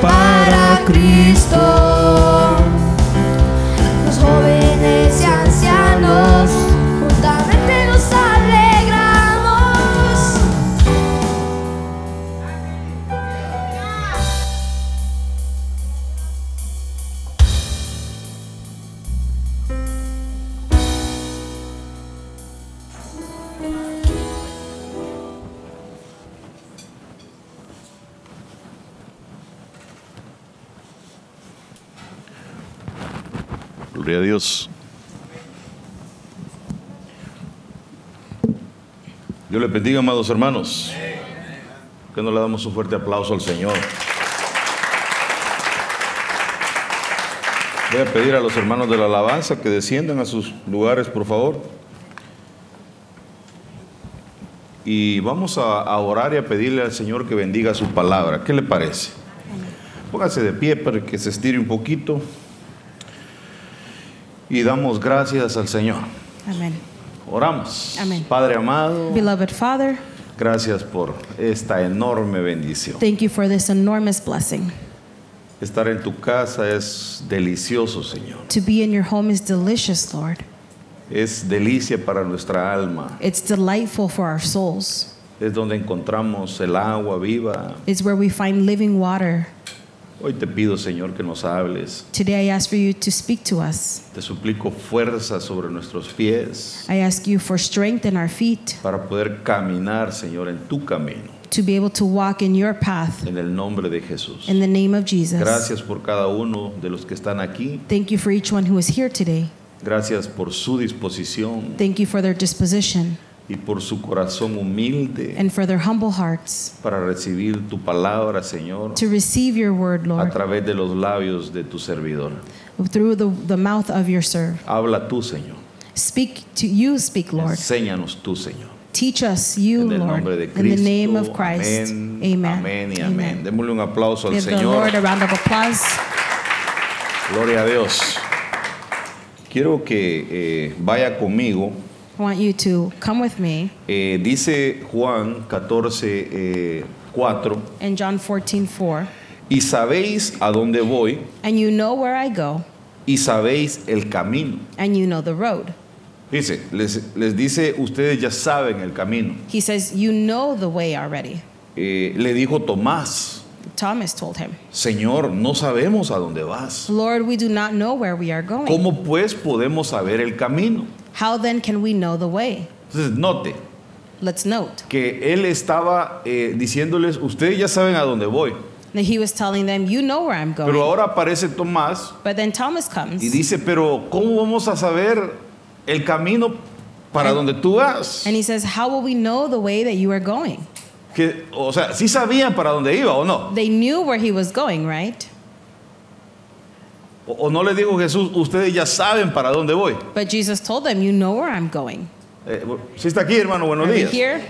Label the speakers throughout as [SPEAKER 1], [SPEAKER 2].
[SPEAKER 1] para Cristo.
[SPEAKER 2] Los jóvenes y ancianos, juntamente nos alegramos.
[SPEAKER 3] Gloria a Dios. Dios les bendiga, amados hermanos. Que nos le damos un fuerte aplauso al Señor. Voy a pedir a los hermanos de la alabanza que desciendan a sus lugares, por favor. Y vamos a, a orar y a pedirle al Señor que bendiga su palabra. ¿Qué le parece? Póngase de pie para que se estire un poquito y damos gracias al Señor.
[SPEAKER 1] Amen.
[SPEAKER 3] Oramos.
[SPEAKER 1] Amén.
[SPEAKER 3] Padre amado,
[SPEAKER 1] Beloved Father,
[SPEAKER 3] gracias por esta enorme bendición.
[SPEAKER 1] thank you for this enormous blessing.
[SPEAKER 3] Estar en tu casa es delicioso, Señor.
[SPEAKER 1] To be in your home is delicious, Lord.
[SPEAKER 3] Es delicia para nuestra alma.
[SPEAKER 1] It's delightful for our souls.
[SPEAKER 3] Es donde encontramos el agua viva.
[SPEAKER 1] It's where we find living water.
[SPEAKER 3] Hoy te pido, Señor, que nos hables.
[SPEAKER 1] Today I ask for you to speak to us.
[SPEAKER 3] Te suplico fuerza sobre nuestros pies
[SPEAKER 1] I ask you for strength in our feet
[SPEAKER 3] para poder caminar, Señor, en tu camino.
[SPEAKER 1] to be able to walk in your path.
[SPEAKER 3] En el nombre de Jesús.
[SPEAKER 1] In the name of Jesus.
[SPEAKER 3] Gracias por cada uno de los que están aquí.
[SPEAKER 1] Thank you for each one who is here today.
[SPEAKER 3] Gracias por su disposición
[SPEAKER 1] Thank you for their disposition
[SPEAKER 3] y por su corazón humilde
[SPEAKER 1] and for their humble hearts
[SPEAKER 3] para recibir tu palabra, Señor,
[SPEAKER 1] to receive your word,
[SPEAKER 3] a
[SPEAKER 1] Lord,
[SPEAKER 3] través de los labios de tu servidor.
[SPEAKER 1] through the, the mouth of your servant.
[SPEAKER 3] Habla tú, Señor.
[SPEAKER 1] Speak to you, speak, Lord.
[SPEAKER 3] Enséñanos tú, Señor.
[SPEAKER 1] Teach us you,
[SPEAKER 3] En el
[SPEAKER 1] Lord,
[SPEAKER 3] nombre de
[SPEAKER 1] in the name of
[SPEAKER 3] Cristo.
[SPEAKER 1] Christ.
[SPEAKER 3] Amén.
[SPEAKER 1] Amen.
[SPEAKER 3] Amén y
[SPEAKER 1] Amen.
[SPEAKER 3] amén. Démosle un aplauso al
[SPEAKER 1] Give the Lord a
[SPEAKER 3] Señor.
[SPEAKER 1] round of applause.
[SPEAKER 3] Gloria a Dios. Quiero que eh, vaya conmigo.
[SPEAKER 1] I want you to come with me
[SPEAKER 3] Eh, dice Juan 14, eh, 4.
[SPEAKER 1] in John 14 4.
[SPEAKER 3] Y sabéis a dónde voy
[SPEAKER 1] And you know where I go,
[SPEAKER 3] y sabéis el camino.
[SPEAKER 1] and you know the road.
[SPEAKER 3] Dice, les, les dice, ustedes ya saben el camino.
[SPEAKER 1] He says, You know the way already.
[SPEAKER 3] Eh, le dijo Tomás,
[SPEAKER 1] Thomas told him,
[SPEAKER 3] Señor, no sabemos a dónde vas.
[SPEAKER 1] Lord, we do not know where we are going.
[SPEAKER 3] ¿Cómo pues podemos saber el camino?
[SPEAKER 1] How then can we know the way?
[SPEAKER 3] Entonces, note
[SPEAKER 1] Let's note
[SPEAKER 3] que él estaba eh, diciéndoles, ustedes ya saben a dónde voy.
[SPEAKER 1] that he was telling them, You know where I'm going.
[SPEAKER 3] Pero ahora aparece Tomás
[SPEAKER 1] but then Thomas comes
[SPEAKER 3] y dice, pero ¿cómo vamos a saber el camino para donde tú vas?
[SPEAKER 1] and he says, How will we know the way that you are going?
[SPEAKER 3] Que, o sea, ¿sí sabían para dónde iba o no?
[SPEAKER 1] They knew where he was going, right?
[SPEAKER 3] O, o no les dijo Jesús, ustedes ya saben para dónde voy.
[SPEAKER 1] But Jesus told them, You know where I'm going.
[SPEAKER 3] Eh, si está aquí, hermano, buenos
[SPEAKER 1] Are they
[SPEAKER 3] días.
[SPEAKER 1] here?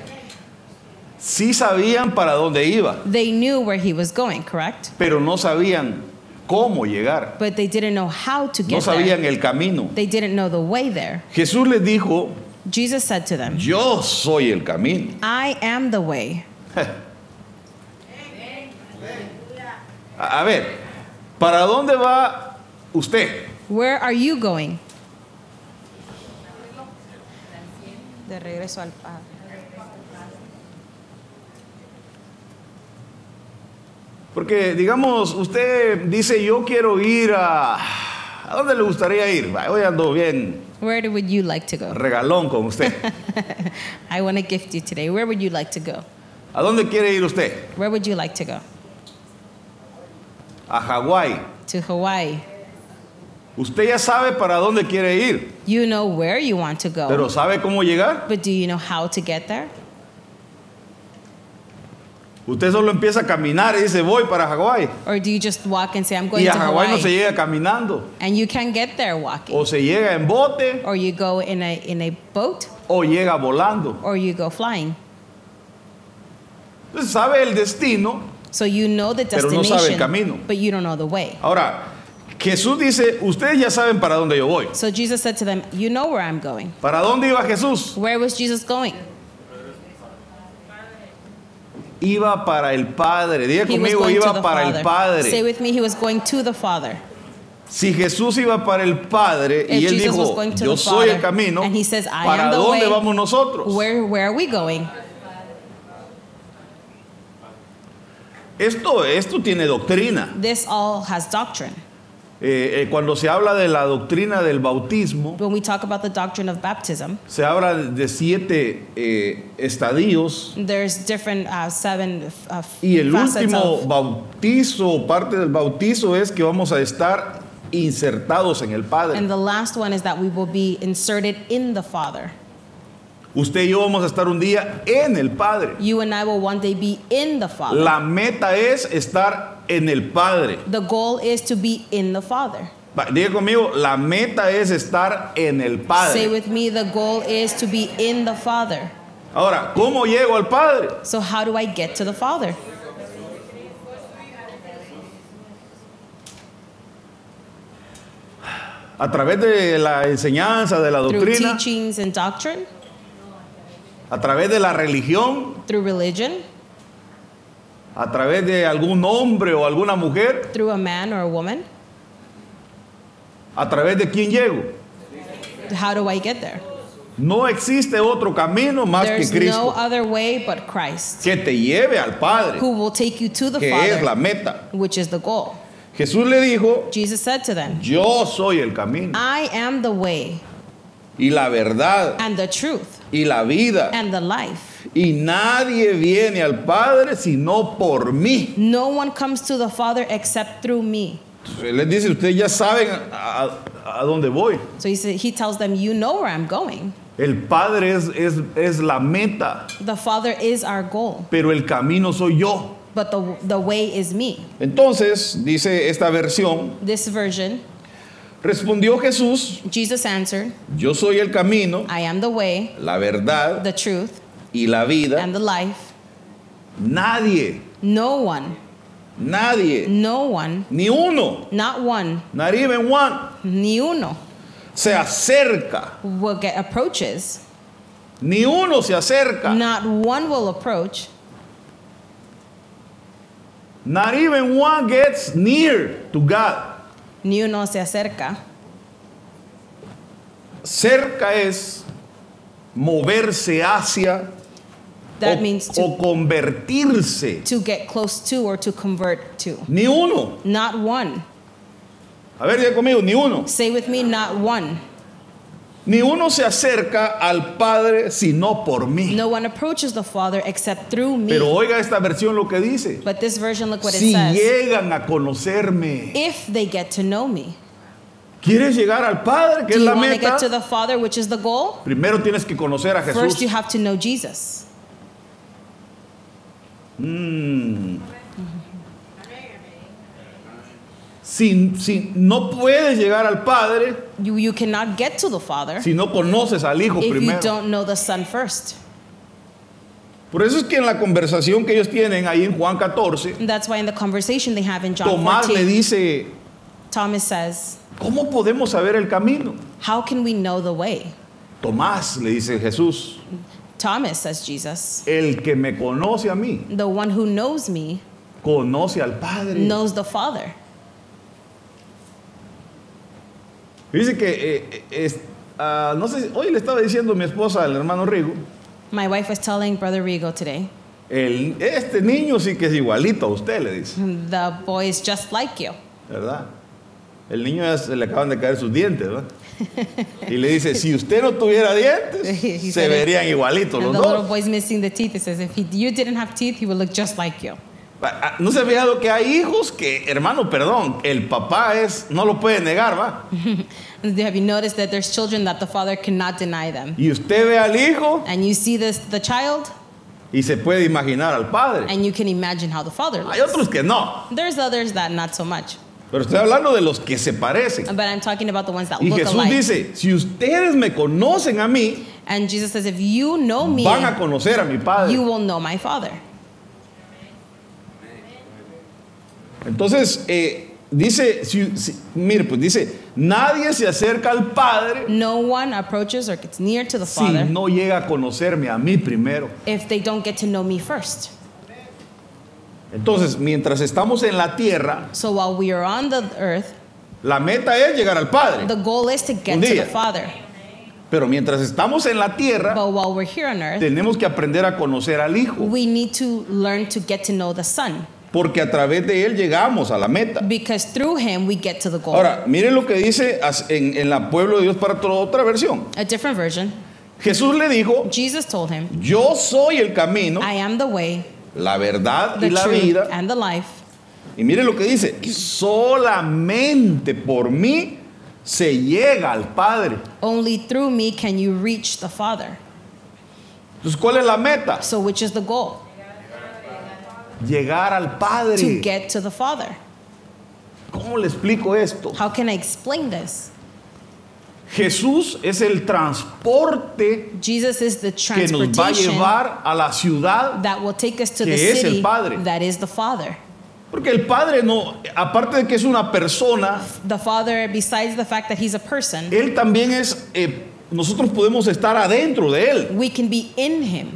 [SPEAKER 3] Sí sabían para dónde iba,
[SPEAKER 1] They knew where he was going, correct?
[SPEAKER 3] pero no sabían cómo llegar.
[SPEAKER 1] But they didn't know how to
[SPEAKER 3] No
[SPEAKER 1] get there.
[SPEAKER 3] sabían el camino.
[SPEAKER 1] They didn't know the way there.
[SPEAKER 3] Jesús les dijo,
[SPEAKER 1] Jesus said to them,
[SPEAKER 3] yo soy el camino.
[SPEAKER 1] I am the way.
[SPEAKER 3] A a ver, ¿para dónde va usted?
[SPEAKER 1] Where are you going?
[SPEAKER 3] Porque, digamos, usted dice, yo quiero ir a... ¿A dónde le gustaría ir? Va, Hoy ando bien
[SPEAKER 1] Where do- would you like to go?
[SPEAKER 3] regalón con usted.
[SPEAKER 1] I want to gift you today. Where would you like to go?
[SPEAKER 3] ¿A dónde quiere ir usted?
[SPEAKER 1] Where would you like to go?
[SPEAKER 3] A Hawái.
[SPEAKER 1] To Hawaii.
[SPEAKER 3] Usted ya sabe para dónde quiere ir,
[SPEAKER 1] You know where you want to go,
[SPEAKER 3] pero ¿sabe cómo llegar?
[SPEAKER 1] but do you know how to get there?
[SPEAKER 3] Usted solo empieza a caminar y dice, voy para Hawái.
[SPEAKER 1] Or do you just walk and say, I'm going
[SPEAKER 3] Y a
[SPEAKER 1] to
[SPEAKER 3] Hawái
[SPEAKER 1] Hawaii?
[SPEAKER 3] no se llega caminando.
[SPEAKER 1] and you can get there walking.
[SPEAKER 3] O se llega en bote
[SPEAKER 1] or you go in a, in a boat,
[SPEAKER 3] o llega volando.
[SPEAKER 1] or you go flying.
[SPEAKER 3] Entonces sabe el destino.
[SPEAKER 1] So you know the
[SPEAKER 3] Pero no
[SPEAKER 1] destination,
[SPEAKER 3] sabe el camino.
[SPEAKER 1] but you don't know the way.
[SPEAKER 3] Ahora, Jesús dice, ustedes ya saben para dónde yo voy.
[SPEAKER 1] So Jesus said to them, You know where I'm going.
[SPEAKER 3] ¿Para dónde iba Jesús?
[SPEAKER 1] Where was Jesus going?
[SPEAKER 3] Iba para el Padre. Diga
[SPEAKER 1] He was
[SPEAKER 3] conmigo,
[SPEAKER 1] going to
[SPEAKER 3] iba
[SPEAKER 1] the
[SPEAKER 3] para
[SPEAKER 1] Father.
[SPEAKER 3] el Padre.
[SPEAKER 1] Say with me, he was going to the Father.
[SPEAKER 3] Si Jesús iba para el Padre y él
[SPEAKER 1] If Jesus was
[SPEAKER 3] dijo,
[SPEAKER 1] going to
[SPEAKER 3] yo
[SPEAKER 1] the
[SPEAKER 3] soy el
[SPEAKER 1] Father,
[SPEAKER 3] camino,
[SPEAKER 1] and he says, "I
[SPEAKER 3] ¿para
[SPEAKER 1] am the
[SPEAKER 3] dónde
[SPEAKER 1] way,
[SPEAKER 3] vamos nosotros?
[SPEAKER 1] Where where are we going?
[SPEAKER 3] Esto, esto tiene doctrina.
[SPEAKER 1] This all has doctrine.
[SPEAKER 3] Eh, eh, cuando se habla de la doctrina del bautismo,
[SPEAKER 1] When we talk about the doctrine of baptism,
[SPEAKER 3] se habla de siete eh, estadios
[SPEAKER 1] there's different uh, seven uh,
[SPEAKER 3] y el
[SPEAKER 1] facets
[SPEAKER 3] último
[SPEAKER 1] of,
[SPEAKER 3] bautizo, parte del bautizo es que vamos a estar insertados en el Padre.
[SPEAKER 1] and the last one is that we will be inserted in the Father.
[SPEAKER 3] Usted y yo vamos a estar un día en el Padre.
[SPEAKER 1] You and I will one day be in the Father.
[SPEAKER 3] La meta es estar en el Padre.
[SPEAKER 1] The goal is to be in the Father.
[SPEAKER 3] Va, Diga conmigo, la meta es estar en el
[SPEAKER 1] Say
[SPEAKER 3] Padre.
[SPEAKER 1] with me, the goal is to be in the Father.
[SPEAKER 3] Ahora, ¿cómo llego al Padre?
[SPEAKER 1] So how do I get to the Father?
[SPEAKER 3] A través de la enseñanza, de la
[SPEAKER 1] Through
[SPEAKER 3] doctrina,
[SPEAKER 1] teachings and doctrine,
[SPEAKER 3] a través de la religión,
[SPEAKER 1] through religion,
[SPEAKER 3] a través de algún hombre o alguna mujer,
[SPEAKER 1] through a man or a woman.
[SPEAKER 3] a través de quién llego.
[SPEAKER 1] How do I get there?
[SPEAKER 3] No existe otro camino más
[SPEAKER 1] There's
[SPEAKER 3] que Cristo
[SPEAKER 1] no other way but Christ,
[SPEAKER 3] que te lleve al Padre,
[SPEAKER 1] who will take you to the
[SPEAKER 3] que es la
[SPEAKER 1] Father,
[SPEAKER 3] meta.
[SPEAKER 1] which is the goal.
[SPEAKER 3] Jesús le dijo,
[SPEAKER 1] Jesus said to them,
[SPEAKER 3] yo soy el camino
[SPEAKER 1] I am the way
[SPEAKER 3] y la verdad
[SPEAKER 1] and the truth
[SPEAKER 3] y la vida.
[SPEAKER 1] and the life.
[SPEAKER 3] Y nadie viene al Padre sino por mí.
[SPEAKER 1] No one comes to the Father except through me.
[SPEAKER 3] Entonces, Él les dice, ustedes ya saben a, a- a dónde voy.
[SPEAKER 1] So he, said, he tells them, You know where I'm going.
[SPEAKER 3] El Padre es, es, es la meta,
[SPEAKER 1] The Father is our goal,
[SPEAKER 3] pero el camino soy yo.
[SPEAKER 1] but the, the way is me.
[SPEAKER 3] Entonces, dice esta versión,
[SPEAKER 1] This version,
[SPEAKER 3] respondió Jesús,
[SPEAKER 1] Jesus answered,
[SPEAKER 3] yo soy el camino,
[SPEAKER 1] I am the way,
[SPEAKER 3] la verdad
[SPEAKER 1] the truth,
[SPEAKER 3] y la vida.
[SPEAKER 1] and the life.
[SPEAKER 3] Nadie,
[SPEAKER 1] No one,
[SPEAKER 3] nadie,
[SPEAKER 1] no one,
[SPEAKER 3] ni uno,
[SPEAKER 1] not one,
[SPEAKER 3] not even one,
[SPEAKER 1] ni uno
[SPEAKER 3] se acerca,
[SPEAKER 1] will get approaches.
[SPEAKER 3] ni uno se acerca,
[SPEAKER 1] Not one will approach.
[SPEAKER 3] not even one gets near to God.
[SPEAKER 1] Ni uno se acerca.
[SPEAKER 3] Cerca es moverse hacia
[SPEAKER 1] That
[SPEAKER 3] o-
[SPEAKER 1] means to,
[SPEAKER 3] o convertirse.
[SPEAKER 1] to get close to or to convert to.
[SPEAKER 3] Ni uno.
[SPEAKER 1] Not one.
[SPEAKER 3] A ver, diga conmigo, ni uno.
[SPEAKER 1] Say with me, not one.
[SPEAKER 3] Ni uno se acerca al Padre sino por mí.
[SPEAKER 1] No one approaches the Father except through me.
[SPEAKER 3] Pero oiga esta versión lo que dice.
[SPEAKER 1] but this version, look what
[SPEAKER 3] Si
[SPEAKER 1] it says.
[SPEAKER 3] llegan a conocerme.
[SPEAKER 1] If they get to know me.
[SPEAKER 3] ¿Quieres llegar al Padre, que
[SPEAKER 1] Do
[SPEAKER 3] es
[SPEAKER 1] you
[SPEAKER 3] la
[SPEAKER 1] want to
[SPEAKER 3] meta?
[SPEAKER 1] get to the Father, which is the goal?
[SPEAKER 3] Primero tienes que conocer a
[SPEAKER 1] First, you
[SPEAKER 3] Jesús.
[SPEAKER 1] have to know Jesus.
[SPEAKER 3] Si, si no puedes llegar al Padre
[SPEAKER 1] You, you cannot get to the Father
[SPEAKER 3] si no conoces al Hijo
[SPEAKER 1] if you
[SPEAKER 3] primero.
[SPEAKER 1] don't know the Son first.
[SPEAKER 3] Por eso es que en la conversación que ellos tienen ahí en Juan 14,
[SPEAKER 1] And that's why in the conversation they have in John
[SPEAKER 3] Tomás le
[SPEAKER 1] 14,
[SPEAKER 3] dice,
[SPEAKER 1] Thomas says,
[SPEAKER 3] ¿cómo podemos saber el camino?
[SPEAKER 1] How can we know the way?
[SPEAKER 3] Tomás le dice Jesús,
[SPEAKER 1] Thomas, says Jesus,
[SPEAKER 3] El que me conoce a mí,
[SPEAKER 1] the one who knows me
[SPEAKER 3] conoce al Padre.
[SPEAKER 1] knows the Father.
[SPEAKER 3] Dice que, eh, eh, es- ah, no sé, si- hoy le estaba diciendo mi esposa al hermano Rigo,
[SPEAKER 1] My wife was telling Brother Rigo today,
[SPEAKER 3] el, este niño sí que es igualito a usted, le dice,
[SPEAKER 1] The boy is just like you.
[SPEAKER 3] ¿verdad? El niño ya se le acaban de caer sus dientes, ¿verdad? Y le dice, si usted no tuviera dientes, se verían igualitos los
[SPEAKER 1] And the little
[SPEAKER 3] dos.
[SPEAKER 1] boy's missing the teeth. It says, If he, you didn't have teeth, he would look just like you.
[SPEAKER 3] Ah, ah, ¿No se ha fijado que hay hijos que, hermano, perdón, el papá es, no lo puede negar, ¿va?
[SPEAKER 1] Have you noticed that there's children that the father cannot deny them?
[SPEAKER 3] Y usted ve al hijo
[SPEAKER 1] And you see this the child,
[SPEAKER 3] y se puede imaginar al padre.
[SPEAKER 1] and you can imagine how the father
[SPEAKER 3] Hay
[SPEAKER 1] looks.
[SPEAKER 3] otros que no.
[SPEAKER 1] There's others that not so much.
[SPEAKER 3] Pero estoy hablando de los que se parecen.
[SPEAKER 1] But I'm talking about the ones that
[SPEAKER 3] Y
[SPEAKER 1] look
[SPEAKER 3] Jesús
[SPEAKER 1] alike.
[SPEAKER 3] dice, si ustedes me conocen a mí,
[SPEAKER 1] And Jesus says, If you know me,
[SPEAKER 3] van a conocer a mi
[SPEAKER 1] you
[SPEAKER 3] Padre.
[SPEAKER 1] will know my father.
[SPEAKER 3] Entonces, eh, dice, si- si- mire, pues dice, nadie se acerca al Padre
[SPEAKER 1] No one approaches or gets near to the
[SPEAKER 3] si
[SPEAKER 1] father
[SPEAKER 3] no llega a conocerme a mí primero.
[SPEAKER 1] if they don't get to know me first.
[SPEAKER 3] Entonces, mientras estamos en la tierra,
[SPEAKER 1] So while we are on the earth,
[SPEAKER 3] la meta es llegar al
[SPEAKER 1] the
[SPEAKER 3] Padre.
[SPEAKER 1] goal is to
[SPEAKER 3] Un
[SPEAKER 1] get to the
[SPEAKER 3] día.
[SPEAKER 1] Father.
[SPEAKER 3] Pero mientras estamos en la tierra,
[SPEAKER 1] But while we're here on earth,
[SPEAKER 3] tenemos que aprender a conocer al Hijo,
[SPEAKER 1] we need to learn to get to know the Son
[SPEAKER 3] porque a través de Él llegamos a la meta.
[SPEAKER 1] because through him we get to the goal.
[SPEAKER 3] Ahora, miren lo que dice as- en, en la Pueblo de Dios para toda otra versión.
[SPEAKER 1] A different version.
[SPEAKER 3] Jesús le dijo,
[SPEAKER 1] Jesus told him,
[SPEAKER 3] yo soy el camino,
[SPEAKER 1] I am the way,
[SPEAKER 3] la verdad y
[SPEAKER 1] the
[SPEAKER 3] la
[SPEAKER 1] truth,
[SPEAKER 3] vida.
[SPEAKER 1] and the life.
[SPEAKER 3] Y miren lo que dice, solamente por mí se llega al Padre.
[SPEAKER 1] Only through me can you reach the Father.
[SPEAKER 3] Entonces, ¿cuál es la meta?
[SPEAKER 1] So, which is the goal?
[SPEAKER 3] Llegar al
[SPEAKER 1] To
[SPEAKER 3] Padre.
[SPEAKER 1] get to the Father.
[SPEAKER 3] ¿Cómo le explico esto?
[SPEAKER 1] How can I explain this?
[SPEAKER 3] Jesús es el transporte
[SPEAKER 1] Jesus is the
[SPEAKER 3] que nos va a
[SPEAKER 1] transportation
[SPEAKER 3] llevar a la ciudad,
[SPEAKER 1] that will take us to
[SPEAKER 3] que
[SPEAKER 1] the
[SPEAKER 3] es el
[SPEAKER 1] city
[SPEAKER 3] Padre.
[SPEAKER 1] that is the Father.
[SPEAKER 3] porque el Padre no, aparte de que es una persona,
[SPEAKER 1] The Father, besides the fact that He's a person,
[SPEAKER 3] Él también es, eh, nosotros podemos estar adentro de Él,
[SPEAKER 1] we can be in Him.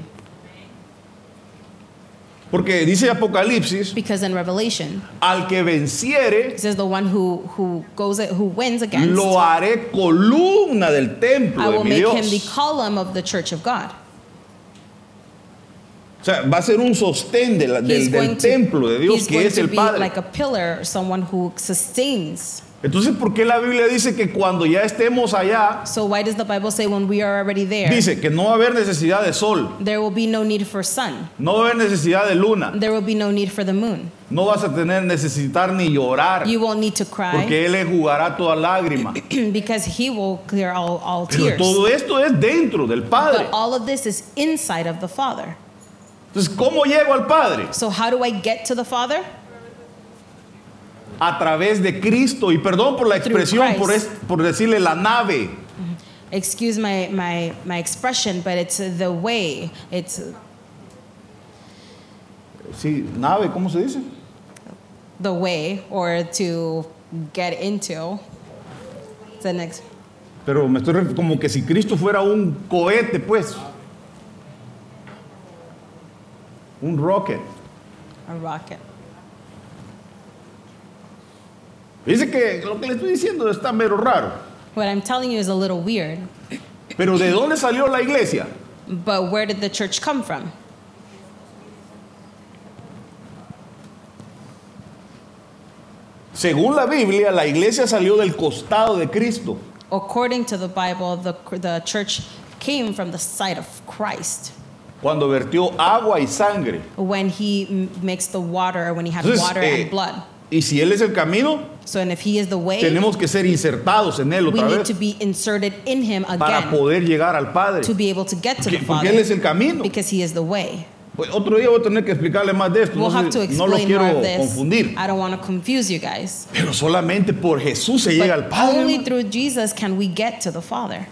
[SPEAKER 3] porque dice Apocalipsis,
[SPEAKER 1] Because in Revelation,
[SPEAKER 3] al que venciere,
[SPEAKER 1] it says the one who, who goes who wins against,
[SPEAKER 3] lo haré columna del
[SPEAKER 1] I
[SPEAKER 3] templo de
[SPEAKER 1] will
[SPEAKER 3] mi
[SPEAKER 1] make him the
[SPEAKER 3] Dios.
[SPEAKER 1] column of the church of God.
[SPEAKER 3] O sea, va a ser un sostén de la- del,
[SPEAKER 1] He's
[SPEAKER 3] del
[SPEAKER 1] going to-
[SPEAKER 3] templo de Dios,
[SPEAKER 1] he's
[SPEAKER 3] que
[SPEAKER 1] going
[SPEAKER 3] es
[SPEAKER 1] to
[SPEAKER 3] el
[SPEAKER 1] be
[SPEAKER 3] Padre.
[SPEAKER 1] like a pillar, someone who sustains.
[SPEAKER 3] Entonces, ¿por qué la Biblia dice que cuando ya estemos allá,
[SPEAKER 1] So why does the Bible say when we are already there,
[SPEAKER 3] dice que no va a haber necesidad de sol,
[SPEAKER 1] there will be no need for sun,
[SPEAKER 3] no va a haber necesidad de luna,
[SPEAKER 1] there will be no need for the moon.
[SPEAKER 3] no vas a tener necesitar ni llorar,
[SPEAKER 1] You won't need to cry
[SPEAKER 3] porque Él enjugará toda lágrima.
[SPEAKER 1] because He will clear all, all
[SPEAKER 3] Pero
[SPEAKER 1] tears.
[SPEAKER 3] todo esto es dentro del Padre.
[SPEAKER 1] But all of this is inside of the Father.
[SPEAKER 3] Entonces, ¿cómo llego al Padre?
[SPEAKER 1] So how do I get to the Father?
[SPEAKER 3] A través de Cristo. Y perdón por la
[SPEAKER 1] Through
[SPEAKER 3] expresión, por,
[SPEAKER 1] Christ.
[SPEAKER 3] es- por decirle la nave.
[SPEAKER 1] Excuse my, my, my expression, but it's the way. It's
[SPEAKER 3] Sí, nave, ¿cómo se dice?
[SPEAKER 1] the way or to get into. The next.
[SPEAKER 3] Pero me estoy ref- como que si Cristo fuera un cohete, pues. Un rocket.
[SPEAKER 1] A rocket.
[SPEAKER 3] Dice que lo que le estoy diciendo está mero raro.
[SPEAKER 1] What I'm telling you is a little weird,
[SPEAKER 3] Pero ¿de dónde salió la iglesia?
[SPEAKER 1] but where did the church come from?
[SPEAKER 3] Según la Biblia, la iglesia salió del costado de Cristo.
[SPEAKER 1] According to the Bible, the, the church came from the side of Christ
[SPEAKER 3] Cuando vertió agua y sangre.
[SPEAKER 1] when he m- mixed the water, when he had
[SPEAKER 3] Entonces,
[SPEAKER 1] water
[SPEAKER 3] eh,
[SPEAKER 1] and blood.
[SPEAKER 3] Y si Él es el camino,
[SPEAKER 1] So, and if he is the way,
[SPEAKER 3] tenemos que ser insertados en Él
[SPEAKER 1] we
[SPEAKER 3] otra
[SPEAKER 1] need to
[SPEAKER 3] vez
[SPEAKER 1] be inserted in him
[SPEAKER 3] para
[SPEAKER 1] again
[SPEAKER 3] poder llegar al Padre.
[SPEAKER 1] to be able to get to
[SPEAKER 3] Porque,
[SPEAKER 1] the
[SPEAKER 3] porque Él
[SPEAKER 1] Father
[SPEAKER 3] es el camino.
[SPEAKER 1] because he is the way.
[SPEAKER 3] Pues otro día voy a tener que explicarle más de esto. no,
[SPEAKER 1] We'll have to
[SPEAKER 3] sé, no lo
[SPEAKER 1] explain more
[SPEAKER 3] quiero
[SPEAKER 1] of this.
[SPEAKER 3] confundir.
[SPEAKER 1] I don't want to confuse you guys.
[SPEAKER 3] Pero solamente por Jesús se llega al
[SPEAKER 1] But
[SPEAKER 3] Padre.
[SPEAKER 1] only
[SPEAKER 3] hermano.
[SPEAKER 1] through Jesus can we get to the Father.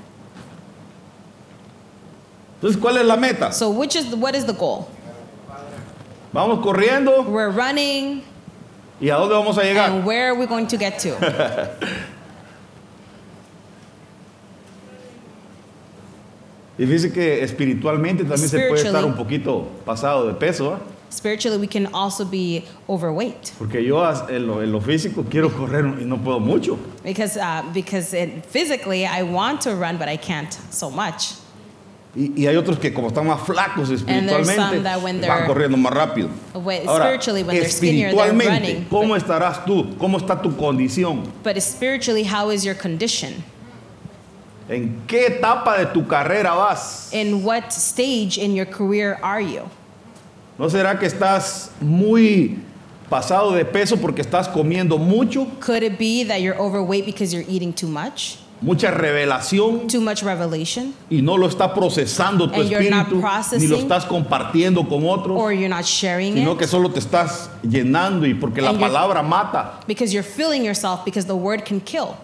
[SPEAKER 3] Entonces, ¿cuál es la meta?
[SPEAKER 1] So, which is the, what is the goal?
[SPEAKER 3] Vamos corriendo
[SPEAKER 1] We're running,
[SPEAKER 3] y a dónde vamos a llegar.
[SPEAKER 1] and where are we going to get to?
[SPEAKER 3] Y dice que espiritualmente también se puede estar
[SPEAKER 1] Spiritually.
[SPEAKER 3] un poquito pasado de peso, ¿ah?
[SPEAKER 1] Spiritually, we can also be overweight
[SPEAKER 3] porque yo as- en lo, en lo físico quiero correr y no puedo mucho.
[SPEAKER 1] because uh, because it, physically I want to run, but I can't so much.
[SPEAKER 3] Y, y hay otros que como están más flacos
[SPEAKER 1] some that when
[SPEAKER 3] espiritualmente van
[SPEAKER 1] they're-
[SPEAKER 3] corriendo más rápido.
[SPEAKER 1] When-
[SPEAKER 3] Ahora,
[SPEAKER 1] spiritually, when they're skinnier, they're
[SPEAKER 3] espiritualmente,
[SPEAKER 1] running.
[SPEAKER 3] ¿cómo
[SPEAKER 1] But,
[SPEAKER 3] estarás tú? ¿Cómo está tu condición?
[SPEAKER 1] but spiritually, how is your condition?
[SPEAKER 3] ¿En qué etapa de tu carrera vas?
[SPEAKER 1] In what stage in your career are you?
[SPEAKER 3] ¿No será que estás muy pasado de peso porque estás comiendo mucho,
[SPEAKER 1] Could it be that you're overweight because you're eating too much,
[SPEAKER 3] mucha revelación
[SPEAKER 1] too much revelation,
[SPEAKER 3] y no lo está procesando tu
[SPEAKER 1] And you're not
[SPEAKER 3] espíritu ni lo
[SPEAKER 1] processing.
[SPEAKER 3] estás compartiendo con otros,
[SPEAKER 1] or you're not sharing
[SPEAKER 3] sino que
[SPEAKER 1] it?
[SPEAKER 3] solo te estás llenando y porque la
[SPEAKER 1] And you're-
[SPEAKER 3] palabra mata?
[SPEAKER 1] Because you're filling yourself because the word can kill.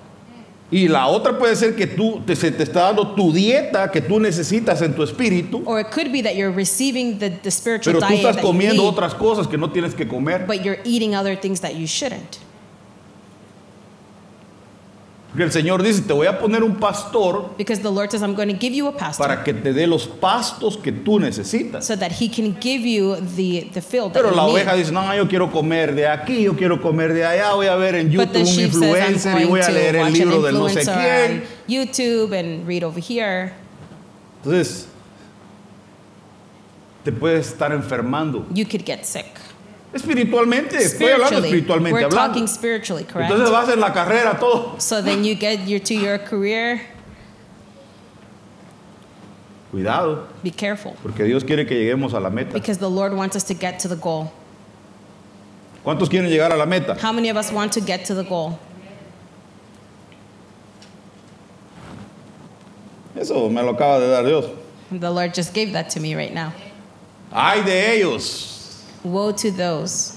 [SPEAKER 3] Y la otra puede ser que tú te, se te está dando tu dieta que tú necesitas en tu espíritu,
[SPEAKER 1] Or it could be that you're receiving the, the spiritual
[SPEAKER 3] pero tú
[SPEAKER 1] diet
[SPEAKER 3] estás
[SPEAKER 1] that you
[SPEAKER 3] comiendo
[SPEAKER 1] need,
[SPEAKER 3] otras cosas que no tienes que comer.
[SPEAKER 1] but you're eating other things that you shouldn't.
[SPEAKER 3] Porque el Señor dice, te voy a poner un pastor
[SPEAKER 1] Because the Lord says, I'm going to give you a pastor
[SPEAKER 3] para que te dé los pastos que tú necesitas.
[SPEAKER 1] so that he can give you the, the field. That
[SPEAKER 3] Pero la
[SPEAKER 1] you
[SPEAKER 3] oveja
[SPEAKER 1] need.
[SPEAKER 3] dice, no, yo quiero comer de aquí, yo quiero comer de allá, voy a ver en YouTube
[SPEAKER 1] But the
[SPEAKER 3] un
[SPEAKER 1] sheep says,
[SPEAKER 3] influencer y voy
[SPEAKER 1] I'm going
[SPEAKER 3] a leer
[SPEAKER 1] to
[SPEAKER 3] el
[SPEAKER 1] watch an
[SPEAKER 3] libro del no sé
[SPEAKER 1] influencer on
[SPEAKER 3] quién.
[SPEAKER 1] YouTube and read over here.
[SPEAKER 3] Entonces, te puedes estar enfermando.
[SPEAKER 1] You could get sick.
[SPEAKER 3] Espiritualmente, estoy hablando espiritualmente,
[SPEAKER 1] we're
[SPEAKER 3] hablando.
[SPEAKER 1] talking spiritually, correct?
[SPEAKER 3] Entonces vas en la carrera todo.
[SPEAKER 1] so then you get your, to your career.
[SPEAKER 3] Cuidado,
[SPEAKER 1] Be careful
[SPEAKER 3] porque Dios quiere que lleguemos a la meta.
[SPEAKER 1] because the Lord wants us to get to the goal.
[SPEAKER 3] ¿Cuántos quieren llegar a la meta?
[SPEAKER 1] How many of us want to get to the goal?
[SPEAKER 3] Eso me lo acaba de dar Dios.
[SPEAKER 1] The Lord just gave that to me right now.
[SPEAKER 3] Ay de ellos,
[SPEAKER 1] Woe to those,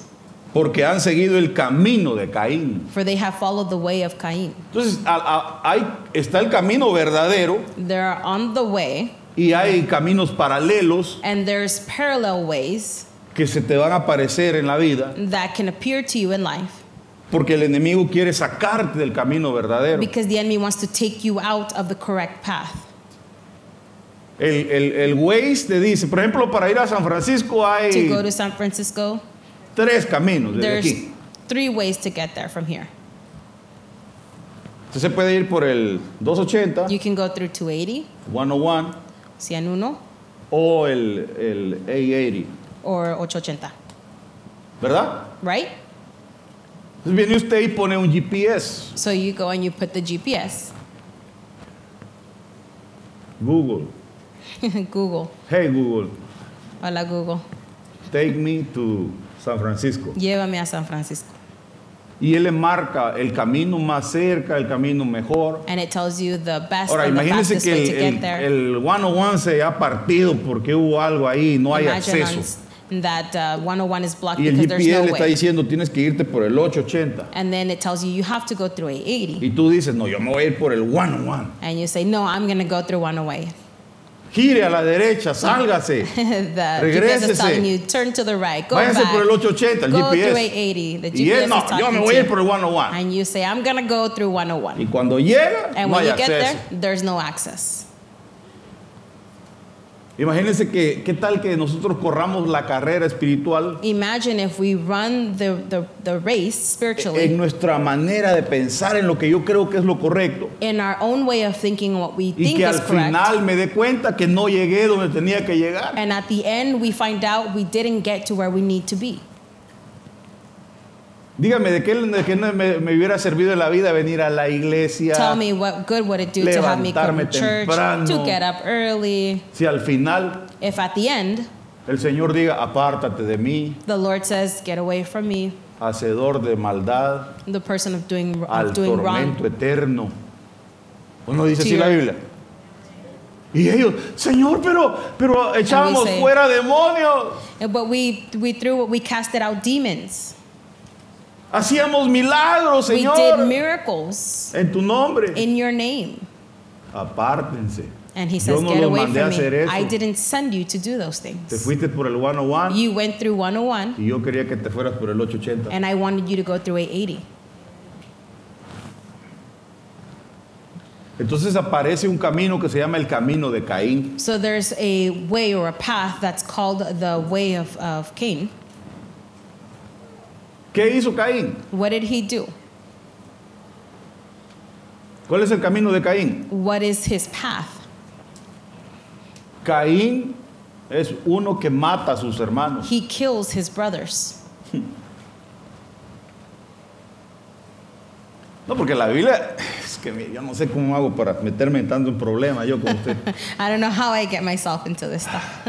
[SPEAKER 3] porque han seguido el camino de Caín.
[SPEAKER 1] for they have followed the way of Cain.
[SPEAKER 3] Entonces a- a- hay, está el camino verdadero
[SPEAKER 1] There are on the way,
[SPEAKER 3] y hay caminos paralelos
[SPEAKER 1] and there's parallel ways
[SPEAKER 3] que se te van a aparecer en la vida,
[SPEAKER 1] that can appear to you in life
[SPEAKER 3] porque el enemigo quiere sacarte del camino verdadero.
[SPEAKER 1] because the enemy wants to take you out of the correct path.
[SPEAKER 3] El, el, el Waze te dice, por ejemplo, para ir a San Francisco
[SPEAKER 1] To go
[SPEAKER 3] hay
[SPEAKER 1] to San Francisco,
[SPEAKER 3] tres caminos desde
[SPEAKER 1] there's
[SPEAKER 3] aquí.
[SPEAKER 1] three ways to get there from here.
[SPEAKER 3] Usted se puede ir por el 280,
[SPEAKER 1] You can go through 280,
[SPEAKER 3] 101
[SPEAKER 1] 101,
[SPEAKER 3] o el, el 880,
[SPEAKER 1] or 880,
[SPEAKER 3] ¿verdad?
[SPEAKER 1] right?
[SPEAKER 3] Entonces viene usted y pone un GPS,
[SPEAKER 1] So you go and you put the GPS,
[SPEAKER 3] Google.
[SPEAKER 1] Google,
[SPEAKER 3] Hey Google,
[SPEAKER 1] hola Google,
[SPEAKER 3] take me to San Francisco.
[SPEAKER 1] llévame a San Francisco.
[SPEAKER 3] Y él le marca el camino más cerca, el camino mejor.
[SPEAKER 1] and it tells you the best
[SPEAKER 3] Ahora,
[SPEAKER 1] and the
[SPEAKER 3] imagínense
[SPEAKER 1] fastest way to
[SPEAKER 3] que
[SPEAKER 1] get
[SPEAKER 3] el,
[SPEAKER 1] there.
[SPEAKER 3] el, el 101 se ha partido porque hubo algo ahí, no hay
[SPEAKER 1] Imagine
[SPEAKER 3] acceso.
[SPEAKER 1] on- that uh, 101 is blocked
[SPEAKER 3] Y el
[SPEAKER 1] because there's
[SPEAKER 3] GPS le
[SPEAKER 1] no
[SPEAKER 3] está
[SPEAKER 1] way.
[SPEAKER 3] diciendo tienes que irte por el 880.
[SPEAKER 1] And then it tells you you have to go through 880.
[SPEAKER 3] Y tú dices, no, yo me voy a ir por el 101.
[SPEAKER 1] And you say, no, I'm going to go through 108.
[SPEAKER 3] Gire a la derecha, sálgase.
[SPEAKER 1] the GPS
[SPEAKER 3] Regrésese.
[SPEAKER 1] is telling you, turn to the right, go
[SPEAKER 3] Váyase
[SPEAKER 1] back,
[SPEAKER 3] por el 880, el
[SPEAKER 1] go through
[SPEAKER 3] GPS.
[SPEAKER 1] 880. The
[SPEAKER 3] Y
[SPEAKER 1] GPS
[SPEAKER 3] él no,
[SPEAKER 1] is
[SPEAKER 3] yo
[SPEAKER 1] talking
[SPEAKER 3] me voy
[SPEAKER 1] to
[SPEAKER 3] a
[SPEAKER 1] you.
[SPEAKER 3] ir por el 101.
[SPEAKER 1] And you say, I'm going to go through
[SPEAKER 3] Y
[SPEAKER 1] 101.
[SPEAKER 3] cuando llega,
[SPEAKER 1] And
[SPEAKER 3] no
[SPEAKER 1] when
[SPEAKER 3] hay
[SPEAKER 1] you get
[SPEAKER 3] acceso.
[SPEAKER 1] there, there's no access.
[SPEAKER 3] Imagínense que, qué tal que nosotros corramos la carrera espiritual
[SPEAKER 1] Imagine if we run the, the, the race spiritually
[SPEAKER 3] en nuestra manera de pensar en lo que yo creo que es lo correcto
[SPEAKER 1] in our own way of thinking what we
[SPEAKER 3] y
[SPEAKER 1] think
[SPEAKER 3] que
[SPEAKER 1] is
[SPEAKER 3] al
[SPEAKER 1] correct.
[SPEAKER 3] final me dé cuenta que no llegué donde tenía que llegar.
[SPEAKER 1] And at the end, we find out we didn't get to where we need to be.
[SPEAKER 3] Dígame, ¿de qué, de qué me, me hubiera servido en la vida venir a la iglesia
[SPEAKER 1] Tell me what good would it do to have me come to
[SPEAKER 3] Levantarme
[SPEAKER 1] church,
[SPEAKER 3] temprano.
[SPEAKER 1] to get up early,
[SPEAKER 3] si al final
[SPEAKER 1] if at the end
[SPEAKER 3] el Señor diga, apártate de mí,
[SPEAKER 1] the Lord says, "Get away from me,
[SPEAKER 3] hacedor de maldad,
[SPEAKER 1] the person of doing
[SPEAKER 3] al
[SPEAKER 1] of doing
[SPEAKER 3] tormento
[SPEAKER 1] wrong."
[SPEAKER 3] eterno? Uno dice
[SPEAKER 1] To
[SPEAKER 3] así la
[SPEAKER 1] your-
[SPEAKER 3] Biblia. Y ellos, Señor, pero, pero echábamos
[SPEAKER 1] say-
[SPEAKER 3] fuera demonios,
[SPEAKER 1] But we we threw we casted out demons.
[SPEAKER 3] hacíamos milagros,
[SPEAKER 1] We
[SPEAKER 3] Señor,
[SPEAKER 1] did miracles
[SPEAKER 3] en tu nombre.
[SPEAKER 1] in your name.
[SPEAKER 3] Apártense.
[SPEAKER 1] And he
[SPEAKER 3] Yo
[SPEAKER 1] says,
[SPEAKER 3] no
[SPEAKER 1] "Get
[SPEAKER 3] los
[SPEAKER 1] away
[SPEAKER 3] mandé a
[SPEAKER 1] from
[SPEAKER 3] hacer
[SPEAKER 1] me.
[SPEAKER 3] eso.
[SPEAKER 1] I didn't send you to do those
[SPEAKER 3] Te
[SPEAKER 1] things.
[SPEAKER 3] fuiste por el 101
[SPEAKER 1] You went through 101,
[SPEAKER 3] y yo quería que te fueras por el 880.
[SPEAKER 1] and I wanted you to go through 880."
[SPEAKER 3] Entonces aparece un camino que se llama el camino de Caín.
[SPEAKER 1] So there's a way or a path that's called the way of, of Cain.
[SPEAKER 3] ¿Qué hizo Caín?
[SPEAKER 1] What did he do?
[SPEAKER 3] ¿Cuál es el camino de Caín?
[SPEAKER 1] What is his path?
[SPEAKER 3] Caín es uno que mata a sus hermanos.
[SPEAKER 1] He kills his brothers.
[SPEAKER 3] No, porque la Biblia, es que mire, yo no sé cómo hago para meterme en tanto en problema yo como usted.
[SPEAKER 1] I don't know how I get myself into this stuff.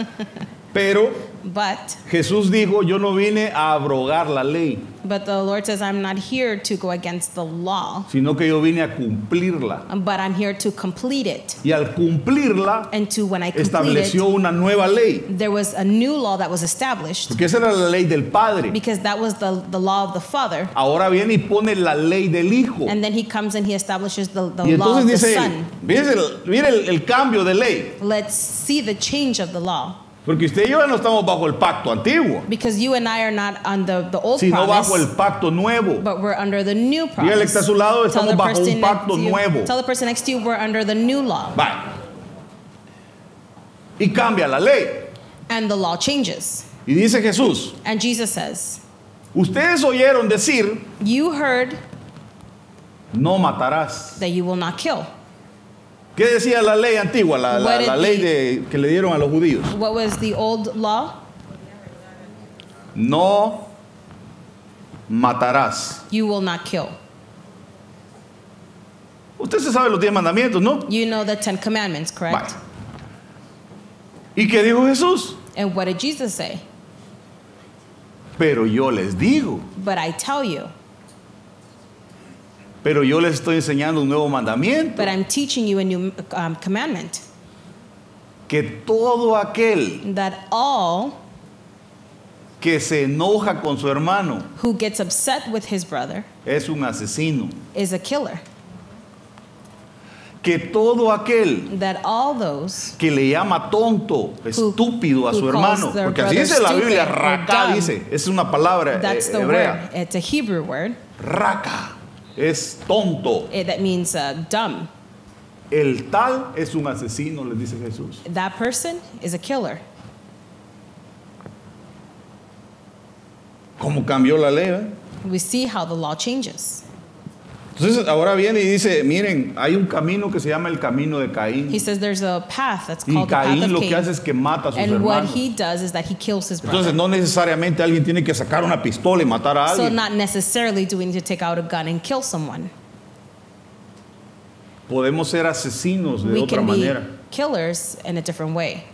[SPEAKER 3] Pero
[SPEAKER 1] But
[SPEAKER 3] Jesús dijo, yo no vine a abrogar la ley,
[SPEAKER 1] but the Lord says I'm not here to go against the law,
[SPEAKER 3] sino que yo vine a cumplirla.
[SPEAKER 1] but I'm here to complete it.
[SPEAKER 3] Y al cumplirla,
[SPEAKER 1] And to when I complete
[SPEAKER 3] estableció
[SPEAKER 1] it,
[SPEAKER 3] una nueva ley.
[SPEAKER 1] there was a new law that was established
[SPEAKER 3] Porque esa era la ley del padre.
[SPEAKER 1] because that was the, the law of the father.
[SPEAKER 3] Ahora viene y pone la ley del hijo.
[SPEAKER 1] And then he comes and he establishes the, the
[SPEAKER 3] Y
[SPEAKER 1] law
[SPEAKER 3] entonces
[SPEAKER 1] of the
[SPEAKER 3] dice, él,
[SPEAKER 1] son.
[SPEAKER 3] mire el, mire el- el cambio de ley.
[SPEAKER 1] Let's see the change of the law.
[SPEAKER 3] Porque usted y yo ya no estamos bajo el pacto antiguo,
[SPEAKER 1] Because you and I are not on the, the old
[SPEAKER 3] sino
[SPEAKER 1] Oh, promise,
[SPEAKER 3] bajo el pacto nuevo.
[SPEAKER 1] but we're under the new promise.
[SPEAKER 3] que está a su lado,
[SPEAKER 1] Tell
[SPEAKER 3] estamos
[SPEAKER 1] the
[SPEAKER 3] bajo un
[SPEAKER 1] person next
[SPEAKER 3] pacto
[SPEAKER 1] to you-
[SPEAKER 3] nuevo.
[SPEAKER 1] Tell the person next to you, we're under the new law.
[SPEAKER 3] Vaya. Y cambia la ley.
[SPEAKER 1] And the law changes.
[SPEAKER 3] Y dice Jesús,
[SPEAKER 1] And Jesus says,
[SPEAKER 3] ustedes oyeron decir,
[SPEAKER 1] You heard
[SPEAKER 3] no matarás.
[SPEAKER 1] that you will not kill.
[SPEAKER 3] ¿Qué decía la ley antigua, la, la-
[SPEAKER 1] What did
[SPEAKER 3] la ley de- que le dieron a los judíos?
[SPEAKER 1] What was the old law?
[SPEAKER 3] No matarás.
[SPEAKER 1] You will not kill.
[SPEAKER 3] Usted se sabe los diez mandamientos, ¿no?
[SPEAKER 1] You know the Ten Commandments, correct?
[SPEAKER 3] Vaya. ¿Y qué dijo Jesús?
[SPEAKER 1] And what did Jesus say?
[SPEAKER 3] Pero yo les digo,
[SPEAKER 1] But I tell you,
[SPEAKER 3] pero yo les estoy enseñando un nuevo mandamiento,
[SPEAKER 1] but I'm teaching you a new um, commandment
[SPEAKER 3] que todo aquel
[SPEAKER 1] that all
[SPEAKER 3] que se enoja con su hermano
[SPEAKER 1] who gets upset with his brother
[SPEAKER 3] es un asesino,
[SPEAKER 1] is a killer,
[SPEAKER 3] que todo aquel
[SPEAKER 1] that all those
[SPEAKER 3] que le llama tonto, estúpido a
[SPEAKER 1] who
[SPEAKER 3] su
[SPEAKER 1] calls
[SPEAKER 3] hermano,
[SPEAKER 1] their
[SPEAKER 3] porque así
[SPEAKER 1] brother
[SPEAKER 3] dice la Biblia,
[SPEAKER 1] stupid or
[SPEAKER 3] raca
[SPEAKER 1] dumb.
[SPEAKER 3] dice, es una palabra eh,
[SPEAKER 1] that's the
[SPEAKER 3] hebrea,
[SPEAKER 1] word. It's a Hebrew word
[SPEAKER 3] raca es tonto,
[SPEAKER 1] eh, that means uh, dumb.
[SPEAKER 3] el tal es un asesino, les dice Jesús.
[SPEAKER 1] That person is a killer.
[SPEAKER 3] ¿Cómo cambió la ley? eh?
[SPEAKER 1] We see how the law changes.
[SPEAKER 3] Entonces ahora viene y dice, miren, hay un camino que se llama el camino de
[SPEAKER 1] He
[SPEAKER 3] Caín.
[SPEAKER 1] says there's a path that's
[SPEAKER 3] Y
[SPEAKER 1] called the path
[SPEAKER 3] Caín
[SPEAKER 1] of
[SPEAKER 3] lo que hace
[SPEAKER 1] Cain.
[SPEAKER 3] es que mata a sus
[SPEAKER 1] And what
[SPEAKER 3] hermanos.
[SPEAKER 1] he does is that he kills his brother.
[SPEAKER 3] Entonces no necesariamente alguien tiene que sacar una pistola y matar a
[SPEAKER 1] So
[SPEAKER 3] alguien.
[SPEAKER 1] not necessarily do we need to take out a gun and kill someone.
[SPEAKER 3] Podemos ser asesinos de
[SPEAKER 1] we
[SPEAKER 3] otra
[SPEAKER 1] can be
[SPEAKER 3] manera.
[SPEAKER 1] killers in a different way.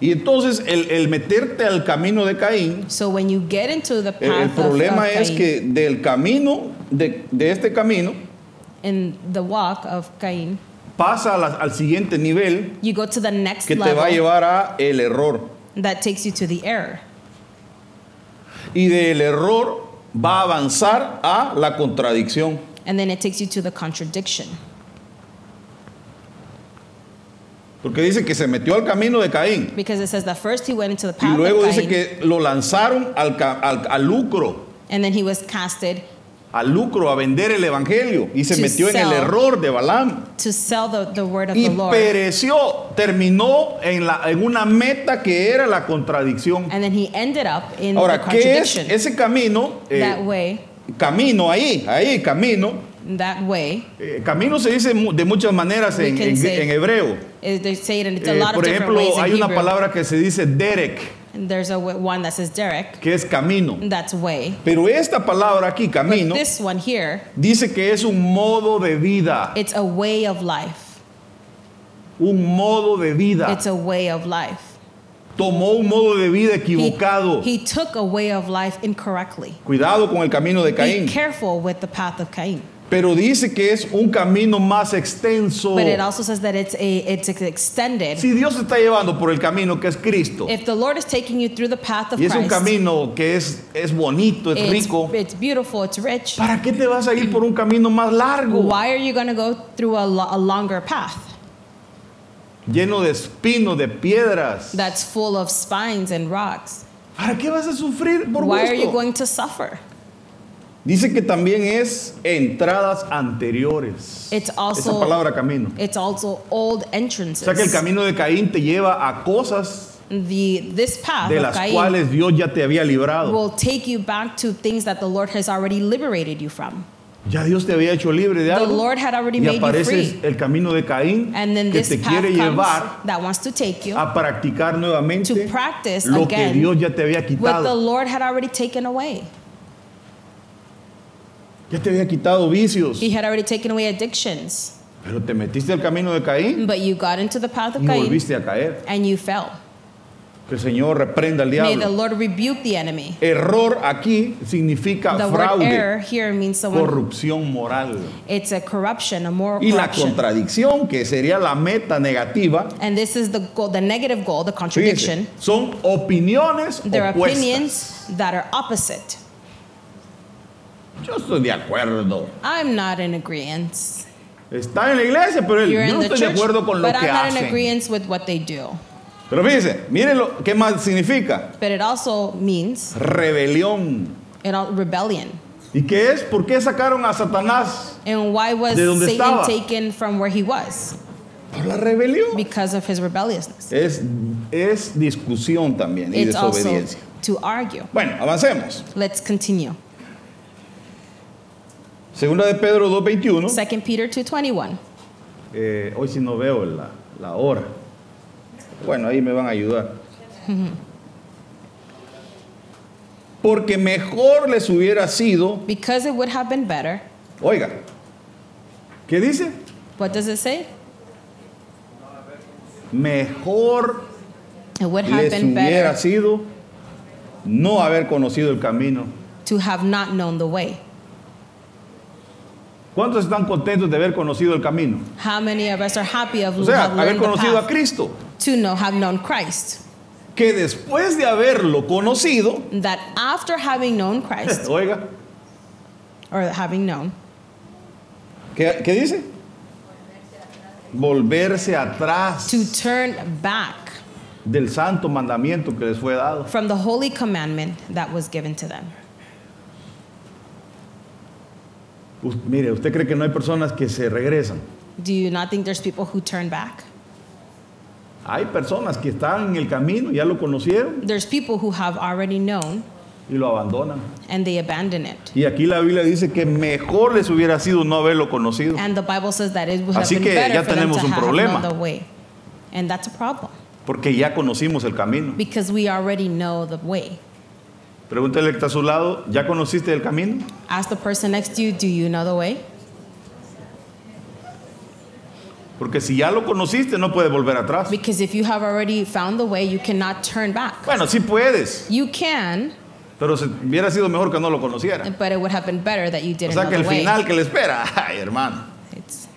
[SPEAKER 3] Y entonces el, el meterte al camino de Caín eh,
[SPEAKER 1] So when you get into the
[SPEAKER 3] El, el
[SPEAKER 1] path of, of
[SPEAKER 3] problema es
[SPEAKER 1] Cain,
[SPEAKER 3] que del camino, de, de este camino,
[SPEAKER 1] in the walk of Cain,
[SPEAKER 3] pasa a la- al siguiente nivel
[SPEAKER 1] you go to the next
[SPEAKER 3] que te
[SPEAKER 1] level
[SPEAKER 3] va a llevar a el error.
[SPEAKER 1] that takes you to the error.
[SPEAKER 3] Y del error va a avanzar a la contradicción.
[SPEAKER 1] And then it takes you to the contradiction.
[SPEAKER 3] Porque dice que se metió al camino de Caín.
[SPEAKER 1] Because it says that first he went into the
[SPEAKER 3] Y
[SPEAKER 1] path
[SPEAKER 3] luego
[SPEAKER 1] of
[SPEAKER 3] dice
[SPEAKER 1] Cain,
[SPEAKER 3] que lo lanzaron al, ca- al- al lucro,
[SPEAKER 1] and then he was casted
[SPEAKER 3] al lucro, a vender el evangelio. Y se
[SPEAKER 1] To
[SPEAKER 3] metió en el
[SPEAKER 1] sell.
[SPEAKER 3] error de Balaam.
[SPEAKER 1] to sell the, the word of
[SPEAKER 3] Y
[SPEAKER 1] the Lord.
[SPEAKER 3] pereció, terminó en, la, en una meta que era la contradicción.
[SPEAKER 1] And then he ended up in the
[SPEAKER 3] Ahora, ¿qué es
[SPEAKER 1] contradiction.
[SPEAKER 3] ese camino? Eh,
[SPEAKER 1] that way,
[SPEAKER 3] camino ahí, ahí, camino.
[SPEAKER 1] that way,
[SPEAKER 3] Eh, camino se dice mu- de muchas maneras
[SPEAKER 1] We
[SPEAKER 3] en,
[SPEAKER 1] can
[SPEAKER 3] en-
[SPEAKER 1] say-
[SPEAKER 3] en hebreo.
[SPEAKER 1] is they say it in
[SPEAKER 3] Eh,
[SPEAKER 1] a lot of
[SPEAKER 3] por
[SPEAKER 1] different
[SPEAKER 3] ejemplo,
[SPEAKER 1] ways in
[SPEAKER 3] hay una
[SPEAKER 1] Hebrew.
[SPEAKER 3] palabra que se dice derek,
[SPEAKER 1] And there's a w- one that says Derek.
[SPEAKER 3] que es camino.
[SPEAKER 1] That's way.
[SPEAKER 3] Pero esta palabra aquí, camino,
[SPEAKER 1] Mm. But this one here,
[SPEAKER 3] dice que es un modo de vida,
[SPEAKER 1] it's a way of life.
[SPEAKER 3] un modo de vida.
[SPEAKER 1] It's a way of life.
[SPEAKER 3] Tomó un modo de vida
[SPEAKER 1] He-
[SPEAKER 3] equivocado.
[SPEAKER 1] He, took a way of life incorrectly.
[SPEAKER 3] Cuidado con el camino de Caín.
[SPEAKER 1] Be careful with the path of Cain.
[SPEAKER 3] Pero dice que es un camino más extenso.
[SPEAKER 1] But it also says that it's a it's ex- extended.
[SPEAKER 3] Si Dios te está llevando por el camino que es Cristo,
[SPEAKER 1] If the Lord is taking you through the path of
[SPEAKER 3] Y es un
[SPEAKER 1] Christ,
[SPEAKER 3] camino que es, es bonito, es
[SPEAKER 1] it's,
[SPEAKER 3] rico.
[SPEAKER 1] it's beautiful, it's rich.
[SPEAKER 3] ¿Para qué te vas a ir por un camino más largo?
[SPEAKER 1] Why are you going to go through a, lo- a longer path
[SPEAKER 3] Lleno de espinos, de piedras.
[SPEAKER 1] that's full of spines and rocks?
[SPEAKER 3] ¿Para qué vas a sufrir por
[SPEAKER 1] Why are you
[SPEAKER 3] gusto?
[SPEAKER 1] going to suffer?
[SPEAKER 3] Dice que también es entradas anteriores.
[SPEAKER 1] It's
[SPEAKER 3] Esa
[SPEAKER 1] also-
[SPEAKER 3] palabra camino.
[SPEAKER 1] It's also old
[SPEAKER 3] O
[SPEAKER 1] entrances.
[SPEAKER 3] sea que el camino de Caín te lleva a cosas
[SPEAKER 1] the this path
[SPEAKER 3] de
[SPEAKER 1] of
[SPEAKER 3] las
[SPEAKER 1] Cain
[SPEAKER 3] cuales Dios ya te había librado.
[SPEAKER 1] will take you back to things that the Lord has already liberated you from.
[SPEAKER 3] Ya Dios te había hecho libre de
[SPEAKER 1] The
[SPEAKER 3] algo.
[SPEAKER 1] Lord had already
[SPEAKER 3] Y
[SPEAKER 1] made you
[SPEAKER 3] aparece
[SPEAKER 1] free.
[SPEAKER 3] el camino de Caín
[SPEAKER 1] And then
[SPEAKER 3] que
[SPEAKER 1] this
[SPEAKER 3] te
[SPEAKER 1] path
[SPEAKER 3] quiere
[SPEAKER 1] comes
[SPEAKER 3] llevar
[SPEAKER 1] that wants to take you
[SPEAKER 3] a practicar
[SPEAKER 1] to
[SPEAKER 3] nuevamente
[SPEAKER 1] practice
[SPEAKER 3] lo que
[SPEAKER 1] again
[SPEAKER 3] Dios ya te había
[SPEAKER 1] what the
[SPEAKER 3] quitado.
[SPEAKER 1] Lord had already taken away.
[SPEAKER 3] Ya te había quitado vicios,
[SPEAKER 1] He had already taken away addictions.
[SPEAKER 3] pero te metiste al camino de Caín
[SPEAKER 1] But you got into the path of
[SPEAKER 3] y
[SPEAKER 1] Cain
[SPEAKER 3] volviste a caer.
[SPEAKER 1] and you fell.
[SPEAKER 3] Que el Señor reprenda al
[SPEAKER 1] May the
[SPEAKER 3] diablo.
[SPEAKER 1] Lord rebuke the enemy.
[SPEAKER 3] Error aquí significa
[SPEAKER 1] The word
[SPEAKER 3] fraude,
[SPEAKER 1] error here means someone.
[SPEAKER 3] corrupción moral.
[SPEAKER 1] It's a corruption, a moral
[SPEAKER 3] Y la
[SPEAKER 1] corruption.
[SPEAKER 3] contradicción, que sería la meta negativa,
[SPEAKER 1] And this is the goal, the negative goal, the contradiction.
[SPEAKER 3] fíjense, son opiniones
[SPEAKER 1] Their
[SPEAKER 3] opuestas.
[SPEAKER 1] opinions that are opposite.
[SPEAKER 3] Yo estoy de acuerdo.
[SPEAKER 1] I'm not in agreement.
[SPEAKER 3] Está en la iglesia, pero él,
[SPEAKER 1] You're
[SPEAKER 3] yo
[SPEAKER 1] in
[SPEAKER 3] no
[SPEAKER 1] the
[SPEAKER 3] estoy de
[SPEAKER 1] church,
[SPEAKER 3] acuerdo con lo
[SPEAKER 1] but
[SPEAKER 3] que
[SPEAKER 1] I'm not in
[SPEAKER 3] hace.
[SPEAKER 1] agreement with what they do.
[SPEAKER 3] Pero fíjense, miren lo que más significa.
[SPEAKER 1] But it also means
[SPEAKER 3] Rebelión.
[SPEAKER 1] it all, rebellion.
[SPEAKER 3] ¿Y qué es? ¿Por qué sacaron a Satanás?
[SPEAKER 1] And why was
[SPEAKER 3] ¿De dónde
[SPEAKER 1] Satan
[SPEAKER 3] estaba?
[SPEAKER 1] taken from where he was?
[SPEAKER 3] Por la rebelión.
[SPEAKER 1] Because of his rebelliousness.
[SPEAKER 3] Es, es discusión también y
[SPEAKER 1] It's also
[SPEAKER 3] desobediencia.
[SPEAKER 1] to argue.
[SPEAKER 3] Bueno, avancemos.
[SPEAKER 1] Let's continue.
[SPEAKER 3] Segunda de Pedro 2.21.
[SPEAKER 1] 2 Peter 2:21.
[SPEAKER 3] Eh, hoy sí no veo la, la hora. Bueno, ahí me van a ayudar. Porque mejor les hubiera sido,
[SPEAKER 1] Because it would have been better.
[SPEAKER 3] oiga, ¿qué dice?
[SPEAKER 1] What does it say?
[SPEAKER 3] Mejor
[SPEAKER 1] It would have
[SPEAKER 3] les
[SPEAKER 1] been
[SPEAKER 3] hubiera
[SPEAKER 1] better
[SPEAKER 3] sido no haber conocido el camino.
[SPEAKER 1] to have not known the way.
[SPEAKER 3] ¿Cuántos están contentos de haber conocido el camino?
[SPEAKER 1] How many of us are happy of
[SPEAKER 3] O sea,
[SPEAKER 1] have
[SPEAKER 3] haber
[SPEAKER 1] learned the
[SPEAKER 3] conocido a
[SPEAKER 1] path
[SPEAKER 3] Cristo.
[SPEAKER 1] to know, have known Christ?
[SPEAKER 3] Que después de haberlo conocido,
[SPEAKER 1] That after having known Christ,
[SPEAKER 3] oiga,
[SPEAKER 1] or having known,
[SPEAKER 3] ¿qué, qué dice? Volverse atrás
[SPEAKER 1] to turn back
[SPEAKER 3] del santo mandamiento que les fue dado.
[SPEAKER 1] from the holy commandment that was given to them.
[SPEAKER 3] U- mire, ¿usted cree que no hay personas que se regresan?
[SPEAKER 1] Do you not think there's people who turn back?
[SPEAKER 3] Hay personas que están en el camino, ya lo conocieron
[SPEAKER 1] There's people who have already known
[SPEAKER 3] y lo abandonan.
[SPEAKER 1] and they abandon it.
[SPEAKER 3] Y aquí la Biblia dice que mejor les hubiera sido no haberlo conocido.
[SPEAKER 1] And the Bible says that it would have
[SPEAKER 3] Así
[SPEAKER 1] been
[SPEAKER 3] que
[SPEAKER 1] better
[SPEAKER 3] ya
[SPEAKER 1] for them
[SPEAKER 3] tenemos
[SPEAKER 1] to
[SPEAKER 3] un
[SPEAKER 1] have
[SPEAKER 3] problema.
[SPEAKER 1] known the way. And that's a problem
[SPEAKER 3] Porque ya conocimos el camino.
[SPEAKER 1] because we already know the way.
[SPEAKER 3] Pregúntale que está a su lado, ¿ya conociste el camino?
[SPEAKER 1] Ask the person next to you, do you know the way?
[SPEAKER 3] Porque si ya lo conociste, no puedes volver atrás.
[SPEAKER 1] Because if you have already found the way, you cannot turn back.
[SPEAKER 3] Bueno, sí puedes,
[SPEAKER 1] You can,
[SPEAKER 3] pero se- hubiera sido mejor que no lo conociera.
[SPEAKER 1] but it would have been better that you
[SPEAKER 3] O
[SPEAKER 1] didn't
[SPEAKER 3] sea que
[SPEAKER 1] know
[SPEAKER 3] el
[SPEAKER 1] the way.
[SPEAKER 3] final que le espera, ay hermano.
[SPEAKER 1] It's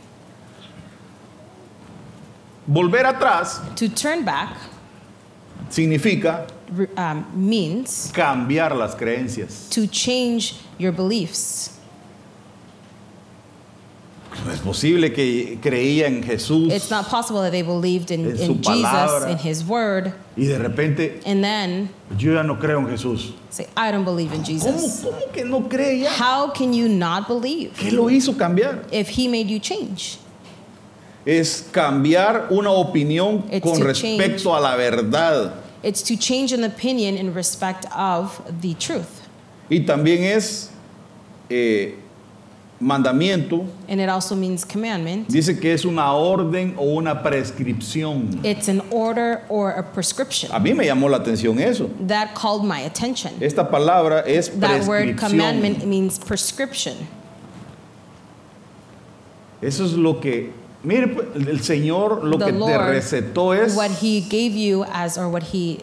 [SPEAKER 3] Volver atrás
[SPEAKER 1] to turn back
[SPEAKER 3] significa
[SPEAKER 1] re- um, means
[SPEAKER 3] cambiar las creencias.
[SPEAKER 1] to change your beliefs.
[SPEAKER 3] No es posible que creía en Jesús
[SPEAKER 1] It's not possible that they believed in,
[SPEAKER 3] En su
[SPEAKER 1] in Jesus,
[SPEAKER 3] palabra.
[SPEAKER 1] in His Word,
[SPEAKER 3] y de repente
[SPEAKER 1] and then
[SPEAKER 3] yo ya no creo en Jesús.
[SPEAKER 1] say, I don't believe in
[SPEAKER 3] ¿Cómo,
[SPEAKER 1] Jesus.
[SPEAKER 3] cómo que no creía?
[SPEAKER 1] How can you not believe
[SPEAKER 3] ¿Qué lo hizo cambiar?
[SPEAKER 1] if He made you change?
[SPEAKER 3] Es cambiar una opinión
[SPEAKER 1] It's
[SPEAKER 3] con
[SPEAKER 1] to
[SPEAKER 3] respecto a la verdad.
[SPEAKER 1] It's to change an opinion in respect of the truth.
[SPEAKER 3] Y también es eh, mandamiento.
[SPEAKER 1] And it also means commandment.
[SPEAKER 3] Dice que es una orden o una prescripción.
[SPEAKER 1] It's an order or a prescription.
[SPEAKER 3] A mí me llamó la atención eso.
[SPEAKER 1] That called my attention.
[SPEAKER 3] Esta palabra es
[SPEAKER 1] That word commandment
[SPEAKER 3] prescripción.
[SPEAKER 1] means prescription.
[SPEAKER 3] Eso es lo que, mire, pues, el Señor lo
[SPEAKER 1] The
[SPEAKER 3] que te
[SPEAKER 1] Lord,
[SPEAKER 3] recetó es,
[SPEAKER 1] What he gave you as, or what he,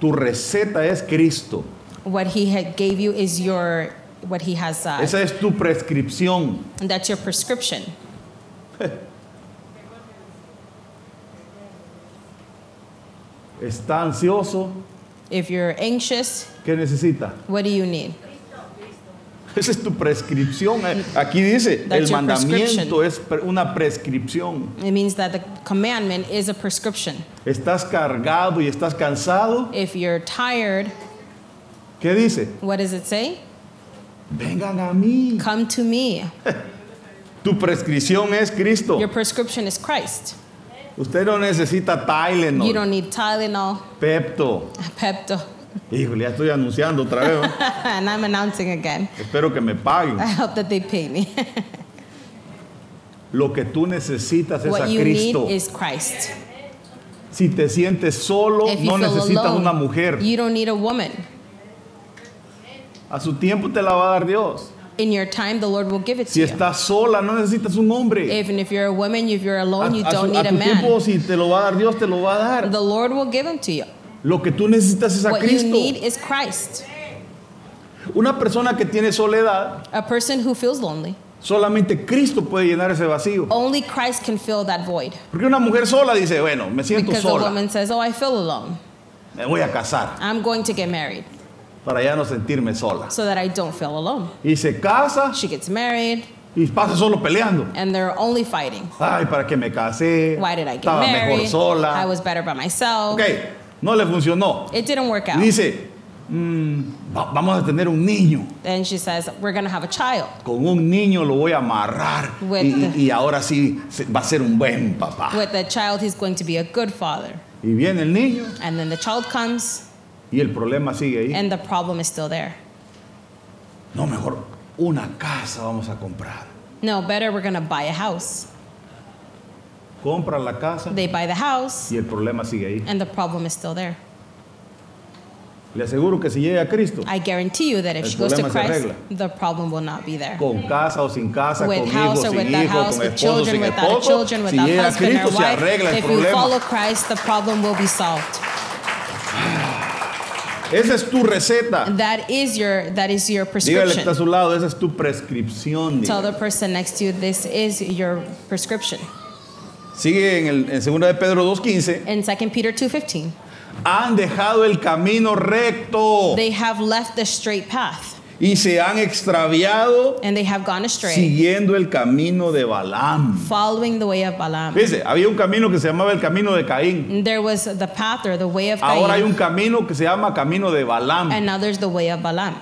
[SPEAKER 3] tu receta es Cristo.
[SPEAKER 1] what he had gave you is your, what he has, uh,
[SPEAKER 3] Esa es tu prescripción.
[SPEAKER 1] and that's your prescription.
[SPEAKER 3] Está ansioso,
[SPEAKER 1] If you're anxious,
[SPEAKER 3] ¿qué necesita?
[SPEAKER 1] what do you need?
[SPEAKER 3] Esa es tu prescripción. Eh, Aquí dice, el
[SPEAKER 1] That's your
[SPEAKER 3] mandamiento
[SPEAKER 1] prescription.
[SPEAKER 3] es pre- una prescripción.
[SPEAKER 1] It means that the commandment is a prescription.
[SPEAKER 3] Estás cargado y estás cansado.
[SPEAKER 1] If you're tired,
[SPEAKER 3] ¿Qué dice?
[SPEAKER 1] what does it say?
[SPEAKER 3] Vengan a mí.
[SPEAKER 1] Come to me.
[SPEAKER 3] Tu prescripción es Cristo.
[SPEAKER 1] Your prescription is Christ.
[SPEAKER 3] Usted no necesita
[SPEAKER 1] You
[SPEAKER 3] Tylenol,
[SPEAKER 1] don't need Tylenol,
[SPEAKER 3] Pepto.
[SPEAKER 1] Pepto,
[SPEAKER 3] Híjole, ya estoy anunciando otra vez. ¿no?
[SPEAKER 1] and I'm announcing again.
[SPEAKER 3] Espero que me paguen.
[SPEAKER 1] I hope that they pay me.
[SPEAKER 3] Lo que tú necesitas es a
[SPEAKER 1] what you
[SPEAKER 3] Cristo.
[SPEAKER 1] need is Christ.
[SPEAKER 3] Si te sientes solo,
[SPEAKER 1] If you
[SPEAKER 3] no
[SPEAKER 1] feel
[SPEAKER 3] necesitas
[SPEAKER 1] alone,
[SPEAKER 3] una mujer.
[SPEAKER 1] you don't need a woman.
[SPEAKER 3] A su tiempo te la va a dar Dios.
[SPEAKER 1] In your time, the Lord will give it to
[SPEAKER 3] Si
[SPEAKER 1] you.
[SPEAKER 3] estás sola, no necesitas un hombre.
[SPEAKER 1] Even if you're a woman, if you're
[SPEAKER 3] A,
[SPEAKER 1] alone, you
[SPEAKER 3] a su,
[SPEAKER 1] don't
[SPEAKER 3] a
[SPEAKER 1] need a
[SPEAKER 3] tu tiempo,
[SPEAKER 1] man.
[SPEAKER 3] si te lo va a dar Dios, te lo va a dar.
[SPEAKER 1] The Lord will give him to you.
[SPEAKER 3] Lo que tú necesitas es a
[SPEAKER 1] What you
[SPEAKER 3] Cristo.
[SPEAKER 1] need is Christ.
[SPEAKER 3] Una persona que tiene soledad,
[SPEAKER 1] A person who feels lonely,
[SPEAKER 3] solamente Cristo puede llenar ese vacío.
[SPEAKER 1] only Christ can fill that void.
[SPEAKER 3] Porque una mujer sola dice, bueno, me siento
[SPEAKER 1] Because the
[SPEAKER 3] sola,
[SPEAKER 1] woman says, Oh, I feel alone.
[SPEAKER 3] me voy a casar
[SPEAKER 1] I'm going to get married
[SPEAKER 3] para ya no sentirme sola.
[SPEAKER 1] so that I don't feel alone.
[SPEAKER 3] Y se casa
[SPEAKER 1] She gets married,
[SPEAKER 3] y pasa solo peleando.
[SPEAKER 1] and they're only fighting.
[SPEAKER 3] Ay, ¿para qué me casé?
[SPEAKER 1] Why did I get
[SPEAKER 3] Estaba
[SPEAKER 1] married?
[SPEAKER 3] mejor sola.
[SPEAKER 1] I was better by myself.
[SPEAKER 3] Ok, no le funcionó.
[SPEAKER 1] It didn't work out.
[SPEAKER 3] Y dice, "Mm, va- vamos a tener un niño.
[SPEAKER 1] Then she says, We're going to have a child.
[SPEAKER 3] Con un niño lo voy a amarrar.
[SPEAKER 1] With
[SPEAKER 3] Y, y-
[SPEAKER 1] the-
[SPEAKER 3] y ahora sí se- va a ser un buen papá.
[SPEAKER 1] With the child, he's going to be a good father.
[SPEAKER 3] Y viene el niño
[SPEAKER 1] And then the child comes,
[SPEAKER 3] y el problema sigue ahí.
[SPEAKER 1] and the problem is still there.
[SPEAKER 3] No, mejor una casa vamos a comprar.
[SPEAKER 1] No, better, we're going to buy a house.
[SPEAKER 3] Compra la casa
[SPEAKER 1] They buy the house,
[SPEAKER 3] y el problema sigue ahí.
[SPEAKER 1] and the problem is still there.
[SPEAKER 3] Le aseguro que si llega a Cristo,
[SPEAKER 1] I guarantee you that if
[SPEAKER 3] El
[SPEAKER 1] she goes to
[SPEAKER 3] problema se
[SPEAKER 1] Christ,
[SPEAKER 3] arregla.
[SPEAKER 1] the problem will not be there.
[SPEAKER 3] con casa o sin casa,
[SPEAKER 1] With
[SPEAKER 3] con
[SPEAKER 1] house
[SPEAKER 3] hijos,
[SPEAKER 1] or
[SPEAKER 3] sin
[SPEAKER 1] without
[SPEAKER 3] hijos,
[SPEAKER 1] house,
[SPEAKER 3] con
[SPEAKER 1] with
[SPEAKER 3] esposo,
[SPEAKER 1] children,
[SPEAKER 3] sin
[SPEAKER 1] without
[SPEAKER 3] esposo,
[SPEAKER 1] children,
[SPEAKER 3] si
[SPEAKER 1] without
[SPEAKER 3] llega a
[SPEAKER 1] husband
[SPEAKER 3] Cristo
[SPEAKER 1] or
[SPEAKER 3] se
[SPEAKER 1] wife.
[SPEAKER 3] arregla el
[SPEAKER 1] If you follow
[SPEAKER 3] problema.
[SPEAKER 1] Christ, the problem will be solved.
[SPEAKER 3] Esa es tu receta.
[SPEAKER 1] And that is your that is your
[SPEAKER 3] Dígale que está a
[SPEAKER 1] prescription.
[SPEAKER 3] su lado, esa es tu prescripción.
[SPEAKER 1] Tell
[SPEAKER 3] dígale.
[SPEAKER 1] the person next to you, this is your prescription.
[SPEAKER 3] Sigue en, el, en segunda de Pedro 2.15.
[SPEAKER 1] In 2 Peter 2:15,
[SPEAKER 3] Han dejado el camino recto
[SPEAKER 1] they have left the straight path
[SPEAKER 3] y se han extraviado
[SPEAKER 1] and they have gone astray,
[SPEAKER 3] siguiendo el camino de Balaam.
[SPEAKER 1] following the way of Balaam.
[SPEAKER 3] Dice, había un camino que se llamaba el camino de Caín.
[SPEAKER 1] And There was the path or the way of
[SPEAKER 3] Ahora hay
[SPEAKER 1] Cain,
[SPEAKER 3] un camino que se llama camino de Balaam,
[SPEAKER 1] and now there's the way of Balaam,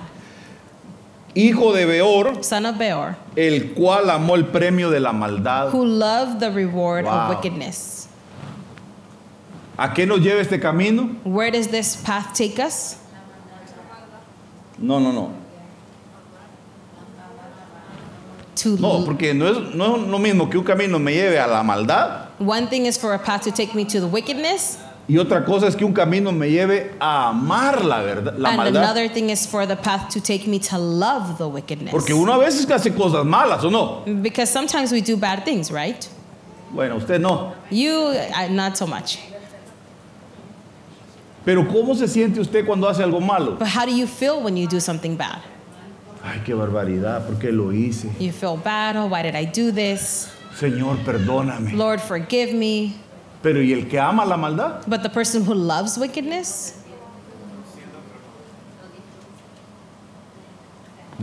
[SPEAKER 3] hijo de Beor,
[SPEAKER 1] son of Beor,
[SPEAKER 3] el cual amó el premio de la maldad.
[SPEAKER 1] who loved the reward
[SPEAKER 3] Wow.
[SPEAKER 1] of wickedness.
[SPEAKER 3] ¿A qué nos lleva este camino?
[SPEAKER 1] Where does this path take us?
[SPEAKER 3] No, no, no.
[SPEAKER 1] To
[SPEAKER 3] No,
[SPEAKER 1] l-
[SPEAKER 3] porque no es, no es lo mismo que un camino me lleve a la maldad
[SPEAKER 1] one thing is for a path to take me to the wickedness,
[SPEAKER 3] y otra cosa es que un camino me lleve a amar la verdad, la
[SPEAKER 1] and
[SPEAKER 3] maldad.
[SPEAKER 1] another thing is for the path to take me to love the wickedness.
[SPEAKER 3] Porque uno a veces hace cosas malas, ¿o no?
[SPEAKER 1] Because sometimes we do bad things, right?
[SPEAKER 3] Bueno, usted no.
[SPEAKER 1] You, I, not so much.
[SPEAKER 3] Pero ¿cómo se siente usted cuando hace algo malo?
[SPEAKER 1] But how do you feel when you do something bad?
[SPEAKER 3] Ay, qué barbaridad, ¿por qué lo hice?
[SPEAKER 1] You feel bad. Oh, why did I do this?
[SPEAKER 3] Señor, perdóname.
[SPEAKER 1] Lord, forgive me.
[SPEAKER 3] Pero ¿y el que ama la maldad?
[SPEAKER 1] But the person who loves wickedness,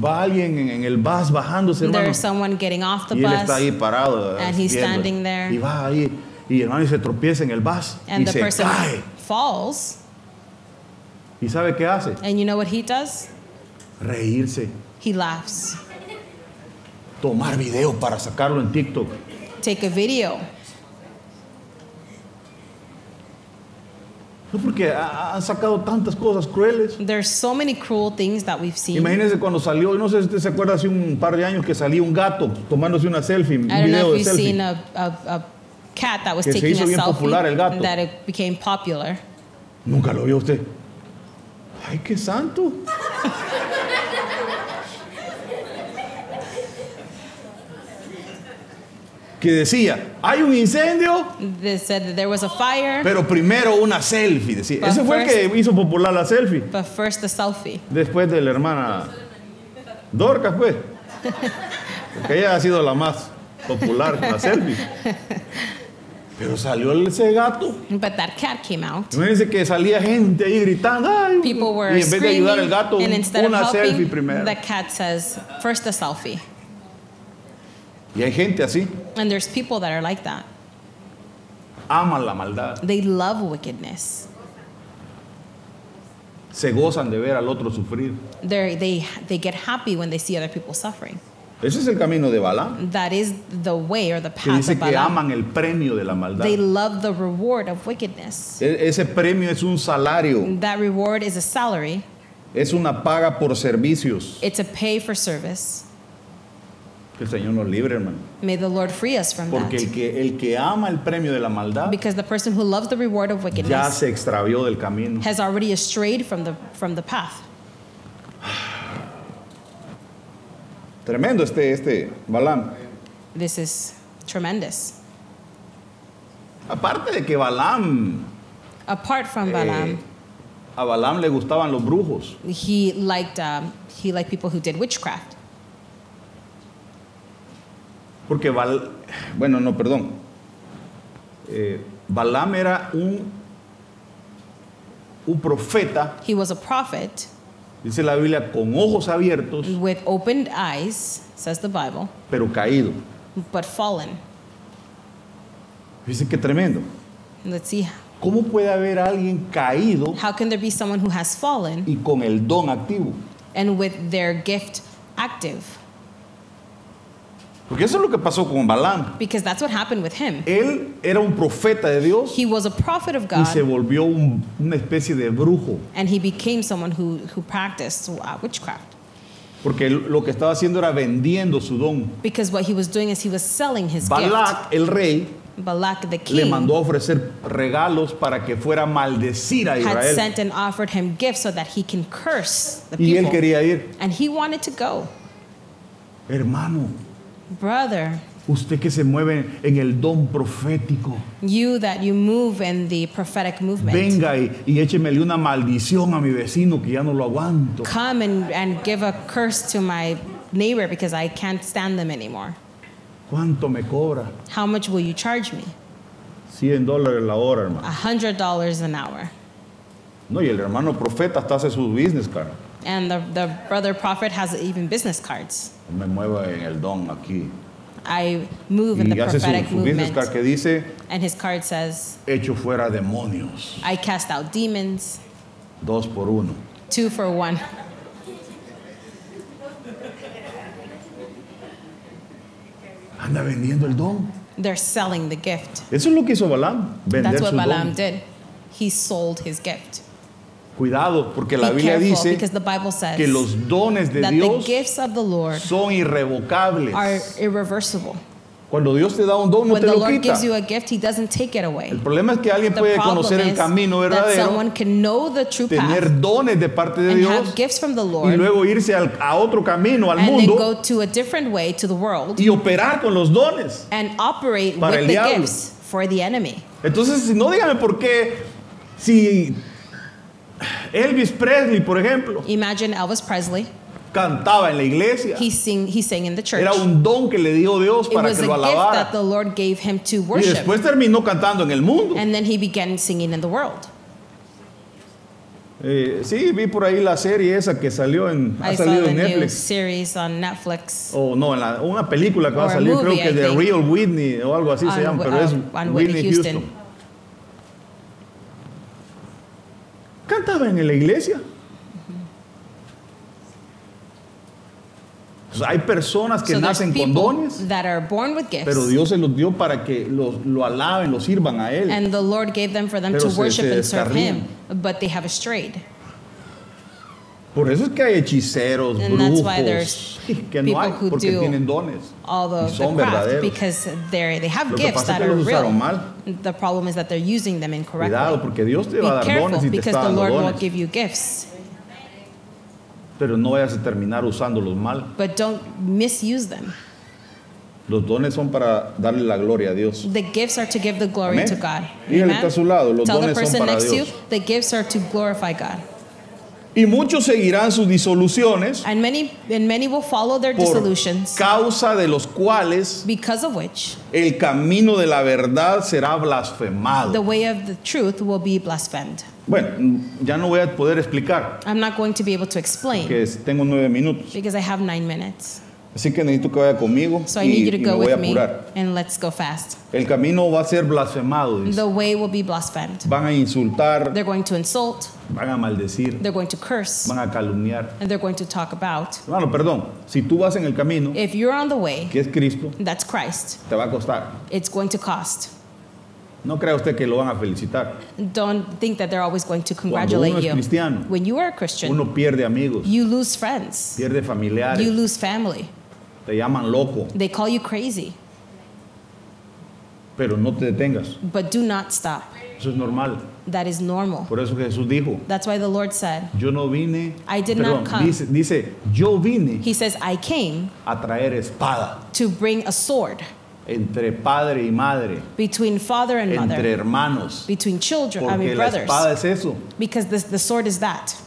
[SPEAKER 3] Va alguien en- en el bus bajándose, hermano.
[SPEAKER 1] there's someone getting off the
[SPEAKER 3] Y él está ahí
[SPEAKER 1] bus,
[SPEAKER 3] parado. ¿verdad?
[SPEAKER 1] and he's
[SPEAKER 3] Viendo.
[SPEAKER 1] standing there.
[SPEAKER 3] Y va ahí. Y hermano, y se tropieza en el bus.
[SPEAKER 1] and
[SPEAKER 3] y
[SPEAKER 1] the
[SPEAKER 3] se
[SPEAKER 1] person
[SPEAKER 3] cae.
[SPEAKER 1] falls.
[SPEAKER 3] ¿Y sabe qué hace?
[SPEAKER 1] And you know what he does?
[SPEAKER 3] Reírse.
[SPEAKER 1] He laughs.
[SPEAKER 3] Tomar video para sacarlo en TikTok.
[SPEAKER 1] Take a video.
[SPEAKER 3] No, porque ha- ha- han sacado tantas cosas crueles.
[SPEAKER 1] There's so many cruel things that we've seen.
[SPEAKER 3] Imagínense cuando salió, no sé si usted se acuerda hace un par de años que salió un gato tomándose una selfie, un
[SPEAKER 1] I don't
[SPEAKER 3] video
[SPEAKER 1] know
[SPEAKER 3] de
[SPEAKER 1] if you've
[SPEAKER 3] selfie.
[SPEAKER 1] seen a, a, a cat that was
[SPEAKER 3] Que se
[SPEAKER 1] taking
[SPEAKER 3] hizo
[SPEAKER 1] a
[SPEAKER 3] bien popular el
[SPEAKER 1] selfie
[SPEAKER 3] gato.
[SPEAKER 1] that it became popular.
[SPEAKER 3] Nunca lo vio usted. Ay, qué santo. que decía, hay un incendio,
[SPEAKER 1] They said that there was a fire,
[SPEAKER 3] pero primero una selfie. Decía.
[SPEAKER 1] But
[SPEAKER 3] Ese fue el que hizo popular la selfie.
[SPEAKER 1] but first the selfie.
[SPEAKER 3] Después de la hermana Dorcas, pues. Porque ella ha sido la más popular, la selfie. Pero salió ese gato.
[SPEAKER 1] But that cat came out.
[SPEAKER 3] Imagínense que salía gente ahí gritando. "Ay",
[SPEAKER 1] People were
[SPEAKER 3] y en vez de
[SPEAKER 1] screaming,
[SPEAKER 3] ayudar al gato,
[SPEAKER 1] and instead
[SPEAKER 3] una
[SPEAKER 1] of
[SPEAKER 3] selfie
[SPEAKER 1] helping,
[SPEAKER 3] primero.
[SPEAKER 1] the cat says, first the selfie.
[SPEAKER 3] Y hay gente así,
[SPEAKER 1] And there's people that are like that.
[SPEAKER 3] aman la maldad,
[SPEAKER 1] They love wickedness.
[SPEAKER 3] se gozan de ver al otro sufrir.
[SPEAKER 1] They're, they, they get happy when they see other people suffering.
[SPEAKER 3] Ese es el camino de Balaam,
[SPEAKER 1] That is the way or the
[SPEAKER 3] que
[SPEAKER 1] path
[SPEAKER 3] dice
[SPEAKER 1] of
[SPEAKER 3] que
[SPEAKER 1] Balaam.
[SPEAKER 3] aman el premio de la maldad.
[SPEAKER 1] Ah, They love the reward of wickedness.
[SPEAKER 3] E- Ese premio es un salario,
[SPEAKER 1] That reward is a salary.
[SPEAKER 3] es una paga por servicios.
[SPEAKER 1] It's a pay for service.
[SPEAKER 3] Que el Señor nos libre, hermano.
[SPEAKER 1] May the Lord free us from
[SPEAKER 3] Porque el
[SPEAKER 1] that.
[SPEAKER 3] que, el que ama el premio de la maldad
[SPEAKER 1] Because the person who loves the reward of
[SPEAKER 3] ya
[SPEAKER 1] wickedness
[SPEAKER 3] se extravió del camino.
[SPEAKER 1] has already strayed from the from the path.
[SPEAKER 3] Tremendo este, este Balaam.
[SPEAKER 1] This is tremendous.
[SPEAKER 3] Aparte de que Balaam,
[SPEAKER 1] Apart from
[SPEAKER 3] eh,
[SPEAKER 1] Balaam,
[SPEAKER 3] a Balaam le gustaban los brujos.
[SPEAKER 1] he liked um, he liked people who did witchcraft
[SPEAKER 3] Porque Bal, bueno, no, perdón. Eh, Balaam era un, un profeta
[SPEAKER 1] He was a prophet
[SPEAKER 3] Dice la Biblia, con ojos abiertos,
[SPEAKER 1] with opened eyes, says the Bible,
[SPEAKER 3] pero caído.
[SPEAKER 1] but fallen.
[SPEAKER 3] Dice que tremendo.
[SPEAKER 1] Let's see.
[SPEAKER 3] ¿Cómo puede haber alguien caído
[SPEAKER 1] How can there be someone who has fallen
[SPEAKER 3] y con el don activo?
[SPEAKER 1] and with their gift active?
[SPEAKER 3] Porque eso es lo que pasó con Balaam.
[SPEAKER 1] Because that's what happened with him.
[SPEAKER 3] Él era un profeta de Dios
[SPEAKER 1] He was a prophet of
[SPEAKER 3] y se
[SPEAKER 1] God
[SPEAKER 3] volvió un- una especie de brujo.
[SPEAKER 1] and he became someone who, who practiced uh, witchcraft.
[SPEAKER 3] Porque él- lo que estaba haciendo era vendiendo su don.
[SPEAKER 1] Because what he was doing is he was selling his gift.
[SPEAKER 3] Balak, el rey,
[SPEAKER 1] Balak
[SPEAKER 3] le
[SPEAKER 1] the king
[SPEAKER 3] mandó a ofrecer regalos para que fuera a maldecir a
[SPEAKER 1] had
[SPEAKER 3] Israel.
[SPEAKER 1] sent and offered him gifts so that he can curse the
[SPEAKER 3] Y él
[SPEAKER 1] people.
[SPEAKER 3] quería ir.
[SPEAKER 1] and he wanted to go.
[SPEAKER 3] Hermano,
[SPEAKER 1] Brother,
[SPEAKER 3] usted que se mueve en el don profético,
[SPEAKER 1] you that you move in the prophetic movement.
[SPEAKER 3] venga y, y échemele una maldición a mi vecino que ya no lo aguanto.
[SPEAKER 1] come and, and give a curse to my neighbor because I can't stand them anymore.
[SPEAKER 3] ¿Cuánto me cobra?
[SPEAKER 1] How much will you charge me?
[SPEAKER 3] 100 dólares la hora, hermano.
[SPEAKER 1] A hundred dollars an hour.
[SPEAKER 3] No, y el hermano profeta hasta hace sus business card.
[SPEAKER 1] And the, the brother prophet has even business cards.
[SPEAKER 3] Me muevo en el don aquí.
[SPEAKER 1] I move in the
[SPEAKER 3] Y hace su,
[SPEAKER 1] prophetic
[SPEAKER 3] su business
[SPEAKER 1] movement.
[SPEAKER 3] card que dice,
[SPEAKER 1] And his card says,
[SPEAKER 3] hecho fuera demonios,
[SPEAKER 1] I cast out demons,
[SPEAKER 3] dos por uno.
[SPEAKER 1] two for one.
[SPEAKER 3] Anda vendiendo el don.
[SPEAKER 1] They're selling the gift.
[SPEAKER 3] Eso es lo que hizo Balaam, vender
[SPEAKER 1] That's what
[SPEAKER 3] su
[SPEAKER 1] Balaam
[SPEAKER 3] don.
[SPEAKER 1] did. He sold his gift.
[SPEAKER 3] Cuidado, porque la
[SPEAKER 1] Be
[SPEAKER 3] Biblia
[SPEAKER 1] careful
[SPEAKER 3] dice
[SPEAKER 1] because the Bible says
[SPEAKER 3] que los dones de
[SPEAKER 1] that the
[SPEAKER 3] Dios
[SPEAKER 1] gifts of the Lord
[SPEAKER 3] son irrevocables.
[SPEAKER 1] are irreversible.
[SPEAKER 3] Cuando Dios te da un don, no
[SPEAKER 1] When
[SPEAKER 3] te
[SPEAKER 1] the
[SPEAKER 3] lo
[SPEAKER 1] Lord
[SPEAKER 3] quita.
[SPEAKER 1] gives you a gift, He doesn't take it away.
[SPEAKER 3] El problema es que alguien
[SPEAKER 1] The
[SPEAKER 3] puede conocer
[SPEAKER 1] problem
[SPEAKER 3] el
[SPEAKER 1] is
[SPEAKER 3] camino
[SPEAKER 1] that
[SPEAKER 3] verdadero,
[SPEAKER 1] someone can know the true path
[SPEAKER 3] tener dones de parte de
[SPEAKER 1] and
[SPEAKER 3] Dios
[SPEAKER 1] have gifts from the
[SPEAKER 3] y
[SPEAKER 1] Lord
[SPEAKER 3] luego irse al- a otro camino, al
[SPEAKER 1] and then
[SPEAKER 3] mundo
[SPEAKER 1] go to a different way to the world
[SPEAKER 3] y operar con los dones.
[SPEAKER 1] and operate
[SPEAKER 3] Para el
[SPEAKER 1] with the
[SPEAKER 3] diablo.
[SPEAKER 1] gifts for the enemy.
[SPEAKER 3] Entonces, si no dígame por qué, si Elvis Presley, por ejemplo,
[SPEAKER 1] Imagine Elvis Presley.
[SPEAKER 3] cantaba en la iglesia,
[SPEAKER 1] He sing he sang in the church.
[SPEAKER 3] era un don que le dio Dios
[SPEAKER 1] it
[SPEAKER 3] para
[SPEAKER 1] was
[SPEAKER 3] que
[SPEAKER 1] a
[SPEAKER 3] lo
[SPEAKER 1] gift that
[SPEAKER 3] alabara.
[SPEAKER 1] the Lord gave him to
[SPEAKER 3] Y
[SPEAKER 1] worship.
[SPEAKER 3] después terminó cantando en el mundo.
[SPEAKER 1] And then he began singing in the world.
[SPEAKER 3] Eh, sí, vi por ahí la serie esa que salió en, ha
[SPEAKER 1] I saw
[SPEAKER 3] salido
[SPEAKER 1] the
[SPEAKER 3] en
[SPEAKER 1] new
[SPEAKER 3] Netflix.
[SPEAKER 1] series on Netflix
[SPEAKER 3] O no, en la- una película que va a
[SPEAKER 1] Or a
[SPEAKER 3] salir,
[SPEAKER 1] movie,
[SPEAKER 3] creo que
[SPEAKER 1] I
[SPEAKER 3] de
[SPEAKER 1] think.
[SPEAKER 3] Real Whitney o algo así se
[SPEAKER 1] On
[SPEAKER 3] llama,
[SPEAKER 1] Whi-
[SPEAKER 3] pero es
[SPEAKER 1] on- on
[SPEAKER 3] Whitney
[SPEAKER 1] Whitney
[SPEAKER 3] Houston.
[SPEAKER 1] Houston.
[SPEAKER 3] Cantaba en la iglesia. O sea, Pues hay personas que
[SPEAKER 1] so there's
[SPEAKER 3] nacen con
[SPEAKER 1] people
[SPEAKER 3] dones,
[SPEAKER 1] that are born with gifts
[SPEAKER 3] pero Dios se los dio para que los- lo alaben, lo sirvan a Él.
[SPEAKER 1] and the Lord gave them for them
[SPEAKER 3] Pero
[SPEAKER 1] to
[SPEAKER 3] se-
[SPEAKER 1] worship
[SPEAKER 3] se
[SPEAKER 1] and serve
[SPEAKER 3] descarrían.
[SPEAKER 1] him but they have strayed
[SPEAKER 3] Por eso es que hay hechiceros,
[SPEAKER 1] And that's why
[SPEAKER 3] brujos,
[SPEAKER 1] there's
[SPEAKER 3] que no
[SPEAKER 1] people
[SPEAKER 3] hay,
[SPEAKER 1] who
[SPEAKER 3] porque
[SPEAKER 1] do
[SPEAKER 3] tienen dones.
[SPEAKER 1] all the,
[SPEAKER 3] y
[SPEAKER 1] the
[SPEAKER 3] son
[SPEAKER 1] craft
[SPEAKER 3] verdaderos.
[SPEAKER 1] because they they have
[SPEAKER 3] Lo que
[SPEAKER 1] gifts
[SPEAKER 3] pasa es
[SPEAKER 1] that
[SPEAKER 3] que
[SPEAKER 1] are
[SPEAKER 3] los
[SPEAKER 1] real
[SPEAKER 3] usaron mal.
[SPEAKER 1] the problem is that they're using them incorrectly
[SPEAKER 3] Cuidado, porque Dios te
[SPEAKER 1] be
[SPEAKER 3] va a dar dones y
[SPEAKER 1] careful
[SPEAKER 3] te
[SPEAKER 1] because
[SPEAKER 3] está
[SPEAKER 1] the
[SPEAKER 3] dando
[SPEAKER 1] Lord will
[SPEAKER 3] dones.
[SPEAKER 1] give you gifts
[SPEAKER 3] Pero no vayas a terminar usándolos mal.
[SPEAKER 1] but don't misuse them
[SPEAKER 3] Los dones son para darle la gloria a Dios.
[SPEAKER 1] the gifts are to give the glory
[SPEAKER 3] Amén.
[SPEAKER 1] to God
[SPEAKER 3] Dígale que está a su lado, los
[SPEAKER 1] tell the
[SPEAKER 3] dones son
[SPEAKER 1] person
[SPEAKER 3] para
[SPEAKER 1] next to you
[SPEAKER 3] Dios.
[SPEAKER 1] the gifts are to glorify God
[SPEAKER 3] Y muchos seguirán sus disoluciones
[SPEAKER 1] and many and many will follow their
[SPEAKER 3] por
[SPEAKER 1] dissolutions
[SPEAKER 3] causa de los cuales
[SPEAKER 1] because of which
[SPEAKER 3] el camino de la verdad será
[SPEAKER 1] the
[SPEAKER 3] blasfemado.
[SPEAKER 1] way of the truth will be blasphemed.
[SPEAKER 3] Bueno, ya no voy a poder explicar,
[SPEAKER 1] I'm not going to be able to explain
[SPEAKER 3] que es- tengo nueve minutos.
[SPEAKER 1] because I have nine minutes.
[SPEAKER 3] Así que necesito que vaya conmigo
[SPEAKER 1] So I need
[SPEAKER 3] y,
[SPEAKER 1] you to
[SPEAKER 3] y me
[SPEAKER 1] go
[SPEAKER 3] voy a
[SPEAKER 1] with me
[SPEAKER 3] apurar.
[SPEAKER 1] and let's go fast.
[SPEAKER 3] El camino va a ser blasfemado. dice.
[SPEAKER 1] The way will be blasphemed.
[SPEAKER 3] Van a insultar,
[SPEAKER 1] They're going to insult,
[SPEAKER 3] van a maldecir,
[SPEAKER 1] they're going to curse,
[SPEAKER 3] van a calumniar.
[SPEAKER 1] and they're going to talk about.
[SPEAKER 3] Hermano, perdón, si tú vas en el camino,
[SPEAKER 1] If you're on the way,
[SPEAKER 3] que es Cristo,
[SPEAKER 1] that's Christ.
[SPEAKER 3] te va a costar.
[SPEAKER 1] It's going to cost.
[SPEAKER 3] No crea usted que lo van a felicitar.
[SPEAKER 1] Don't think that they're always going to
[SPEAKER 3] uno
[SPEAKER 1] congratulate
[SPEAKER 3] es
[SPEAKER 1] you.
[SPEAKER 3] cristiano,
[SPEAKER 1] When you are a Christian,
[SPEAKER 3] Uno pierde amigos,
[SPEAKER 1] you lose friends,
[SPEAKER 3] pierde familiares,
[SPEAKER 1] you lose family.
[SPEAKER 3] te llaman loco,
[SPEAKER 1] They call you crazy,
[SPEAKER 3] pero no te detengas.
[SPEAKER 1] but do not stop.
[SPEAKER 3] Eso es normal.
[SPEAKER 1] That is normal.
[SPEAKER 3] Por eso Jesús dijo,
[SPEAKER 1] That's why the Lord said,
[SPEAKER 3] yo no vine,
[SPEAKER 1] I did
[SPEAKER 3] perdón,
[SPEAKER 1] not come.
[SPEAKER 3] Dice, dice, yo vine
[SPEAKER 1] He says, I came
[SPEAKER 3] a traer espada
[SPEAKER 1] to bring a sword
[SPEAKER 3] entre padre y madre,
[SPEAKER 1] between father and
[SPEAKER 3] entre
[SPEAKER 1] mother,
[SPEAKER 3] hermanos,
[SPEAKER 1] between children, I
[SPEAKER 3] porque la
[SPEAKER 1] mean brothers,
[SPEAKER 3] espada es eso.
[SPEAKER 1] because this, the sword is that.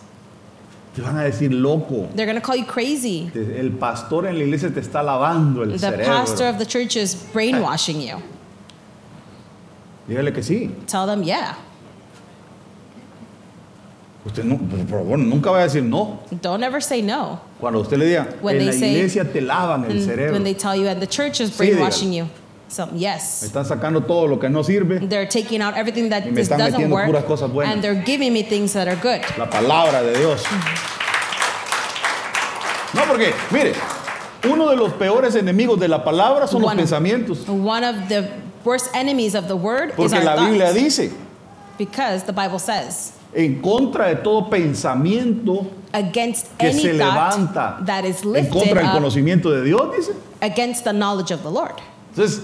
[SPEAKER 3] Te van a decir loco.
[SPEAKER 1] They're going to call you crazy.
[SPEAKER 3] Te- El pastor en la iglesia te está lavando el
[SPEAKER 1] The
[SPEAKER 3] cerebro.
[SPEAKER 1] pastor of the church is brainwashing you.
[SPEAKER 3] Dígale que sí.
[SPEAKER 1] Tell them, yeah,
[SPEAKER 3] Usted no, por favor, nunca va a decir no.
[SPEAKER 1] Don't ever say no.
[SPEAKER 3] Cuando usted le diga,
[SPEAKER 1] When
[SPEAKER 3] en
[SPEAKER 1] they
[SPEAKER 3] la
[SPEAKER 1] say-
[SPEAKER 3] iglesia te lavan el
[SPEAKER 1] And
[SPEAKER 3] cerebro.
[SPEAKER 1] when they
[SPEAKER 3] Me
[SPEAKER 1] tell you, and the church is
[SPEAKER 3] Sí,
[SPEAKER 1] brainwashing
[SPEAKER 3] dígalo.
[SPEAKER 1] you. So, yes.
[SPEAKER 3] están sacando todo lo que no sirve.
[SPEAKER 1] They're taking out everything that
[SPEAKER 3] Y me
[SPEAKER 1] just
[SPEAKER 3] están
[SPEAKER 1] doesn't
[SPEAKER 3] metiendo
[SPEAKER 1] work,
[SPEAKER 3] puras cosas buenas.
[SPEAKER 1] and they're giving me things that are good.
[SPEAKER 3] La palabra de Dios. No, porque, mire, uno de los peores enemigos de la palabra son los
[SPEAKER 1] One of-
[SPEAKER 3] pensamientos.
[SPEAKER 1] One of the worst enemies of the word is
[SPEAKER 3] Porque
[SPEAKER 1] our
[SPEAKER 3] la Biblia
[SPEAKER 1] thoughts,
[SPEAKER 3] dice,
[SPEAKER 1] because the Bible says
[SPEAKER 3] en contra de todo pensamiento
[SPEAKER 1] against
[SPEAKER 3] que
[SPEAKER 1] any
[SPEAKER 3] se
[SPEAKER 1] thought
[SPEAKER 3] levanta
[SPEAKER 1] that is
[SPEAKER 3] en
[SPEAKER 1] lifted
[SPEAKER 3] contra del
[SPEAKER 1] up
[SPEAKER 3] conocimiento de Dios, dice.
[SPEAKER 1] against the knowledge of the Lord.
[SPEAKER 3] Entonces,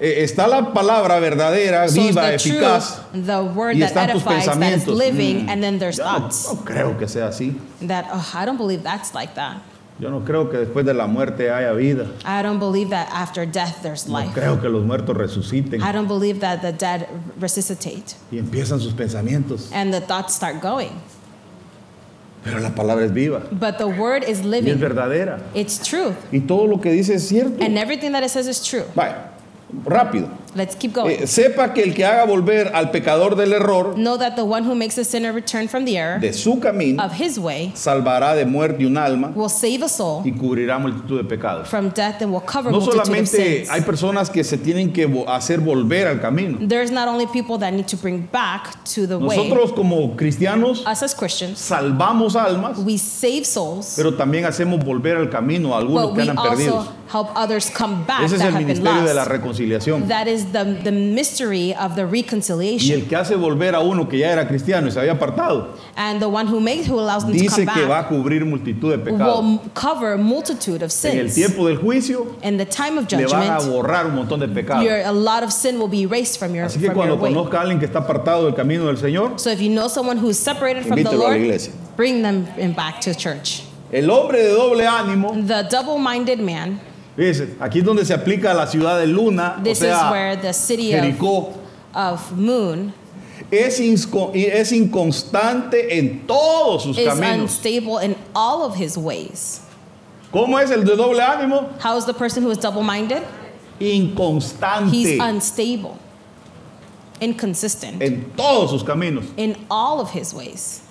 [SPEAKER 3] eh, está la palabra verdadera,
[SPEAKER 1] So it's
[SPEAKER 3] viva,
[SPEAKER 1] the
[SPEAKER 3] eficaz.
[SPEAKER 1] truth, the word
[SPEAKER 3] Y
[SPEAKER 1] that
[SPEAKER 3] están tus
[SPEAKER 1] edifies, that is
[SPEAKER 3] pensamientos.
[SPEAKER 1] living,
[SPEAKER 3] Mm.
[SPEAKER 1] and then there's
[SPEAKER 3] Yo no,
[SPEAKER 1] thoughts
[SPEAKER 3] no creo que sea así.
[SPEAKER 1] that oh, I don't believe that's like that.
[SPEAKER 3] Yo no creo que después de la muerte haya vida.
[SPEAKER 1] I don't believe that after death there's
[SPEAKER 3] No
[SPEAKER 1] life.
[SPEAKER 3] creo que los muertos resuciten.
[SPEAKER 1] I don't believe that the dead resuscitate.
[SPEAKER 3] Y empiezan sus pensamientos.
[SPEAKER 1] And the thoughts start going.
[SPEAKER 3] Pero la palabra es viva
[SPEAKER 1] But the word is
[SPEAKER 3] y es
[SPEAKER 1] living.
[SPEAKER 3] verdadera.
[SPEAKER 1] It's truth.
[SPEAKER 3] Y todo lo que dice es cierto.
[SPEAKER 1] And everything that it says is true.
[SPEAKER 3] Vaya, rápido.
[SPEAKER 1] Let's keep going.
[SPEAKER 3] Eh, sepa que el que haga volver al pecador del error
[SPEAKER 1] Know that the one who makes a sinner return from the error
[SPEAKER 3] de su camino
[SPEAKER 1] of his way
[SPEAKER 3] salvará de muerte un alma
[SPEAKER 1] will save a soul
[SPEAKER 3] y cubrirá multitud de pecados.
[SPEAKER 1] from death and will cover
[SPEAKER 3] No
[SPEAKER 1] multitude of
[SPEAKER 3] solamente
[SPEAKER 1] sins.
[SPEAKER 3] hay personas que se tienen que vo- hacer volver al camino.
[SPEAKER 1] There's not only people that need to bring back to the way.
[SPEAKER 3] Nosotros como cristianos
[SPEAKER 1] Us as Christians,
[SPEAKER 3] salvamos almas,
[SPEAKER 1] we save souls,
[SPEAKER 3] pero también hacemos volver al camino a
[SPEAKER 1] but
[SPEAKER 3] algunos que
[SPEAKER 1] we
[SPEAKER 3] andan
[SPEAKER 1] also Ah,
[SPEAKER 3] perdidos.
[SPEAKER 1] help others come back
[SPEAKER 3] Ese es
[SPEAKER 1] that
[SPEAKER 3] el
[SPEAKER 1] have been
[SPEAKER 3] ministerio de la
[SPEAKER 1] lost.
[SPEAKER 3] reconciliación.
[SPEAKER 1] That is the, the mystery of the
[SPEAKER 3] Y
[SPEAKER 1] reconciliation.
[SPEAKER 3] el que hace volver a uno que ya era cristiano y se había apartado,
[SPEAKER 1] And the one who makes, who allows them to come
[SPEAKER 3] dice que va a
[SPEAKER 1] back,
[SPEAKER 3] cubrir multitud de pecados.
[SPEAKER 1] will cover multitude of
[SPEAKER 3] En el
[SPEAKER 1] sins.
[SPEAKER 3] tiempo del juicio
[SPEAKER 1] In the time of
[SPEAKER 3] le van a
[SPEAKER 1] judgment,
[SPEAKER 3] borrar un montón de pecados.
[SPEAKER 1] your, a lot of sin will be erased from your,
[SPEAKER 3] Así que
[SPEAKER 1] from
[SPEAKER 3] cuando
[SPEAKER 1] your way.
[SPEAKER 3] conozca a alguien que está apartado del camino del Señor,
[SPEAKER 1] So if you know someone who's separated from the
[SPEAKER 3] Invítelo a la
[SPEAKER 1] Lord,
[SPEAKER 3] iglesia.
[SPEAKER 1] bring them in back to church.
[SPEAKER 3] el hombre de doble ánimo,
[SPEAKER 1] The double-minded man,
[SPEAKER 3] fíjese, aquí es donde se aplica la ciudad de Luna, o
[SPEAKER 1] this is
[SPEAKER 3] sea,
[SPEAKER 1] where the city of,
[SPEAKER 3] Jericó,
[SPEAKER 1] of Moon
[SPEAKER 3] es, insco- es inconstante en todos sus
[SPEAKER 1] is
[SPEAKER 3] caminos.
[SPEAKER 1] unstable in all of his ways.
[SPEAKER 3] ¿Cómo es el de doble ánimo?
[SPEAKER 1] How is the person who is double-minded? He's
[SPEAKER 3] Inconstante
[SPEAKER 1] unstable, inconsistent
[SPEAKER 3] en todos sus caminos.
[SPEAKER 1] in all of his ways.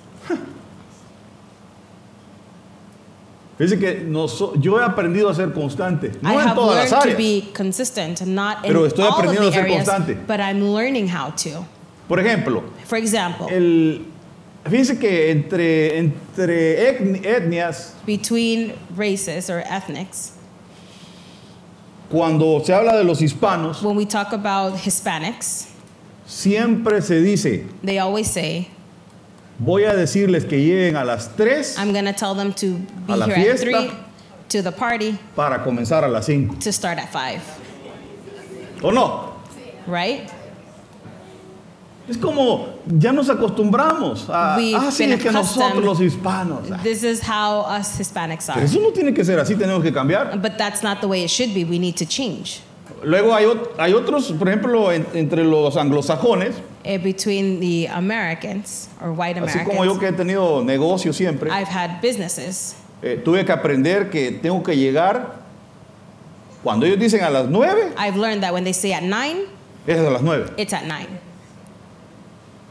[SPEAKER 3] Dice que noso- yo he aprendido a ser constante,
[SPEAKER 1] I
[SPEAKER 3] no en
[SPEAKER 1] have
[SPEAKER 3] todas
[SPEAKER 1] learned
[SPEAKER 3] las
[SPEAKER 1] to
[SPEAKER 3] áreas.
[SPEAKER 1] be consistent, not in
[SPEAKER 3] Pero estoy
[SPEAKER 1] all of
[SPEAKER 3] aprendiendo a
[SPEAKER 1] the
[SPEAKER 3] ser
[SPEAKER 1] areas,
[SPEAKER 3] constante.
[SPEAKER 1] but I'm learning how to.
[SPEAKER 3] Por ejemplo,
[SPEAKER 1] For example,
[SPEAKER 3] el, fíjense que entre, entre etni- etnias,
[SPEAKER 1] between races or ethnics,
[SPEAKER 3] cuando se habla de los hispanos,
[SPEAKER 1] when we talk about Hispanics,
[SPEAKER 3] siempre se dice,
[SPEAKER 1] they always say,
[SPEAKER 3] voy a decirles que lleguen a las 3
[SPEAKER 1] I'm going to tell them to be
[SPEAKER 3] A la
[SPEAKER 1] here at
[SPEAKER 3] fiesta.
[SPEAKER 1] 3, to the party,
[SPEAKER 3] para comenzar a las 5.
[SPEAKER 1] to start at 5,
[SPEAKER 3] ¿O no?
[SPEAKER 1] right?
[SPEAKER 3] Es como, ya nos acostumbramos a,
[SPEAKER 1] We've
[SPEAKER 3] ah, sí,
[SPEAKER 1] been
[SPEAKER 3] es que nosotros
[SPEAKER 1] accustomed.
[SPEAKER 3] los hispanos. ah".
[SPEAKER 1] This is how us Hispanics
[SPEAKER 3] Pero
[SPEAKER 1] are.
[SPEAKER 3] eso no tiene que ser así, tenemos que cambiar.
[SPEAKER 1] But that's not the way it should be. We need to change.
[SPEAKER 3] Luego hay, ot- hay otros, por ejemplo, en- entre los anglosajones,
[SPEAKER 1] Eh, between the Americans or white
[SPEAKER 3] así como yo
[SPEAKER 1] Americans,
[SPEAKER 3] que he tenido negocio siempre,
[SPEAKER 1] I've had businesses.
[SPEAKER 3] eh, tuve que aprender que tengo que llegar, cuando ellos dicen a las 9,
[SPEAKER 1] I've learned that when they say at 9,
[SPEAKER 3] es a las 9.
[SPEAKER 1] it's at 9.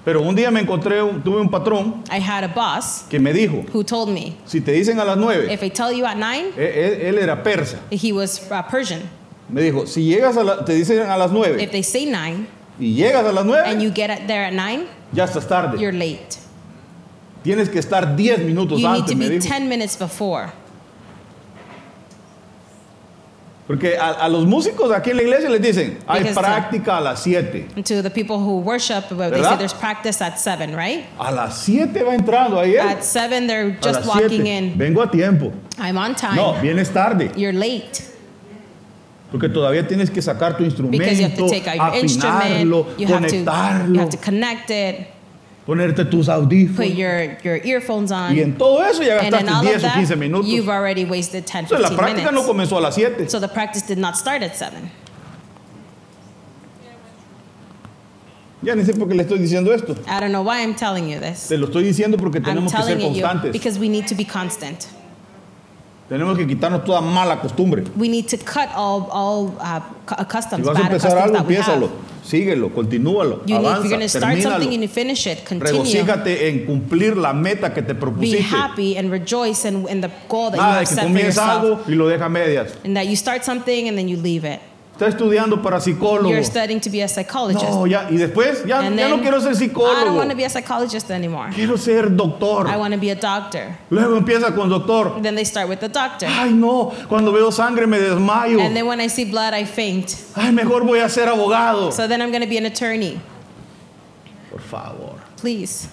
[SPEAKER 3] Pero un día me encontré, un- tuve un patrón
[SPEAKER 1] I had a boss
[SPEAKER 3] que me dijo,
[SPEAKER 1] who told me,
[SPEAKER 3] si te dicen a las 9,
[SPEAKER 1] if I tell you at 9,
[SPEAKER 3] él, él era persa,
[SPEAKER 1] he was uh, Persian.
[SPEAKER 3] me dijo, si llegas a la- te dicen a las 9
[SPEAKER 1] If they say 9
[SPEAKER 3] y llegas a las
[SPEAKER 1] and
[SPEAKER 3] 9,
[SPEAKER 1] you get at- there at 9,
[SPEAKER 3] ya estás tarde.
[SPEAKER 1] you're late.
[SPEAKER 3] Tienes que estar 10 minutos
[SPEAKER 1] You need
[SPEAKER 3] antes,
[SPEAKER 1] to
[SPEAKER 3] me
[SPEAKER 1] be
[SPEAKER 3] dijo.
[SPEAKER 1] 10 minutes before.
[SPEAKER 3] Porque a, a los músicos aquí en la iglesia les dicen, hay
[SPEAKER 1] Because uh, the-
[SPEAKER 3] práctica a las 7.
[SPEAKER 1] And to the people who worship, well, they say
[SPEAKER 3] ¿Verdad?
[SPEAKER 1] there's practice at 7, right?
[SPEAKER 3] A las 7 va entrando ayer.
[SPEAKER 1] At 7, they're
[SPEAKER 3] a las
[SPEAKER 1] just walking
[SPEAKER 3] 7.
[SPEAKER 1] in.
[SPEAKER 3] Vengo a tiempo.
[SPEAKER 1] I'm on time.
[SPEAKER 3] No, vienes tarde.
[SPEAKER 1] You're late.
[SPEAKER 3] Porque todavía tienes que sacar tu
[SPEAKER 1] Because you have
[SPEAKER 3] instrumento,
[SPEAKER 1] to take out
[SPEAKER 3] afinarlo,
[SPEAKER 1] your instrument, you have to, you
[SPEAKER 3] conectarlo,
[SPEAKER 1] have to connect it,
[SPEAKER 3] ponerte tus
[SPEAKER 1] put
[SPEAKER 3] audífonos.
[SPEAKER 1] your, your earphones on.
[SPEAKER 3] Y en todo eso ya
[SPEAKER 1] and in
[SPEAKER 3] gastaste
[SPEAKER 1] all of
[SPEAKER 3] 10 o
[SPEAKER 1] that,
[SPEAKER 3] 15 minutos.
[SPEAKER 1] you've already wasted 10,
[SPEAKER 3] Entonces la
[SPEAKER 1] 15
[SPEAKER 3] práctica
[SPEAKER 1] minutes.
[SPEAKER 3] no comenzó a las 7.
[SPEAKER 1] so the practice did not start at 7.
[SPEAKER 3] Ya ni sé por qué le estoy diciendo esto.
[SPEAKER 1] I don't know why I'm telling you this.
[SPEAKER 3] Te lo estoy diciendo porque
[SPEAKER 1] I'm
[SPEAKER 3] tenemos que ser
[SPEAKER 1] telling it you
[SPEAKER 3] constantes.
[SPEAKER 1] because we need to be constant.
[SPEAKER 3] Tenemos que quitarnos toda mala costumbre.
[SPEAKER 1] We need to cut all all uh, cu- uh, customs,
[SPEAKER 3] Si vas a
[SPEAKER 1] bad
[SPEAKER 3] empezar
[SPEAKER 1] customs
[SPEAKER 3] algo,
[SPEAKER 1] that we have.
[SPEAKER 3] piénsalo. Síguelo, continúalo,
[SPEAKER 1] You need, if you're
[SPEAKER 3] avanza,
[SPEAKER 1] going to start something
[SPEAKER 3] termínalo.
[SPEAKER 1] and you finish it, continue.
[SPEAKER 3] Regocíjate en cumplir la meta que te
[SPEAKER 1] Be
[SPEAKER 3] propusiste.
[SPEAKER 1] happy and rejoice in, in the goal that you
[SPEAKER 3] Nada de
[SPEAKER 1] have
[SPEAKER 3] que
[SPEAKER 1] set for
[SPEAKER 3] comienza
[SPEAKER 1] yourself.
[SPEAKER 3] algo y lo deja a medias.
[SPEAKER 1] And that you start something and then you leave it.
[SPEAKER 3] Está estudiando para psicólogo.
[SPEAKER 1] You're studying to be a psychologist.
[SPEAKER 3] No, ya, y después ya,
[SPEAKER 1] and
[SPEAKER 3] ya
[SPEAKER 1] then
[SPEAKER 3] no quiero ser
[SPEAKER 1] I don't
[SPEAKER 3] psicólogo.
[SPEAKER 1] want to be a psychologist anymore.
[SPEAKER 3] Quiero ser doctor.
[SPEAKER 1] I want to be a doctor.
[SPEAKER 3] Luego empieza con doctor.
[SPEAKER 1] Then they start with the doctor.
[SPEAKER 3] Ay, no, cuando veo sangre me desmayo.
[SPEAKER 1] And then when I see blood, I faint.
[SPEAKER 3] Ay, mejor voy a ser abogado.
[SPEAKER 1] So then I'm going to be an attorney.
[SPEAKER 3] Por favor,
[SPEAKER 1] Please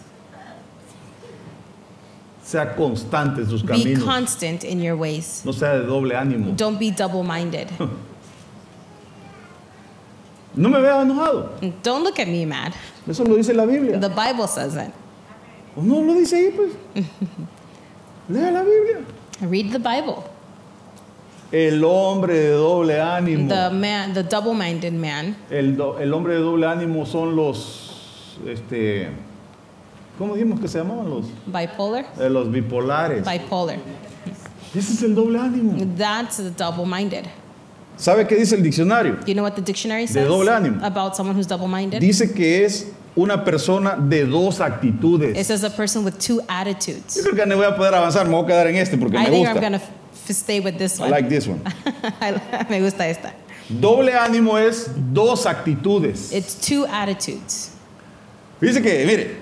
[SPEAKER 3] sea constante en sus
[SPEAKER 1] be
[SPEAKER 3] caminos.
[SPEAKER 1] constant in your ways.
[SPEAKER 3] No sea de doble ánimo.
[SPEAKER 1] Don't be double minded.
[SPEAKER 3] No me veas enojado.
[SPEAKER 1] Don't look at me mad.
[SPEAKER 3] Eso lo dice la Biblia.
[SPEAKER 1] The Bible says it.
[SPEAKER 3] ¿O no lo dice ahí, pues? Lea la Biblia.
[SPEAKER 1] Read the Bible.
[SPEAKER 3] El hombre de doble ánimo.
[SPEAKER 1] The man, the double minded man,
[SPEAKER 3] El, do- el hombre de doble ánimo son los, este, ¿cómo dijimos que se llamaban los?
[SPEAKER 1] bipolar,
[SPEAKER 3] Eh, los bipolares.
[SPEAKER 1] bipolar.
[SPEAKER 3] Ese es el doble ánimo.
[SPEAKER 1] That's the double minded.
[SPEAKER 3] ¿Sabe qué dice el diccionario?
[SPEAKER 1] You know what the dictionary says
[SPEAKER 3] doble ánimo.
[SPEAKER 1] about someone who's double minded?
[SPEAKER 3] Dice que es una persona de dos
[SPEAKER 1] It
[SPEAKER 3] actitudes.
[SPEAKER 1] says a person with two
[SPEAKER 3] Yo
[SPEAKER 1] attitudes.
[SPEAKER 3] creo que no voy a poder avanzar, me voy a quedar en este porque
[SPEAKER 1] I
[SPEAKER 3] me
[SPEAKER 1] think I'm
[SPEAKER 3] gusta.
[SPEAKER 1] gonna f- stay with this
[SPEAKER 3] I
[SPEAKER 1] one.
[SPEAKER 3] like this one.
[SPEAKER 1] I- Me gusta esta.
[SPEAKER 3] Doble ánimo es dos actitudes.
[SPEAKER 1] It's two attitudes.
[SPEAKER 3] Dice que, mire,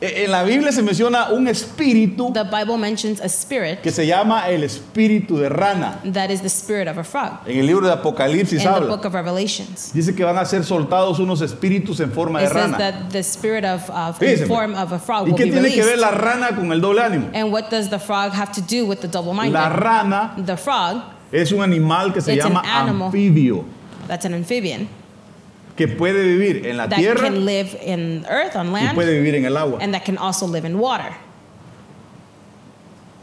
[SPEAKER 3] e- en la Biblia se menciona un espíritu
[SPEAKER 1] The Bible mentions a spirit
[SPEAKER 3] que se llama el espíritu de rana.
[SPEAKER 1] that is the spirit of a frog
[SPEAKER 3] En el libro de Apocalipsis
[SPEAKER 1] in the
[SPEAKER 3] habla.
[SPEAKER 1] book of Revelations.
[SPEAKER 3] Dice que van a ser soltados unos espíritus en forma de
[SPEAKER 1] It says
[SPEAKER 3] rana.
[SPEAKER 1] that the spirit of, of in
[SPEAKER 3] Fíjese,
[SPEAKER 1] form of a frog
[SPEAKER 3] ¿Y
[SPEAKER 1] will
[SPEAKER 3] qué
[SPEAKER 1] be
[SPEAKER 3] tiene que ver
[SPEAKER 1] released.
[SPEAKER 3] la rana con el doble ánimo?
[SPEAKER 1] And what does the frog have to do with the double
[SPEAKER 3] La
[SPEAKER 1] minded?
[SPEAKER 3] rana
[SPEAKER 1] The frog,
[SPEAKER 3] es un animal que se
[SPEAKER 1] It's an
[SPEAKER 3] llama
[SPEAKER 1] animal.
[SPEAKER 3] anfibio,
[SPEAKER 1] that's an amphibian,
[SPEAKER 3] que puede vivir en la
[SPEAKER 1] that
[SPEAKER 3] tierra
[SPEAKER 1] can live in earth, on
[SPEAKER 3] y
[SPEAKER 1] land,
[SPEAKER 3] puede vivir en el agua.
[SPEAKER 1] and that can also live in water.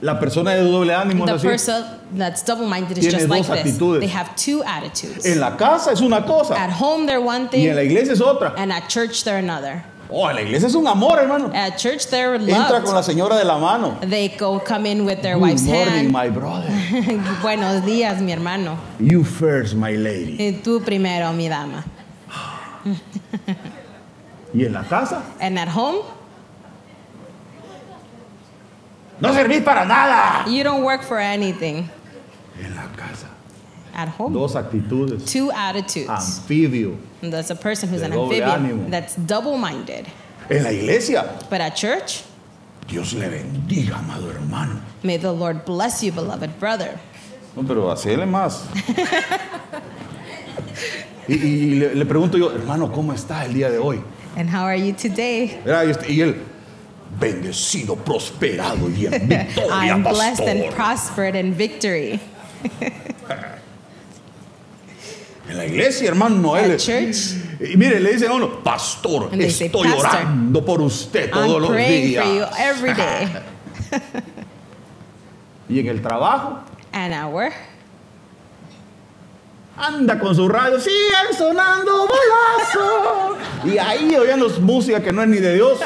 [SPEAKER 3] La persona de doble ánimo
[SPEAKER 1] The
[SPEAKER 3] es así.
[SPEAKER 1] person that's double minded is
[SPEAKER 3] Tiene
[SPEAKER 1] just like
[SPEAKER 3] dos
[SPEAKER 1] this.
[SPEAKER 3] actitudes.
[SPEAKER 1] They have two attitudes.
[SPEAKER 3] En la casa es una
[SPEAKER 1] At
[SPEAKER 3] cosa
[SPEAKER 1] home, they're one
[SPEAKER 3] y en la
[SPEAKER 1] thing,
[SPEAKER 3] iglesia es otra.
[SPEAKER 1] and at church, they're another.
[SPEAKER 3] Oh, en la iglesia es un amor, hermano.
[SPEAKER 1] At church, they're
[SPEAKER 3] Entra con
[SPEAKER 1] loved.
[SPEAKER 3] la señora de la mano.
[SPEAKER 1] They go come in with their
[SPEAKER 3] Good
[SPEAKER 1] wife's
[SPEAKER 3] morning,
[SPEAKER 1] hand.
[SPEAKER 3] my brother.
[SPEAKER 1] Buenos días, mi hermano.
[SPEAKER 3] You first, my lady.
[SPEAKER 1] Y tú primero, mi dama.
[SPEAKER 3] Y en la casa
[SPEAKER 1] And at home,
[SPEAKER 3] no servís para nada.
[SPEAKER 1] you don't work for anything.
[SPEAKER 3] En la casa
[SPEAKER 1] At home,
[SPEAKER 3] dos actitudes.
[SPEAKER 1] two attitudes.
[SPEAKER 3] Anfibio.
[SPEAKER 1] And That's a person who's
[SPEAKER 3] De
[SPEAKER 1] an
[SPEAKER 3] doble ánimo.
[SPEAKER 1] amphibian that's double minded.
[SPEAKER 3] En la iglesia
[SPEAKER 1] But at church,
[SPEAKER 3] Dios le bendiga, amado hermano.
[SPEAKER 1] may the Lord bless you, beloved brother.
[SPEAKER 3] No, pero hacele más. y y- y le, le pregunto yo, hermano, ¿cómo está el día de hoy?
[SPEAKER 1] And how are you today?
[SPEAKER 3] Era, Y, este- y él, bendecido, prosperado y en victoria,
[SPEAKER 1] I'm blessed and
[SPEAKER 3] pastor.
[SPEAKER 1] prospered in victory.
[SPEAKER 3] En la iglesia, hermano, no, él
[SPEAKER 1] At
[SPEAKER 3] es-
[SPEAKER 1] church,
[SPEAKER 3] Y mire, le dicen a uno, pastor,
[SPEAKER 1] And they say,
[SPEAKER 3] estoy
[SPEAKER 1] "Pastor,
[SPEAKER 3] orando por usted todos
[SPEAKER 1] I'm
[SPEAKER 3] los
[SPEAKER 1] praying for you
[SPEAKER 3] días.
[SPEAKER 1] every day.
[SPEAKER 3] Y en el trabajo,
[SPEAKER 1] An hour.
[SPEAKER 3] anda con su radio, siguen sonando balazo. y ahí oían los música que no es ni de Dios.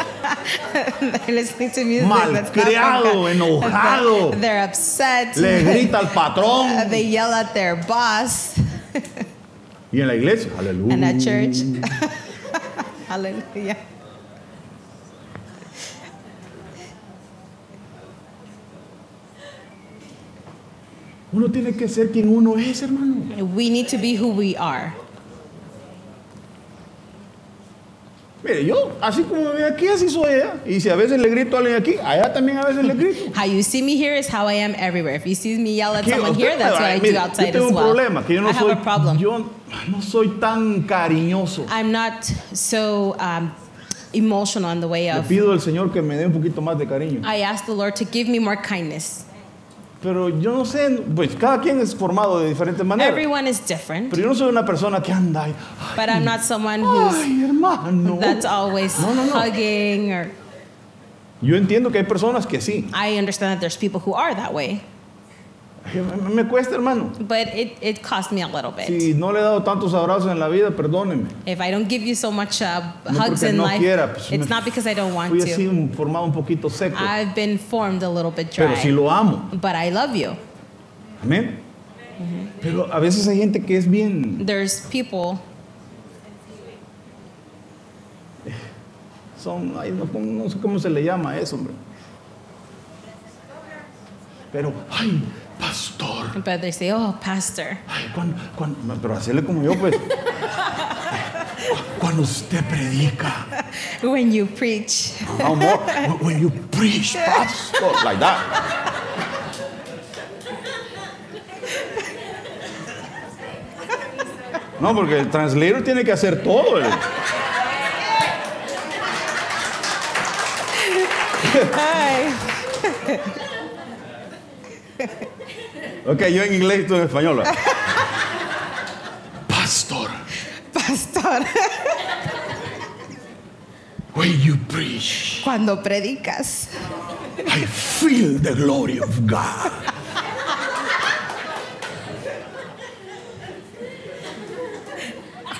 [SPEAKER 1] listening to music that's not
[SPEAKER 3] Malcriado,
[SPEAKER 1] from God.
[SPEAKER 3] enojado.
[SPEAKER 1] They're, they're upset.
[SPEAKER 3] le grita al patrón
[SPEAKER 1] Uh, they yell at their boss
[SPEAKER 3] y en la iglesia aleluya
[SPEAKER 1] and at church. Hallelujah.
[SPEAKER 3] uno tiene que ser quien uno es hermano
[SPEAKER 1] We need to be who we are.
[SPEAKER 3] mire yo así como me ve aquí así soy ¿eh? y si a veces le grito a alguien aquí allá también a veces le grito
[SPEAKER 1] How you see me here is how I am everywhere. If you see me yell at
[SPEAKER 3] Aquí,
[SPEAKER 1] someone
[SPEAKER 3] usted-
[SPEAKER 1] here, that's what I
[SPEAKER 3] mire,
[SPEAKER 1] do
[SPEAKER 3] yo
[SPEAKER 1] outside
[SPEAKER 3] tengo
[SPEAKER 1] as
[SPEAKER 3] un
[SPEAKER 1] well.
[SPEAKER 3] problema que yo no
[SPEAKER 1] I
[SPEAKER 3] soy
[SPEAKER 1] have a problem.
[SPEAKER 3] yo no soy tan cariñoso
[SPEAKER 1] I'm not so um, emotional in the way
[SPEAKER 3] le
[SPEAKER 1] of.
[SPEAKER 3] pido al Señor que me dé un poquito más de cariño
[SPEAKER 1] I ask the Lord to give me more kindness.
[SPEAKER 3] pero yo no sé pues cada quien es formado de diferentes maneras
[SPEAKER 1] Everyone is different,
[SPEAKER 3] pero yo no soy una persona que anda y,
[SPEAKER 1] but I'm not someone who's
[SPEAKER 3] ay hermano
[SPEAKER 1] Pues, that's always
[SPEAKER 3] No, no, no.
[SPEAKER 1] hugging or.
[SPEAKER 3] yo entiendo que hay personas que sí
[SPEAKER 1] I understand that there's people who are that way,
[SPEAKER 3] Ay, me- me cuesta hermano
[SPEAKER 1] but it, it cost me a little bit.
[SPEAKER 3] Si no le he dado tantos abrazos en la vida, perdóneme.
[SPEAKER 1] If I don't give you so much uh,
[SPEAKER 3] No
[SPEAKER 1] hugs
[SPEAKER 3] porque
[SPEAKER 1] in
[SPEAKER 3] no
[SPEAKER 1] life,
[SPEAKER 3] quiera, pues, me-
[SPEAKER 1] it's not because I don't want
[SPEAKER 3] Fui así
[SPEAKER 1] to.
[SPEAKER 3] un- formado un poquito seco,
[SPEAKER 1] I've been formed a little bit
[SPEAKER 3] pero
[SPEAKER 1] dry,
[SPEAKER 3] sí lo amo.
[SPEAKER 1] but I love you.
[SPEAKER 3] Amén. Pero a veces hay gente que es bien,
[SPEAKER 1] There's people
[SPEAKER 3] son, ay, no, no sé cómo se le llama eso, hombre. Pero, ay, pastor.
[SPEAKER 1] But they say, oh, pastor.
[SPEAKER 3] Ay, cuando, cuando- no, pero hacerle como yo, pues. Cuando usted predica,
[SPEAKER 1] When you preach,
[SPEAKER 3] no more. When you preach, pastor, like that. No, porque el translator tiene que hacer todo. eh.
[SPEAKER 1] hi.
[SPEAKER 3] Ok, yo en inglés y tú en español. ¿verdad? Pastor,
[SPEAKER 1] Pastor,
[SPEAKER 3] when you preach,
[SPEAKER 1] cuando predicas,
[SPEAKER 3] I feel the glory of God.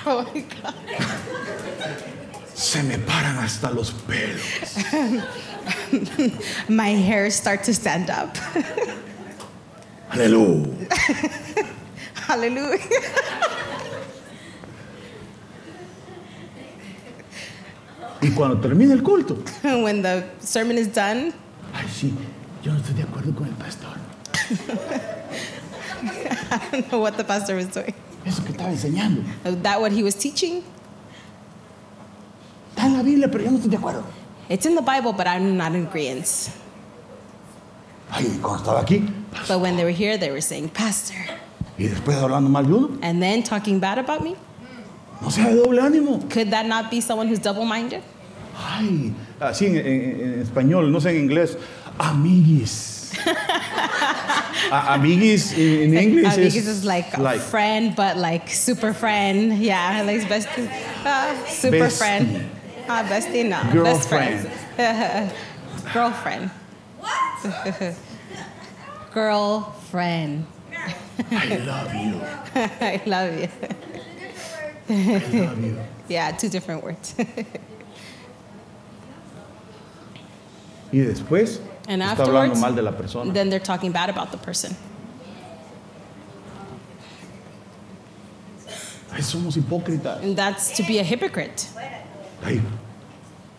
[SPEAKER 1] oh my God,
[SPEAKER 3] Se me paran hasta los pelos.
[SPEAKER 1] my hair start to stand up.
[SPEAKER 3] Aleluya.
[SPEAKER 1] Hallelujah.
[SPEAKER 3] Y cuando termina el culto,
[SPEAKER 1] when the sermon is done,
[SPEAKER 3] ay, sí, yo no estoy de acuerdo con el pastor.
[SPEAKER 1] I don't know what the pastor was doing.
[SPEAKER 3] Eso que estaba enseñando.
[SPEAKER 1] That what he was teaching?
[SPEAKER 3] Está en la Biblia, pero yo no estoy de acuerdo.
[SPEAKER 1] It's in the Bible, but I'm not in agreement.
[SPEAKER 3] Ay, cuando estaba aquí,
[SPEAKER 1] But when they were here, they were saying, Pastor.
[SPEAKER 3] y después hablando mal de uno,
[SPEAKER 1] And then talking bad about me?
[SPEAKER 3] no sea de doble ánimo.
[SPEAKER 1] Could that not be someone who's double minded?
[SPEAKER 3] Ay, así en, en- en español, no sé en inglés. Amiguis. A- amiguis in, in English
[SPEAKER 1] I think
[SPEAKER 3] is,
[SPEAKER 1] it's just like a
[SPEAKER 3] like
[SPEAKER 1] friend, but like super friend. Yeah, like best, uh, super
[SPEAKER 3] Bestie.
[SPEAKER 1] friend. Uh, bestie, no. Best friends. Girlfriend. What? Girlfriend.
[SPEAKER 3] I love you.
[SPEAKER 1] I love you.
[SPEAKER 3] I love you.
[SPEAKER 1] Yeah, two different words.
[SPEAKER 3] Y después
[SPEAKER 1] And
[SPEAKER 3] está hablando
[SPEAKER 1] afterwards,
[SPEAKER 3] mal de la persona.
[SPEAKER 1] then they're talking bad about the person.
[SPEAKER 3] Ay, somos hipócritas.
[SPEAKER 1] And that's to be a hypocrite.
[SPEAKER 3] Ay,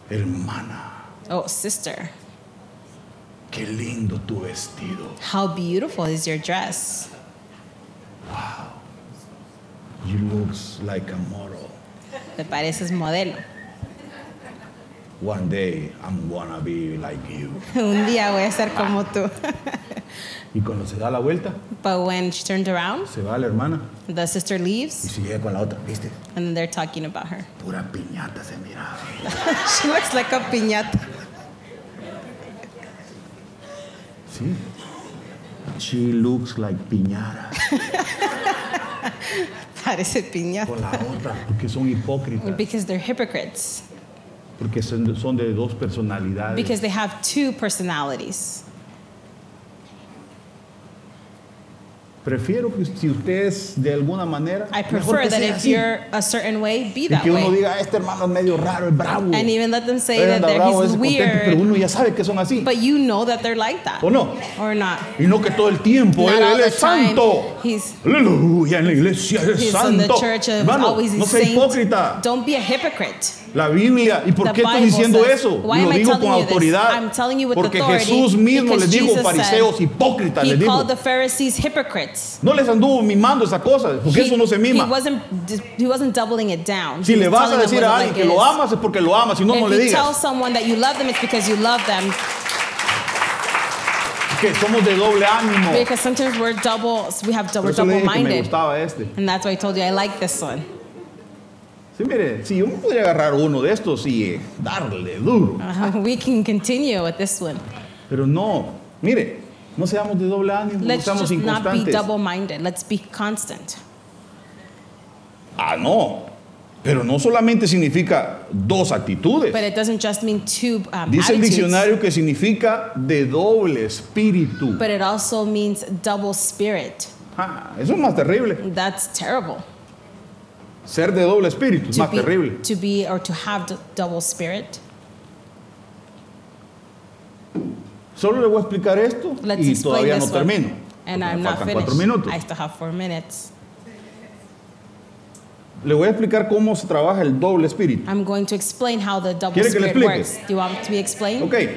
[SPEAKER 3] hermana,
[SPEAKER 1] Oh, sister,
[SPEAKER 3] qué lindo tu vestido.
[SPEAKER 1] how beautiful is your dress?
[SPEAKER 3] You looks like a model.
[SPEAKER 1] Te pareces modelo.
[SPEAKER 3] One day I'm gonna be like you.
[SPEAKER 1] Un día voy a ser como tú.
[SPEAKER 3] Y cuando se da la vuelta,
[SPEAKER 1] But when she turned around,
[SPEAKER 3] se va la hermana
[SPEAKER 1] the sister
[SPEAKER 3] y
[SPEAKER 1] leaves,
[SPEAKER 3] sigue con la otra, ¿viste?
[SPEAKER 1] and then they're talking about her.
[SPEAKER 3] Pura piñata se miraba.
[SPEAKER 1] she looks like a piñata.
[SPEAKER 3] Sí. She looks like piñara
[SPEAKER 1] Parece piñata.
[SPEAKER 3] con la otra, porque son hipócritas,
[SPEAKER 1] Because they're hypocrites.
[SPEAKER 3] porque son, son de dos personalidades.
[SPEAKER 1] Because they have two personalities.
[SPEAKER 3] Prefiero que si usted es de alguna manera,
[SPEAKER 1] I
[SPEAKER 3] mejor
[SPEAKER 1] prefer
[SPEAKER 3] que
[SPEAKER 1] that
[SPEAKER 3] sea
[SPEAKER 1] if
[SPEAKER 3] así.
[SPEAKER 1] you're a certain way, be
[SPEAKER 3] y
[SPEAKER 1] that
[SPEAKER 3] que uno
[SPEAKER 1] way.
[SPEAKER 3] diga, este hermano es medio raro, es bravo.
[SPEAKER 1] And even let them say
[SPEAKER 3] Él
[SPEAKER 1] that
[SPEAKER 3] anda
[SPEAKER 1] they're,
[SPEAKER 3] bravo,
[SPEAKER 1] he's
[SPEAKER 3] es contento, pero
[SPEAKER 1] weird.
[SPEAKER 3] uno ya sabe que son así.
[SPEAKER 1] But you know that they're like that.
[SPEAKER 3] ¿O no?
[SPEAKER 1] Or not.
[SPEAKER 3] Y no que todo el tiempo,
[SPEAKER 1] Not
[SPEAKER 3] él,
[SPEAKER 1] all
[SPEAKER 3] él
[SPEAKER 1] the
[SPEAKER 3] es
[SPEAKER 1] time.
[SPEAKER 3] santo.
[SPEAKER 1] He's-
[SPEAKER 3] Aleluya, en la iglesia es
[SPEAKER 1] He's in
[SPEAKER 3] santo.
[SPEAKER 1] the church of
[SPEAKER 3] Hermano,
[SPEAKER 1] always
[SPEAKER 3] no
[SPEAKER 1] he's
[SPEAKER 3] sea
[SPEAKER 1] saint.
[SPEAKER 3] hipócrita.
[SPEAKER 1] Don't be a hypocrite.
[SPEAKER 3] La Biblia, ¿y por
[SPEAKER 1] The
[SPEAKER 3] qué estoy
[SPEAKER 1] Bible
[SPEAKER 3] diciendo
[SPEAKER 1] says-
[SPEAKER 3] eso?
[SPEAKER 1] why
[SPEAKER 3] Lo
[SPEAKER 1] am I
[SPEAKER 3] digo con
[SPEAKER 1] telling you this?
[SPEAKER 3] autoridad.
[SPEAKER 1] I'm telling you with
[SPEAKER 3] Porque
[SPEAKER 1] authority,
[SPEAKER 3] Jesús mismo
[SPEAKER 1] because
[SPEAKER 3] les dijo,
[SPEAKER 1] Jesus said-
[SPEAKER 3] fariseos hipócritas, les
[SPEAKER 1] He
[SPEAKER 3] dijo.
[SPEAKER 1] called the Pharisees hypocrites.
[SPEAKER 3] No les anduvo mimando esas cosas, porque
[SPEAKER 1] he,
[SPEAKER 3] eso no se
[SPEAKER 1] he
[SPEAKER 3] mima.
[SPEAKER 1] wasn't, he wasn't doubling it down.
[SPEAKER 3] Si
[SPEAKER 1] He
[SPEAKER 3] le vas
[SPEAKER 1] was
[SPEAKER 3] a
[SPEAKER 1] telling them
[SPEAKER 3] decir
[SPEAKER 1] what
[SPEAKER 3] a
[SPEAKER 1] it
[SPEAKER 3] alguien que
[SPEAKER 1] is.
[SPEAKER 3] lo amas es porque lo amas, si no,
[SPEAKER 1] if
[SPEAKER 3] no
[SPEAKER 1] you
[SPEAKER 3] le
[SPEAKER 1] tell
[SPEAKER 3] digas.
[SPEAKER 1] someone that you love them, it's because you love them.
[SPEAKER 3] Que somos de doble ánimo.
[SPEAKER 1] Because sometimes we're double, we have
[SPEAKER 3] Por
[SPEAKER 1] double,
[SPEAKER 3] Oh. eso le dije que me
[SPEAKER 1] double-minded,
[SPEAKER 3] gustaba este.
[SPEAKER 1] and that's why I told you I like this one.
[SPEAKER 3] Sí, mire, si yo me pudiera agarrar uno de estos y eh, darle duro.
[SPEAKER 1] Uh, we can continue with this one.
[SPEAKER 3] Pero no, mire, no seamos de doble ánimo,
[SPEAKER 1] Let's
[SPEAKER 3] no seamos
[SPEAKER 1] just not be
[SPEAKER 3] inconstantes.
[SPEAKER 1] double-minded. Let's be constant.
[SPEAKER 3] Ah, no. Pero no solamente significa dos actitudes.
[SPEAKER 1] But it doesn't just mean two um,
[SPEAKER 3] Dice el
[SPEAKER 1] attitudes,
[SPEAKER 3] diccionario que significa de doble espíritu.
[SPEAKER 1] but it also means double spirit.
[SPEAKER 3] Ah, eso es más terrible.
[SPEAKER 1] That's terrible.
[SPEAKER 3] Ser de doble espíritu es más
[SPEAKER 1] be,
[SPEAKER 3] terrible.
[SPEAKER 1] to be or to have d- double spirit.
[SPEAKER 3] Solo le voy a explicar esto
[SPEAKER 1] Let's
[SPEAKER 3] y
[SPEAKER 1] explain
[SPEAKER 3] todavía no
[SPEAKER 1] this one.
[SPEAKER 3] termino. porque
[SPEAKER 1] And
[SPEAKER 3] me
[SPEAKER 1] I'm not
[SPEAKER 3] faltan
[SPEAKER 1] finished.
[SPEAKER 3] cuatro minutos.
[SPEAKER 1] I still have four minutes.
[SPEAKER 3] Le voy a explicar cómo se trabaja el doble espíritu.
[SPEAKER 1] I'm going to explain how the double
[SPEAKER 3] ¿Quiere que le
[SPEAKER 1] spirit
[SPEAKER 3] explique?
[SPEAKER 1] works. Do you want to be explained?
[SPEAKER 3] Ok.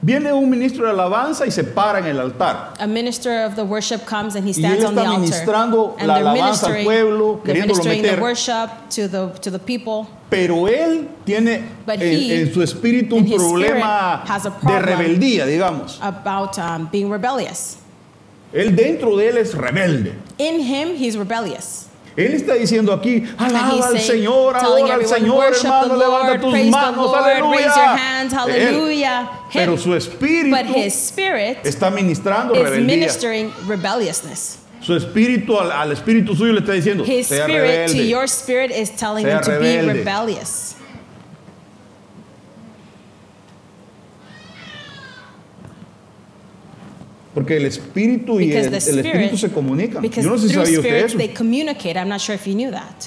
[SPEAKER 3] Viene un ministro de alabanza y se para en el altar.
[SPEAKER 1] A minister of the worship comes and he
[SPEAKER 3] Y él
[SPEAKER 1] stands on the
[SPEAKER 3] está
[SPEAKER 1] altar.
[SPEAKER 3] ministrando
[SPEAKER 1] And
[SPEAKER 3] la
[SPEAKER 1] they're
[SPEAKER 3] alabanza al
[SPEAKER 1] ministering,
[SPEAKER 3] pueblo,
[SPEAKER 1] they're
[SPEAKER 3] queriéndolo
[SPEAKER 1] ministering
[SPEAKER 3] meter.
[SPEAKER 1] the worship to the, to the people.
[SPEAKER 3] Pero él tiene
[SPEAKER 1] But
[SPEAKER 3] en,
[SPEAKER 1] he,
[SPEAKER 3] en su espíritu
[SPEAKER 1] in
[SPEAKER 3] un
[SPEAKER 1] his
[SPEAKER 3] problema
[SPEAKER 1] spirit, has a
[SPEAKER 3] de
[SPEAKER 1] problem.
[SPEAKER 3] rebeldía, digamos.
[SPEAKER 1] about um, being rebellious.
[SPEAKER 3] Él dentro de él es rebelde.
[SPEAKER 1] In him, he's rebellious.
[SPEAKER 3] Él está diciendo aquí,
[SPEAKER 1] And he's
[SPEAKER 3] alaba al
[SPEAKER 1] saying-
[SPEAKER 3] Señor,
[SPEAKER 1] telling
[SPEAKER 3] adora al
[SPEAKER 1] everyone,
[SPEAKER 3] Señor,
[SPEAKER 1] worship
[SPEAKER 3] hermano,
[SPEAKER 1] the
[SPEAKER 3] levanta
[SPEAKER 1] Lord,
[SPEAKER 3] tus
[SPEAKER 1] praise the
[SPEAKER 3] manos,
[SPEAKER 1] Lord, raise your hands,
[SPEAKER 3] aleluya. Él.
[SPEAKER 1] hallelujah. Him.
[SPEAKER 3] Pero su espíritu
[SPEAKER 1] But his spirit
[SPEAKER 3] está ministrando
[SPEAKER 1] is
[SPEAKER 3] rebeldía.
[SPEAKER 1] ministering rebelliousness.
[SPEAKER 3] Su espíritu al, al espíritu suyo le está diciendo,
[SPEAKER 1] His
[SPEAKER 3] sea
[SPEAKER 1] spirit to
[SPEAKER 3] rebelde.
[SPEAKER 1] your spirit is telling
[SPEAKER 3] Sea
[SPEAKER 1] you to
[SPEAKER 3] rebelde.
[SPEAKER 1] be rebellious.
[SPEAKER 3] Porque el espíritu y el,
[SPEAKER 1] Because the
[SPEAKER 3] el espíritu
[SPEAKER 1] spirit-
[SPEAKER 3] se comunican.
[SPEAKER 1] Because
[SPEAKER 3] Yo no sé si
[SPEAKER 1] through
[SPEAKER 3] sabía usted
[SPEAKER 1] spirits
[SPEAKER 3] eso.
[SPEAKER 1] they communicate. I'm not sure if you knew that.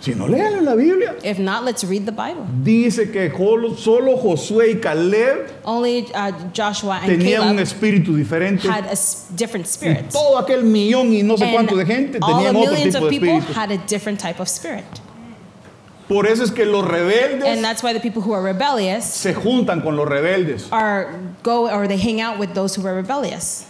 [SPEAKER 3] Si no leen la Biblia,
[SPEAKER 1] If not, let's read the Bible.
[SPEAKER 3] dice que solo, solo Josué y Caleb
[SPEAKER 1] Only uh, Joshua and
[SPEAKER 3] tenían un
[SPEAKER 1] Caleb
[SPEAKER 3] espíritu diferente.
[SPEAKER 1] had a s- different
[SPEAKER 3] Y
[SPEAKER 1] spirit.
[SPEAKER 3] todo aquel millón y no sé
[SPEAKER 1] And
[SPEAKER 3] cuánto de gente
[SPEAKER 1] all the
[SPEAKER 3] tenían otro
[SPEAKER 1] millions
[SPEAKER 3] tipo
[SPEAKER 1] of
[SPEAKER 3] de
[SPEAKER 1] people
[SPEAKER 3] espíritu.
[SPEAKER 1] had a different type of spirit.
[SPEAKER 3] Por eso es que los
[SPEAKER 1] And
[SPEAKER 3] rebeldes
[SPEAKER 1] that's why the people who are rebellious
[SPEAKER 3] se juntan con los rebeldes.
[SPEAKER 1] are go or they hang out with those who are rebellious.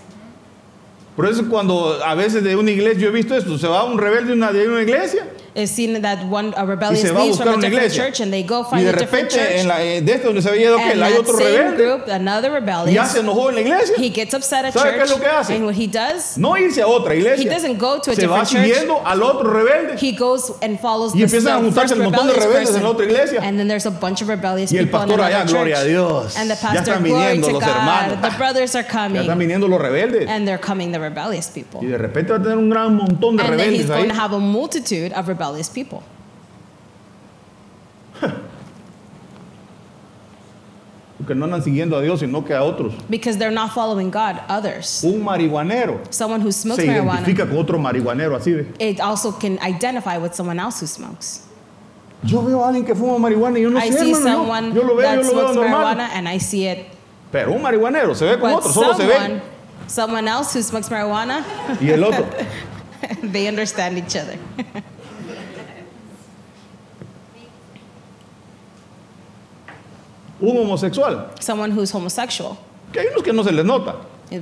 [SPEAKER 3] Por eso cuando a veces de una iglesia, yo he visto esto, se va un rebelde de una, de una iglesia
[SPEAKER 1] It's seen that one a
[SPEAKER 3] y
[SPEAKER 1] rebellious
[SPEAKER 3] se va a
[SPEAKER 1] leaves
[SPEAKER 3] buscar
[SPEAKER 1] from a
[SPEAKER 3] una
[SPEAKER 1] different
[SPEAKER 3] iglesia.
[SPEAKER 1] church and they go
[SPEAKER 3] Y
[SPEAKER 1] find
[SPEAKER 3] de
[SPEAKER 1] a different church.
[SPEAKER 3] repente en la, eh, de esto donde se había ido que
[SPEAKER 1] and
[SPEAKER 3] hay
[SPEAKER 1] that
[SPEAKER 3] otro
[SPEAKER 1] same
[SPEAKER 3] rebelde
[SPEAKER 1] group, another
[SPEAKER 3] y ya
[SPEAKER 1] rebellious,
[SPEAKER 3] se enojó en la iglesia.
[SPEAKER 1] he gets upset at
[SPEAKER 3] ¿Sabe qué es
[SPEAKER 1] church.
[SPEAKER 3] lo que hace?
[SPEAKER 1] And what he does,
[SPEAKER 3] No irse a otra iglesia.
[SPEAKER 1] He doesn't go to a
[SPEAKER 3] se va
[SPEAKER 1] different church.
[SPEAKER 3] siguiendo al otro rebelde.
[SPEAKER 1] he goes and follows
[SPEAKER 3] Y
[SPEAKER 1] the
[SPEAKER 3] empiezan a
[SPEAKER 1] the
[SPEAKER 3] juntarse
[SPEAKER 1] first
[SPEAKER 3] el montón de
[SPEAKER 1] rebellious
[SPEAKER 3] rebeldes en
[SPEAKER 1] person.
[SPEAKER 3] la otra iglesia.
[SPEAKER 1] And then there's a bunch of rebellious
[SPEAKER 3] Y el
[SPEAKER 1] people
[SPEAKER 3] pastor
[SPEAKER 1] in
[SPEAKER 3] allá,
[SPEAKER 1] another
[SPEAKER 3] gloria a
[SPEAKER 1] church.
[SPEAKER 3] Dios.
[SPEAKER 1] And the
[SPEAKER 3] Ya
[SPEAKER 1] pastor,
[SPEAKER 3] están
[SPEAKER 1] glory
[SPEAKER 3] viniendo
[SPEAKER 1] to
[SPEAKER 3] los hermanos.
[SPEAKER 1] God, the brothers are
[SPEAKER 3] Ya están
[SPEAKER 1] coming.
[SPEAKER 3] viniendo los rebeldes.
[SPEAKER 1] And they're coming, the rebellious people.
[SPEAKER 3] Y de repente va a tener un gran montón de
[SPEAKER 1] and then he's
[SPEAKER 3] rebeldes
[SPEAKER 1] going
[SPEAKER 3] ahí.
[SPEAKER 1] to have a multitude of rebellious people.
[SPEAKER 3] Porque no andan siguiendo a Dios, sino que a otros.
[SPEAKER 1] Because they're not following God, others.
[SPEAKER 3] Un marihuanero
[SPEAKER 1] Someone who smokes
[SPEAKER 3] se
[SPEAKER 1] marijuana,
[SPEAKER 3] identifica con otro marihuanero así de.
[SPEAKER 1] it also can identify with someone else who smokes.
[SPEAKER 3] Yo veo a alguien que fuma marihuana y yo no
[SPEAKER 1] I
[SPEAKER 3] sé,
[SPEAKER 1] see
[SPEAKER 3] hermano, yo-
[SPEAKER 1] someone
[SPEAKER 3] yo, lo veo,
[SPEAKER 1] that
[SPEAKER 3] yo lo veo
[SPEAKER 1] smokes
[SPEAKER 3] normal.
[SPEAKER 1] marijuana and I see it.
[SPEAKER 3] Pero un marihuanero se ve con
[SPEAKER 1] But
[SPEAKER 3] otro, solo se
[SPEAKER 1] someone,
[SPEAKER 3] ve.
[SPEAKER 1] someone else who smokes marijuana,
[SPEAKER 3] Y el otro.
[SPEAKER 1] they understand each other.
[SPEAKER 3] Un homosexual.
[SPEAKER 1] Someone who's homosexual.
[SPEAKER 3] Que hay unos que no se les nota.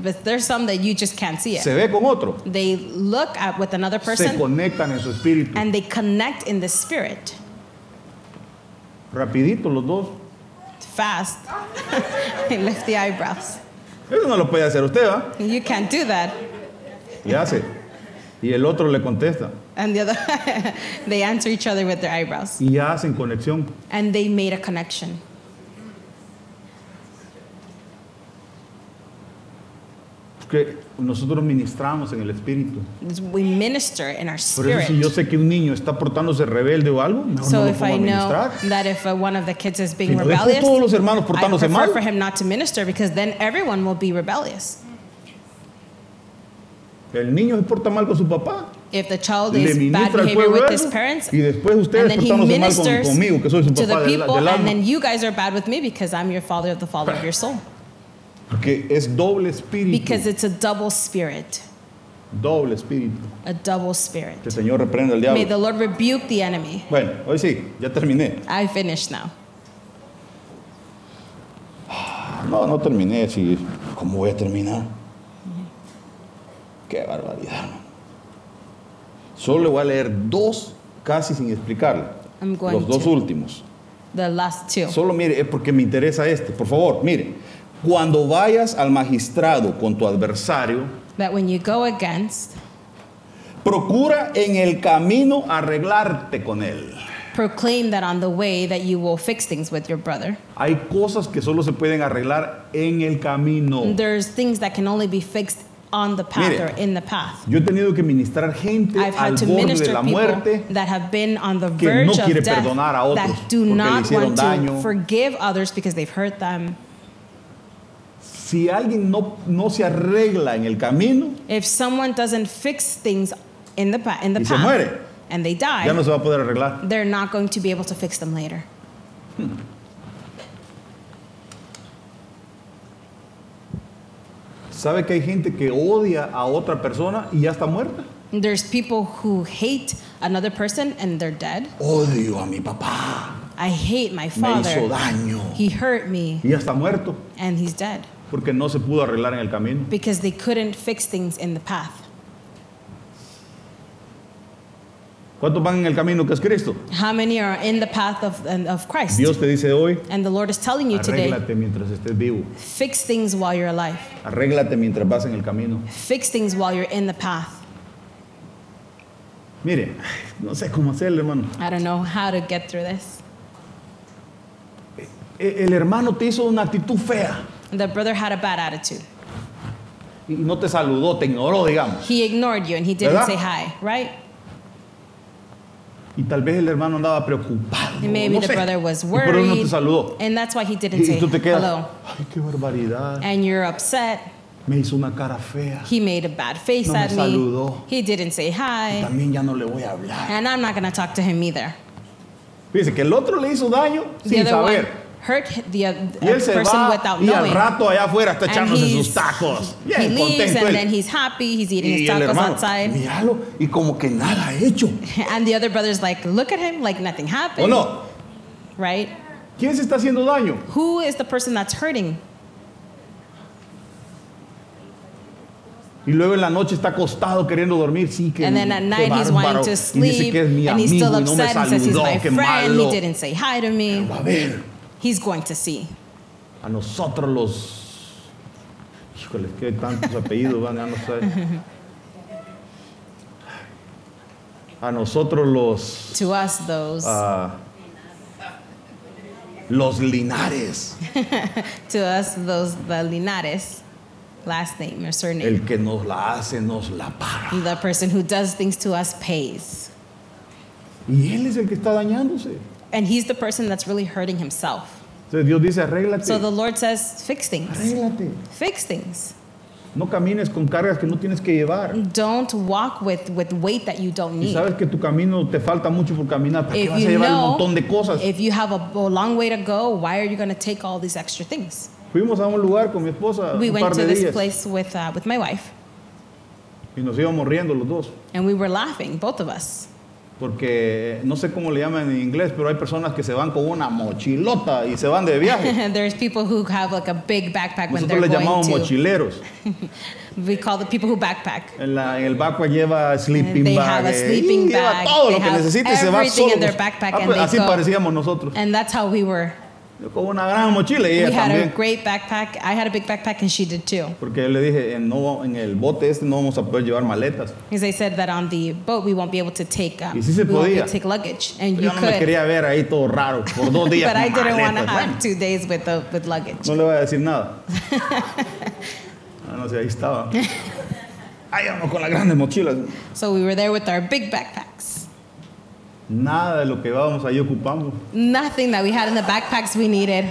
[SPEAKER 1] But there's some that you just can't see
[SPEAKER 3] Se
[SPEAKER 1] it.
[SPEAKER 3] ve con otro.
[SPEAKER 1] They look at with another
[SPEAKER 3] Se
[SPEAKER 1] person
[SPEAKER 3] conectan en su espíritu.
[SPEAKER 1] and they connect in the spirit
[SPEAKER 3] Rapidito los dos.
[SPEAKER 1] fast. they lift the eyebrows.
[SPEAKER 3] Eso no lo puede hacer usted, ¿ah?
[SPEAKER 1] You can't do that.
[SPEAKER 3] Y hace. Y el otro le contesta.
[SPEAKER 1] And the other, they answer each other with their eyebrows.
[SPEAKER 3] Y ya hacen conexión.
[SPEAKER 1] And they made a connection.
[SPEAKER 3] Que nosotros ministramos en el espíritu.
[SPEAKER 1] We minister in our
[SPEAKER 3] Por eso si yo
[SPEAKER 1] spirit.
[SPEAKER 3] sé que un niño está portándose rebelde o algo, mejor
[SPEAKER 1] So
[SPEAKER 3] no lo
[SPEAKER 1] if
[SPEAKER 3] pongo a
[SPEAKER 1] I know
[SPEAKER 3] ministrar.
[SPEAKER 1] that if uh, one of the kids is
[SPEAKER 3] Si
[SPEAKER 1] being
[SPEAKER 3] no dejo a todos los
[SPEAKER 1] rebellious,
[SPEAKER 3] hermanos
[SPEAKER 1] I
[SPEAKER 3] portándose
[SPEAKER 1] prefer
[SPEAKER 3] mal.
[SPEAKER 1] for him not to minister because then everyone will be rebellious.
[SPEAKER 3] El niño se porta mal con su papá.
[SPEAKER 1] If the child
[SPEAKER 3] Le
[SPEAKER 1] is bad
[SPEAKER 3] ministra al
[SPEAKER 1] behavior
[SPEAKER 3] pueblo
[SPEAKER 1] with his
[SPEAKER 3] eso,
[SPEAKER 1] parents,
[SPEAKER 3] y después
[SPEAKER 1] and
[SPEAKER 3] ustedes
[SPEAKER 1] then he
[SPEAKER 3] portándose mal con,
[SPEAKER 1] ministers
[SPEAKER 3] conmigo, que soy su
[SPEAKER 1] to
[SPEAKER 3] papá
[SPEAKER 1] the
[SPEAKER 3] del,
[SPEAKER 1] people,
[SPEAKER 3] del
[SPEAKER 1] and
[SPEAKER 3] alma.
[SPEAKER 1] then you guys are bad with me because I'm your father of the father of your soul.
[SPEAKER 3] Porque es doble espíritu.
[SPEAKER 1] Because it's a double spirit,
[SPEAKER 3] Doble espíritu.
[SPEAKER 1] a double spirit.
[SPEAKER 3] Que el Señor reprenda al
[SPEAKER 1] May
[SPEAKER 3] diablo.
[SPEAKER 1] the Lord rebuke the enemy.
[SPEAKER 3] Bueno, hoy sí, ya terminé.
[SPEAKER 1] I finished now.
[SPEAKER 3] Ah, No, no terminé. Sí. ¿Cómo voy a terminar? Qué barbaridad. hermano. Solo le voy a leer dos, casi sin explicarlo.
[SPEAKER 1] I'm going
[SPEAKER 3] Los dos
[SPEAKER 1] to.
[SPEAKER 3] últimos.
[SPEAKER 1] The last two.
[SPEAKER 3] Solo mire, es porque me interesa este. Por favor, mire. Cuando vayas al magistrado con tu adversario,
[SPEAKER 1] That when you go against,
[SPEAKER 3] procura en el camino arreglarte con él.
[SPEAKER 1] proclaim that on the way that you will fix things with your brother.
[SPEAKER 3] Hay cosas que solo se pueden arreglar en el camino.
[SPEAKER 1] There's things that can only be fixed on the path
[SPEAKER 3] Oh. Mire.
[SPEAKER 1] or in the path.
[SPEAKER 3] Yo he tenido que ministrar gente
[SPEAKER 1] I've
[SPEAKER 3] al
[SPEAKER 1] had to
[SPEAKER 3] borde de
[SPEAKER 1] minister
[SPEAKER 3] la
[SPEAKER 1] people
[SPEAKER 3] muerte
[SPEAKER 1] that have been on the
[SPEAKER 3] que no
[SPEAKER 1] verge
[SPEAKER 3] quiere
[SPEAKER 1] of death
[SPEAKER 3] perdonar a otros
[SPEAKER 1] that do
[SPEAKER 3] porque le
[SPEAKER 1] not
[SPEAKER 3] hicieron
[SPEAKER 1] want to
[SPEAKER 3] daño.
[SPEAKER 1] forgive others because they've hurt them.
[SPEAKER 3] Si alguien no, no se arregla en el camino,
[SPEAKER 1] If someone doesn't fix things in the, pa- in the
[SPEAKER 3] Y se
[SPEAKER 1] path
[SPEAKER 3] muere.
[SPEAKER 1] and they die,
[SPEAKER 3] ya no se va a poder arreglar.
[SPEAKER 1] they're not going to be able to fix them later.
[SPEAKER 3] ¿Sabe que hay gente que odia a otra persona y ya está muerta?
[SPEAKER 1] There's people who hate another person and they're dead.
[SPEAKER 3] Odio a mi papá.
[SPEAKER 1] I hate my
[SPEAKER 3] Me hizo
[SPEAKER 1] father.
[SPEAKER 3] daño.
[SPEAKER 1] He hurt me
[SPEAKER 3] Y ya está muerto
[SPEAKER 1] and he's dead
[SPEAKER 3] porque no se pudo arreglar en el camino.
[SPEAKER 1] because they couldn't fix things in the path.
[SPEAKER 3] ¿Cuántos van en el camino que es Cristo?
[SPEAKER 1] How many are in the path of, and of Christ?
[SPEAKER 3] Dios te dice hoy,
[SPEAKER 1] And the Lord is telling you today
[SPEAKER 3] arréglate mientras estés vivo.
[SPEAKER 1] fix things while you're alive,
[SPEAKER 3] Arréglate mientras vas en el camino.
[SPEAKER 1] fix things while you're in the path.
[SPEAKER 3] Mire, no sé cómo hacerle, hermano.
[SPEAKER 1] I don't know how to get through this.
[SPEAKER 3] E- El hermano te hizo una actitud fea
[SPEAKER 1] The brother had a bad attitude.
[SPEAKER 3] y no te saludó, te ignoró, digamos.
[SPEAKER 1] He ignored you and he didn't
[SPEAKER 3] ¿Verdad?
[SPEAKER 1] say hi, right?
[SPEAKER 3] Y tal vez el hermano andaba preocupado.
[SPEAKER 1] And maybe
[SPEAKER 3] no
[SPEAKER 1] the
[SPEAKER 3] sé.
[SPEAKER 1] brother was
[SPEAKER 3] Y por
[SPEAKER 1] worried.
[SPEAKER 3] eso no te saludó.
[SPEAKER 1] And that's why he didn't
[SPEAKER 3] Y,
[SPEAKER 1] say
[SPEAKER 3] y tú te quedas.
[SPEAKER 1] hello.
[SPEAKER 3] Ay, qué barbaridad.
[SPEAKER 1] And you're upset.
[SPEAKER 3] Me hizo una cara fea.
[SPEAKER 1] He made a bad face
[SPEAKER 3] No me
[SPEAKER 1] at me.
[SPEAKER 3] saludó.
[SPEAKER 1] He didn't say hi.
[SPEAKER 3] También ya no le voy a hablar.
[SPEAKER 1] And I'm not going to talk to him either.
[SPEAKER 3] Fíjese que el otro le hizo daño
[SPEAKER 1] the
[SPEAKER 3] sin
[SPEAKER 1] other
[SPEAKER 3] saber.
[SPEAKER 1] one hurt the oth-
[SPEAKER 3] Y él se
[SPEAKER 1] person
[SPEAKER 3] va
[SPEAKER 1] without
[SPEAKER 3] y al
[SPEAKER 1] knowing.
[SPEAKER 3] rato allá afuera está
[SPEAKER 1] And
[SPEAKER 3] echándose
[SPEAKER 1] he's-
[SPEAKER 3] sus tacos. Bien
[SPEAKER 1] he leaves
[SPEAKER 3] contento
[SPEAKER 1] and
[SPEAKER 3] él.
[SPEAKER 1] then he's happy. He's eating
[SPEAKER 3] Y
[SPEAKER 1] his
[SPEAKER 3] el
[SPEAKER 1] tacos
[SPEAKER 3] hermano,
[SPEAKER 1] outside.
[SPEAKER 3] míralo, y como que nada ha hecho.
[SPEAKER 1] And the other brother's like, look at him, like nothing happened.
[SPEAKER 3] ¿O Oh, no?
[SPEAKER 1] Right?
[SPEAKER 3] ¿Quién se está haciendo daño?
[SPEAKER 1] Who is the person that's hurting?
[SPEAKER 3] Y luego en la noche está acostado queriendo dormir. Sí, que
[SPEAKER 1] And then at
[SPEAKER 3] qué
[SPEAKER 1] night he's
[SPEAKER 3] bárbaro.
[SPEAKER 1] wanting to
[SPEAKER 3] Y dice
[SPEAKER 1] sleep,
[SPEAKER 3] que es mi
[SPEAKER 1] and he's
[SPEAKER 3] amigo
[SPEAKER 1] still
[SPEAKER 3] y no me
[SPEAKER 1] upset and says he's
[SPEAKER 3] saludó.
[SPEAKER 1] my
[SPEAKER 3] Qué
[SPEAKER 1] friend.
[SPEAKER 3] malo.
[SPEAKER 1] He didn't say hi to me.
[SPEAKER 3] Pero a ver,
[SPEAKER 1] He's going to see.
[SPEAKER 3] a nosotros los... Híjole, que tantos apellidos van, ya no sé. A nosotros los...
[SPEAKER 1] To us, those
[SPEAKER 3] ah, los linares.
[SPEAKER 1] to us those the Linares, last name or surname,
[SPEAKER 3] El que nos la hace, nos la paga.
[SPEAKER 1] the person who does things to us pays,
[SPEAKER 3] Y él es el que está dañándose.
[SPEAKER 1] and he's the person that's really hurting himself.
[SPEAKER 3] Entonces Dios dice, arréglate.
[SPEAKER 1] So the Lord says, fix things,
[SPEAKER 3] Arréglate.
[SPEAKER 1] fix things.
[SPEAKER 3] No camines con cargas que no tienes que llevar.
[SPEAKER 1] Mm. Don't walk with with weight that you don't
[SPEAKER 3] Y
[SPEAKER 1] need.
[SPEAKER 3] sabes que tu camino te falta mucho por caminar. ¿Para qué
[SPEAKER 1] If
[SPEAKER 3] vas a
[SPEAKER 1] you
[SPEAKER 3] llevar un
[SPEAKER 1] know,
[SPEAKER 3] montón de cosas?
[SPEAKER 1] if you have a, a long way to go, why are you going to take all these extra things?
[SPEAKER 3] Fuimos a un lugar con mi esposa
[SPEAKER 1] We
[SPEAKER 3] un par
[SPEAKER 1] went to
[SPEAKER 3] de
[SPEAKER 1] this
[SPEAKER 3] días
[SPEAKER 1] place with uh, with my wife,
[SPEAKER 3] y nos íbamos riendo los dos.
[SPEAKER 1] and we were laughing, both of us.
[SPEAKER 3] Porque eh, no sé cómo le llaman en inglés, pero hay personas que se van con una mochilota y se van de viaje.
[SPEAKER 1] There's people who have like a big backpack when
[SPEAKER 3] Nosotros
[SPEAKER 1] they're
[SPEAKER 3] les llamamos
[SPEAKER 1] going to.
[SPEAKER 3] mochileros.
[SPEAKER 1] We call the people who backpack.
[SPEAKER 3] En, la- en el backpack lleva sleeping
[SPEAKER 1] They
[SPEAKER 3] bag.
[SPEAKER 1] have a
[SPEAKER 3] eh, y
[SPEAKER 1] sleeping
[SPEAKER 3] lleva
[SPEAKER 1] bag.
[SPEAKER 3] todo lo
[SPEAKER 1] They
[SPEAKER 3] que
[SPEAKER 1] have
[SPEAKER 3] necesita y se va
[SPEAKER 1] everything
[SPEAKER 3] solo. Ah, pues,
[SPEAKER 1] in their backpack and they
[SPEAKER 3] así
[SPEAKER 1] go.
[SPEAKER 3] parecíamos nosotros.
[SPEAKER 1] And that's how we were.
[SPEAKER 3] Yo con una gran mochila y ella
[SPEAKER 1] we had
[SPEAKER 3] también.
[SPEAKER 1] a great backpack. I had a big backpack and she did too.
[SPEAKER 3] Porque yo le dije, en, no, en el bote este no vamos a poder llevar maletas.
[SPEAKER 1] Because they said that on the boat we won't be able to take um,
[SPEAKER 3] Y sí se
[SPEAKER 1] we won't be
[SPEAKER 3] podía.
[SPEAKER 1] able to take luggage and
[SPEAKER 3] Yo
[SPEAKER 1] you
[SPEAKER 3] no me
[SPEAKER 1] could.
[SPEAKER 3] quería ver ahí todo raro por dos días.
[SPEAKER 1] But I
[SPEAKER 3] con
[SPEAKER 1] didn't want to
[SPEAKER 3] maletas.
[SPEAKER 1] have
[SPEAKER 3] Bueno,
[SPEAKER 1] two days with the, with luggage.
[SPEAKER 3] no le voy a decir nada. Ah, no sé, ahí estaba. Ahí vamos con las grandes mochilas.
[SPEAKER 1] So we were there with our big backpacks.
[SPEAKER 3] Nada de lo que vamos ahí ocupamos.
[SPEAKER 1] Nothing that we had in the backpacks we needed.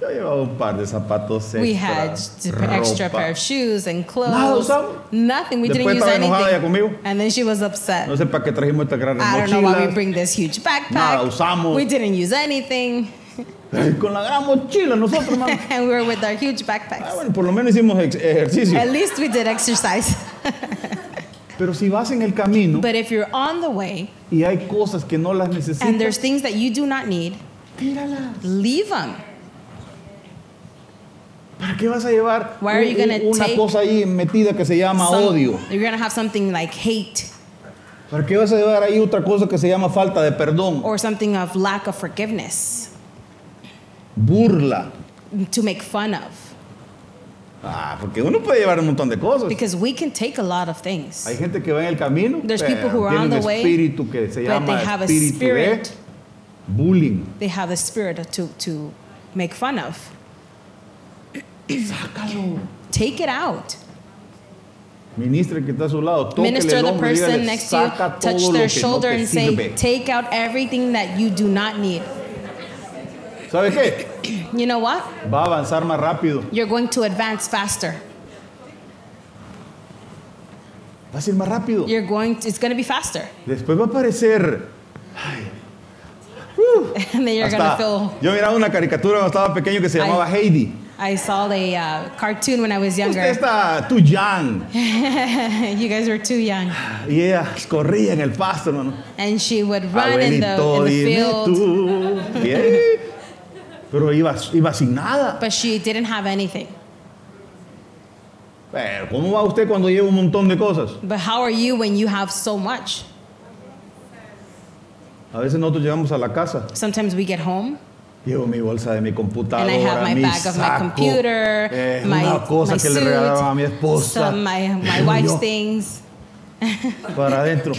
[SPEAKER 3] Yo llevaba un par de zapatos extra,
[SPEAKER 1] we had t- extra
[SPEAKER 3] ropa.
[SPEAKER 1] pair of shoes and
[SPEAKER 3] Nada
[SPEAKER 1] clothes.
[SPEAKER 3] usamos.
[SPEAKER 1] Nothing. We
[SPEAKER 3] Después
[SPEAKER 1] didn't use
[SPEAKER 3] estaba enojada ella
[SPEAKER 1] anything.
[SPEAKER 3] conmigo.
[SPEAKER 1] And then she was upset.
[SPEAKER 3] No sé para qué trajimos estas grandes
[SPEAKER 1] I don't know why we
[SPEAKER 3] mochilas.
[SPEAKER 1] bring this huge backpack.
[SPEAKER 3] Nada usamos.
[SPEAKER 1] We didn't use anything.
[SPEAKER 3] Ay, Con la gran mochila nosotros, hermano.
[SPEAKER 1] and we were with our huge
[SPEAKER 3] Ah,
[SPEAKER 1] backpacks.
[SPEAKER 3] bueno, por lo menos hicimos ex- ejercicio.
[SPEAKER 1] At least we did exercise.
[SPEAKER 3] Pero si vas en el camino
[SPEAKER 1] but if you're on the way
[SPEAKER 3] y hay cosas que no las
[SPEAKER 1] and there's
[SPEAKER 3] necesitas,
[SPEAKER 1] things that you do not need,
[SPEAKER 3] tíralas.
[SPEAKER 1] leave them.
[SPEAKER 3] ¿Para qué vas a llevar
[SPEAKER 1] Why are you
[SPEAKER 3] un-
[SPEAKER 1] gonna
[SPEAKER 3] una
[SPEAKER 1] take
[SPEAKER 3] cosa ahí metida que se llama odio?
[SPEAKER 1] You're going to have something like hate
[SPEAKER 3] ¿Para qué vas a llevar ahí otra cosa que se llama falta de perdón?
[SPEAKER 1] or something of lack of forgiveness
[SPEAKER 3] Burla.
[SPEAKER 1] to make fun of.
[SPEAKER 3] Ah, porque uno puede llevar un montón de cosas.
[SPEAKER 1] Because we can take a lot of things.
[SPEAKER 3] Hay gente que va en el camino,
[SPEAKER 1] There's
[SPEAKER 3] pero
[SPEAKER 1] people who are
[SPEAKER 3] tiene
[SPEAKER 1] on
[SPEAKER 3] un
[SPEAKER 1] the way,
[SPEAKER 3] espíritu que se
[SPEAKER 1] But they
[SPEAKER 3] llama
[SPEAKER 1] have a
[SPEAKER 3] espíritu de
[SPEAKER 1] spirit,
[SPEAKER 3] bullying.
[SPEAKER 1] they have a spirit to, to make fun of.
[SPEAKER 3] Sácalo.
[SPEAKER 1] Take it out.
[SPEAKER 3] Ministra el que está a su lado, tóquele
[SPEAKER 1] Minister
[SPEAKER 3] el
[SPEAKER 1] the
[SPEAKER 3] hombro,
[SPEAKER 1] person
[SPEAKER 3] dígale,
[SPEAKER 1] next to you,
[SPEAKER 3] saca
[SPEAKER 1] touch
[SPEAKER 3] todo lo
[SPEAKER 1] their
[SPEAKER 3] que no
[SPEAKER 1] shoulder
[SPEAKER 3] te
[SPEAKER 1] and say,
[SPEAKER 3] sirve".
[SPEAKER 1] Take out everything that you do not need.
[SPEAKER 3] ¿Sabe qué?
[SPEAKER 1] You know what?
[SPEAKER 3] Va a avanzar más rápido.
[SPEAKER 1] You're going to advance faster.
[SPEAKER 3] Va a ser más rápido.
[SPEAKER 1] You're going to, it's going to be faster.
[SPEAKER 3] Después va a aparecer.
[SPEAKER 1] And then you're going to
[SPEAKER 3] hasta-
[SPEAKER 1] feel.
[SPEAKER 3] Yo miraba una caricatura cuando estaba pequeño que se llamaba Heidi.
[SPEAKER 1] I saw the uh, cartoon when I was
[SPEAKER 3] Usted
[SPEAKER 1] younger.
[SPEAKER 3] está too young.
[SPEAKER 1] you guys were too young.
[SPEAKER 3] Y ella corría en el pasto, hermano.
[SPEAKER 1] And she would run in the, in
[SPEAKER 3] Abuelito,
[SPEAKER 1] the
[SPEAKER 3] dime
[SPEAKER 1] field,
[SPEAKER 3] tú. Y ahí- Pero iba, iba sin nada.
[SPEAKER 1] but she didn't have anything.
[SPEAKER 3] Pero, ¿cómo va usted cuando lleva un montón de cosas?
[SPEAKER 1] But how are you when you have so much?
[SPEAKER 3] A veces nosotros llegamos a la casa.
[SPEAKER 1] Sometimes we get home
[SPEAKER 3] Llevo mi bolsa de mi computadora,
[SPEAKER 1] and I have my
[SPEAKER 3] mi
[SPEAKER 1] bag of my
[SPEAKER 3] saco,
[SPEAKER 1] computer,
[SPEAKER 3] eh,
[SPEAKER 1] my,
[SPEAKER 3] una cosa
[SPEAKER 1] my
[SPEAKER 3] que le regalaron a mi
[SPEAKER 1] suit,
[SPEAKER 3] esposa.
[SPEAKER 1] some my, my
[SPEAKER 3] Digo
[SPEAKER 1] wife's
[SPEAKER 3] yo,
[SPEAKER 1] things.
[SPEAKER 3] Para adentro.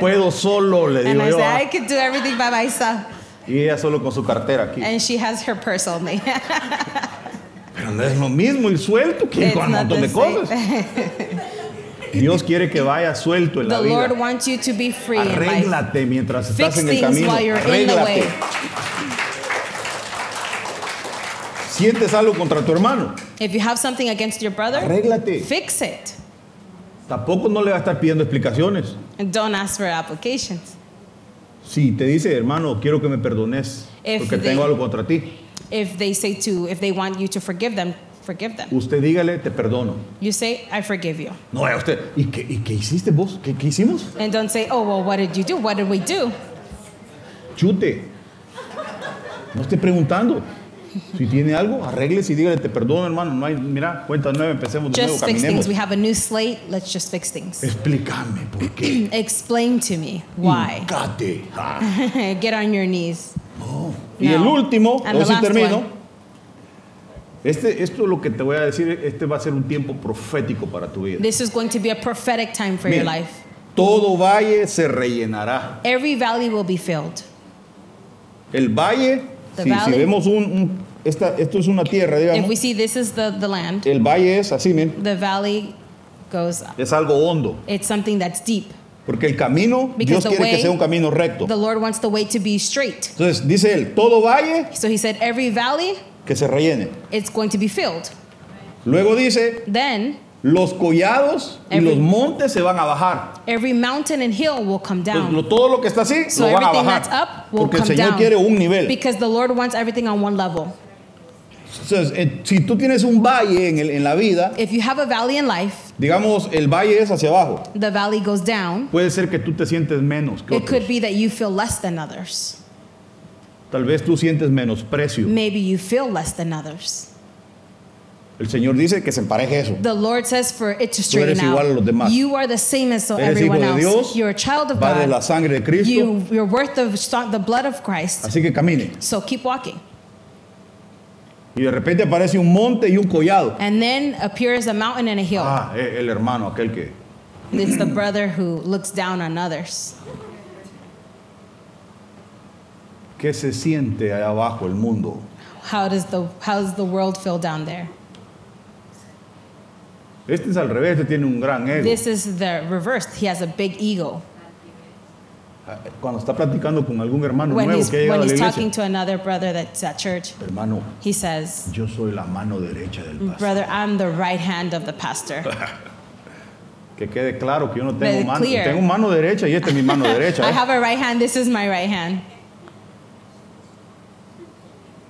[SPEAKER 3] Puedo solo, le
[SPEAKER 1] And
[SPEAKER 3] digo
[SPEAKER 1] I
[SPEAKER 3] yo.
[SPEAKER 1] say,
[SPEAKER 3] ah.
[SPEAKER 1] I could do everything by myself.
[SPEAKER 3] Y ella solo con su cartera aquí.
[SPEAKER 1] And she has her purse only.
[SPEAKER 3] Pero no es lo mismo ir suelto que ir
[SPEAKER 1] It's
[SPEAKER 3] con un
[SPEAKER 1] not
[SPEAKER 3] montón
[SPEAKER 1] the
[SPEAKER 3] de cosas.
[SPEAKER 1] same.
[SPEAKER 3] Dios quiere que vayas suelto en la
[SPEAKER 1] The
[SPEAKER 3] vida.
[SPEAKER 1] Lord wants you to be free in life.
[SPEAKER 3] Arréglate mientras
[SPEAKER 1] Fix
[SPEAKER 3] estás en el
[SPEAKER 1] things
[SPEAKER 3] camino.
[SPEAKER 1] while you're in the
[SPEAKER 3] Arréglate.
[SPEAKER 1] way.
[SPEAKER 3] Sientes algo contra tu hermano.
[SPEAKER 1] If you have something against your brother,
[SPEAKER 3] Arréglate.
[SPEAKER 1] fix it.
[SPEAKER 3] Tampoco no le va a estar pidiendo explicaciones.
[SPEAKER 1] And don't ask for applications.
[SPEAKER 3] Si te dice, hermano, quiero que me perdones
[SPEAKER 1] If
[SPEAKER 3] porque
[SPEAKER 1] they-
[SPEAKER 3] tengo algo contra ti,
[SPEAKER 1] If they say to, if they want you to forgive them, forgive them.
[SPEAKER 3] usted dígale, te perdono.
[SPEAKER 1] You say, I forgive you.
[SPEAKER 3] No, a usted. ¿Y qué, y qué hiciste vos? ¿Qué, qué hicimos?
[SPEAKER 1] And don't say, oh, well, what did you do? What did we do?
[SPEAKER 3] Chute. No esté preguntando. Si tiene algo, arregles y dígale, te perdono, hermano. No hay, mira, cuenta nueve, empecemos de nuevo,
[SPEAKER 1] Just fix
[SPEAKER 3] caminemos.
[SPEAKER 1] things. We have a new slate. Let's just fix things.
[SPEAKER 3] Explícame por qué.
[SPEAKER 1] Explain to me why.
[SPEAKER 3] Hincate. Ah.
[SPEAKER 1] Get on your knees.
[SPEAKER 3] Y
[SPEAKER 1] No.
[SPEAKER 3] el último,
[SPEAKER 1] And the
[SPEAKER 3] yo sí
[SPEAKER 1] last
[SPEAKER 3] termino.
[SPEAKER 1] one.
[SPEAKER 3] Este, esto es lo que te voy a decir, este va a ser un tiempo profético para tu vida.
[SPEAKER 1] This is going to be a prophetic time for your
[SPEAKER 3] Mira,
[SPEAKER 1] life.
[SPEAKER 3] Todo valle se rellenará.
[SPEAKER 1] Every valley will be filled.
[SPEAKER 3] El valle,
[SPEAKER 1] The
[SPEAKER 3] si, si
[SPEAKER 1] valley.
[SPEAKER 3] vemos un, un- esta, esto es una tierra,
[SPEAKER 1] If we
[SPEAKER 3] digamos.
[SPEAKER 1] see this is the, the land,
[SPEAKER 3] El valle es así, miren,
[SPEAKER 1] the valley goes up.
[SPEAKER 3] es algo hondo,
[SPEAKER 1] It's something that's deep.
[SPEAKER 3] porque el camino,
[SPEAKER 1] Because
[SPEAKER 3] Dios
[SPEAKER 1] the
[SPEAKER 3] quiere que
[SPEAKER 1] way-
[SPEAKER 3] sea un camino recto.
[SPEAKER 1] The Lord wants the way to be straight.
[SPEAKER 3] Entonces dice él, todo valle
[SPEAKER 1] So he said, every valley,
[SPEAKER 3] que se rellene.
[SPEAKER 1] it's going to be filled.
[SPEAKER 3] Luego dice,
[SPEAKER 1] Then
[SPEAKER 3] los collados y
[SPEAKER 1] Every-
[SPEAKER 3] los montes se van a bajar.
[SPEAKER 1] every mountain and hill will come
[SPEAKER 3] Entonces,
[SPEAKER 1] down.
[SPEAKER 3] lo- todo lo que está así
[SPEAKER 1] So
[SPEAKER 3] lo van a
[SPEAKER 1] everything
[SPEAKER 3] bajar.
[SPEAKER 1] that's up will
[SPEAKER 3] porque el
[SPEAKER 1] come
[SPEAKER 3] Señor
[SPEAKER 1] down.
[SPEAKER 3] quiere un nivel.
[SPEAKER 1] Because the Lord wants everything on one level.
[SPEAKER 3] Entonces, eh, si tú tienes un valle en, el- en la vida,
[SPEAKER 1] If you have a valley in life,
[SPEAKER 3] digamos, el valle es hacia abajo.
[SPEAKER 1] the valley goes down.
[SPEAKER 3] Puede ser que tú te sientes menos que
[SPEAKER 1] It
[SPEAKER 3] otros.
[SPEAKER 1] could be that you feel less than others.
[SPEAKER 3] Tal vez tú sientes menos precio.
[SPEAKER 1] Maybe you feel less than others.
[SPEAKER 3] El Señor dice que se empareje eso.
[SPEAKER 1] The Lord says for it to
[SPEAKER 3] eres
[SPEAKER 1] straighten
[SPEAKER 3] igual a los
[SPEAKER 1] out.
[SPEAKER 3] demás.
[SPEAKER 1] You are the same as so
[SPEAKER 3] Eres hijo
[SPEAKER 1] everyone
[SPEAKER 3] de
[SPEAKER 1] else.
[SPEAKER 3] Dios.
[SPEAKER 1] You're a child of
[SPEAKER 3] Va de la
[SPEAKER 1] God.
[SPEAKER 3] sangre de Cristo.
[SPEAKER 1] You, you're worth the, so- the blood of Christ.
[SPEAKER 3] Así que camine.
[SPEAKER 1] So keep walking.
[SPEAKER 3] Y de repente aparece un monte y un collado.
[SPEAKER 1] And then appears a mountain and a hill.
[SPEAKER 3] Ah, e- el hermano, aquel que.
[SPEAKER 1] It's the brother who looks down on others.
[SPEAKER 3] ¿Qué se siente allá abajo el mundo?
[SPEAKER 1] How does the how does the world feel down there?
[SPEAKER 3] Este es al revés, este tiene un gran ego.
[SPEAKER 1] This is the reverse. He has a big ego.
[SPEAKER 3] Ah, Cuando está platicando con algún hermano
[SPEAKER 1] When
[SPEAKER 3] nuevo
[SPEAKER 1] he's,
[SPEAKER 3] que ha llegado
[SPEAKER 1] when
[SPEAKER 3] a la
[SPEAKER 1] he's
[SPEAKER 3] iglesia,
[SPEAKER 1] talking to another brother that's at church,
[SPEAKER 3] hermano,
[SPEAKER 1] he says,
[SPEAKER 3] Yo soy la mano derecha del pastor.
[SPEAKER 1] Brother, I'm the right hand of the pastor.
[SPEAKER 3] Que quede claro que yo no
[SPEAKER 1] Very
[SPEAKER 3] tengo mano.
[SPEAKER 1] clear.
[SPEAKER 3] Tengo mano derecha y esta es mi mano derecha.
[SPEAKER 1] I
[SPEAKER 3] ¿eh?
[SPEAKER 1] have a right hand, this is my right hand.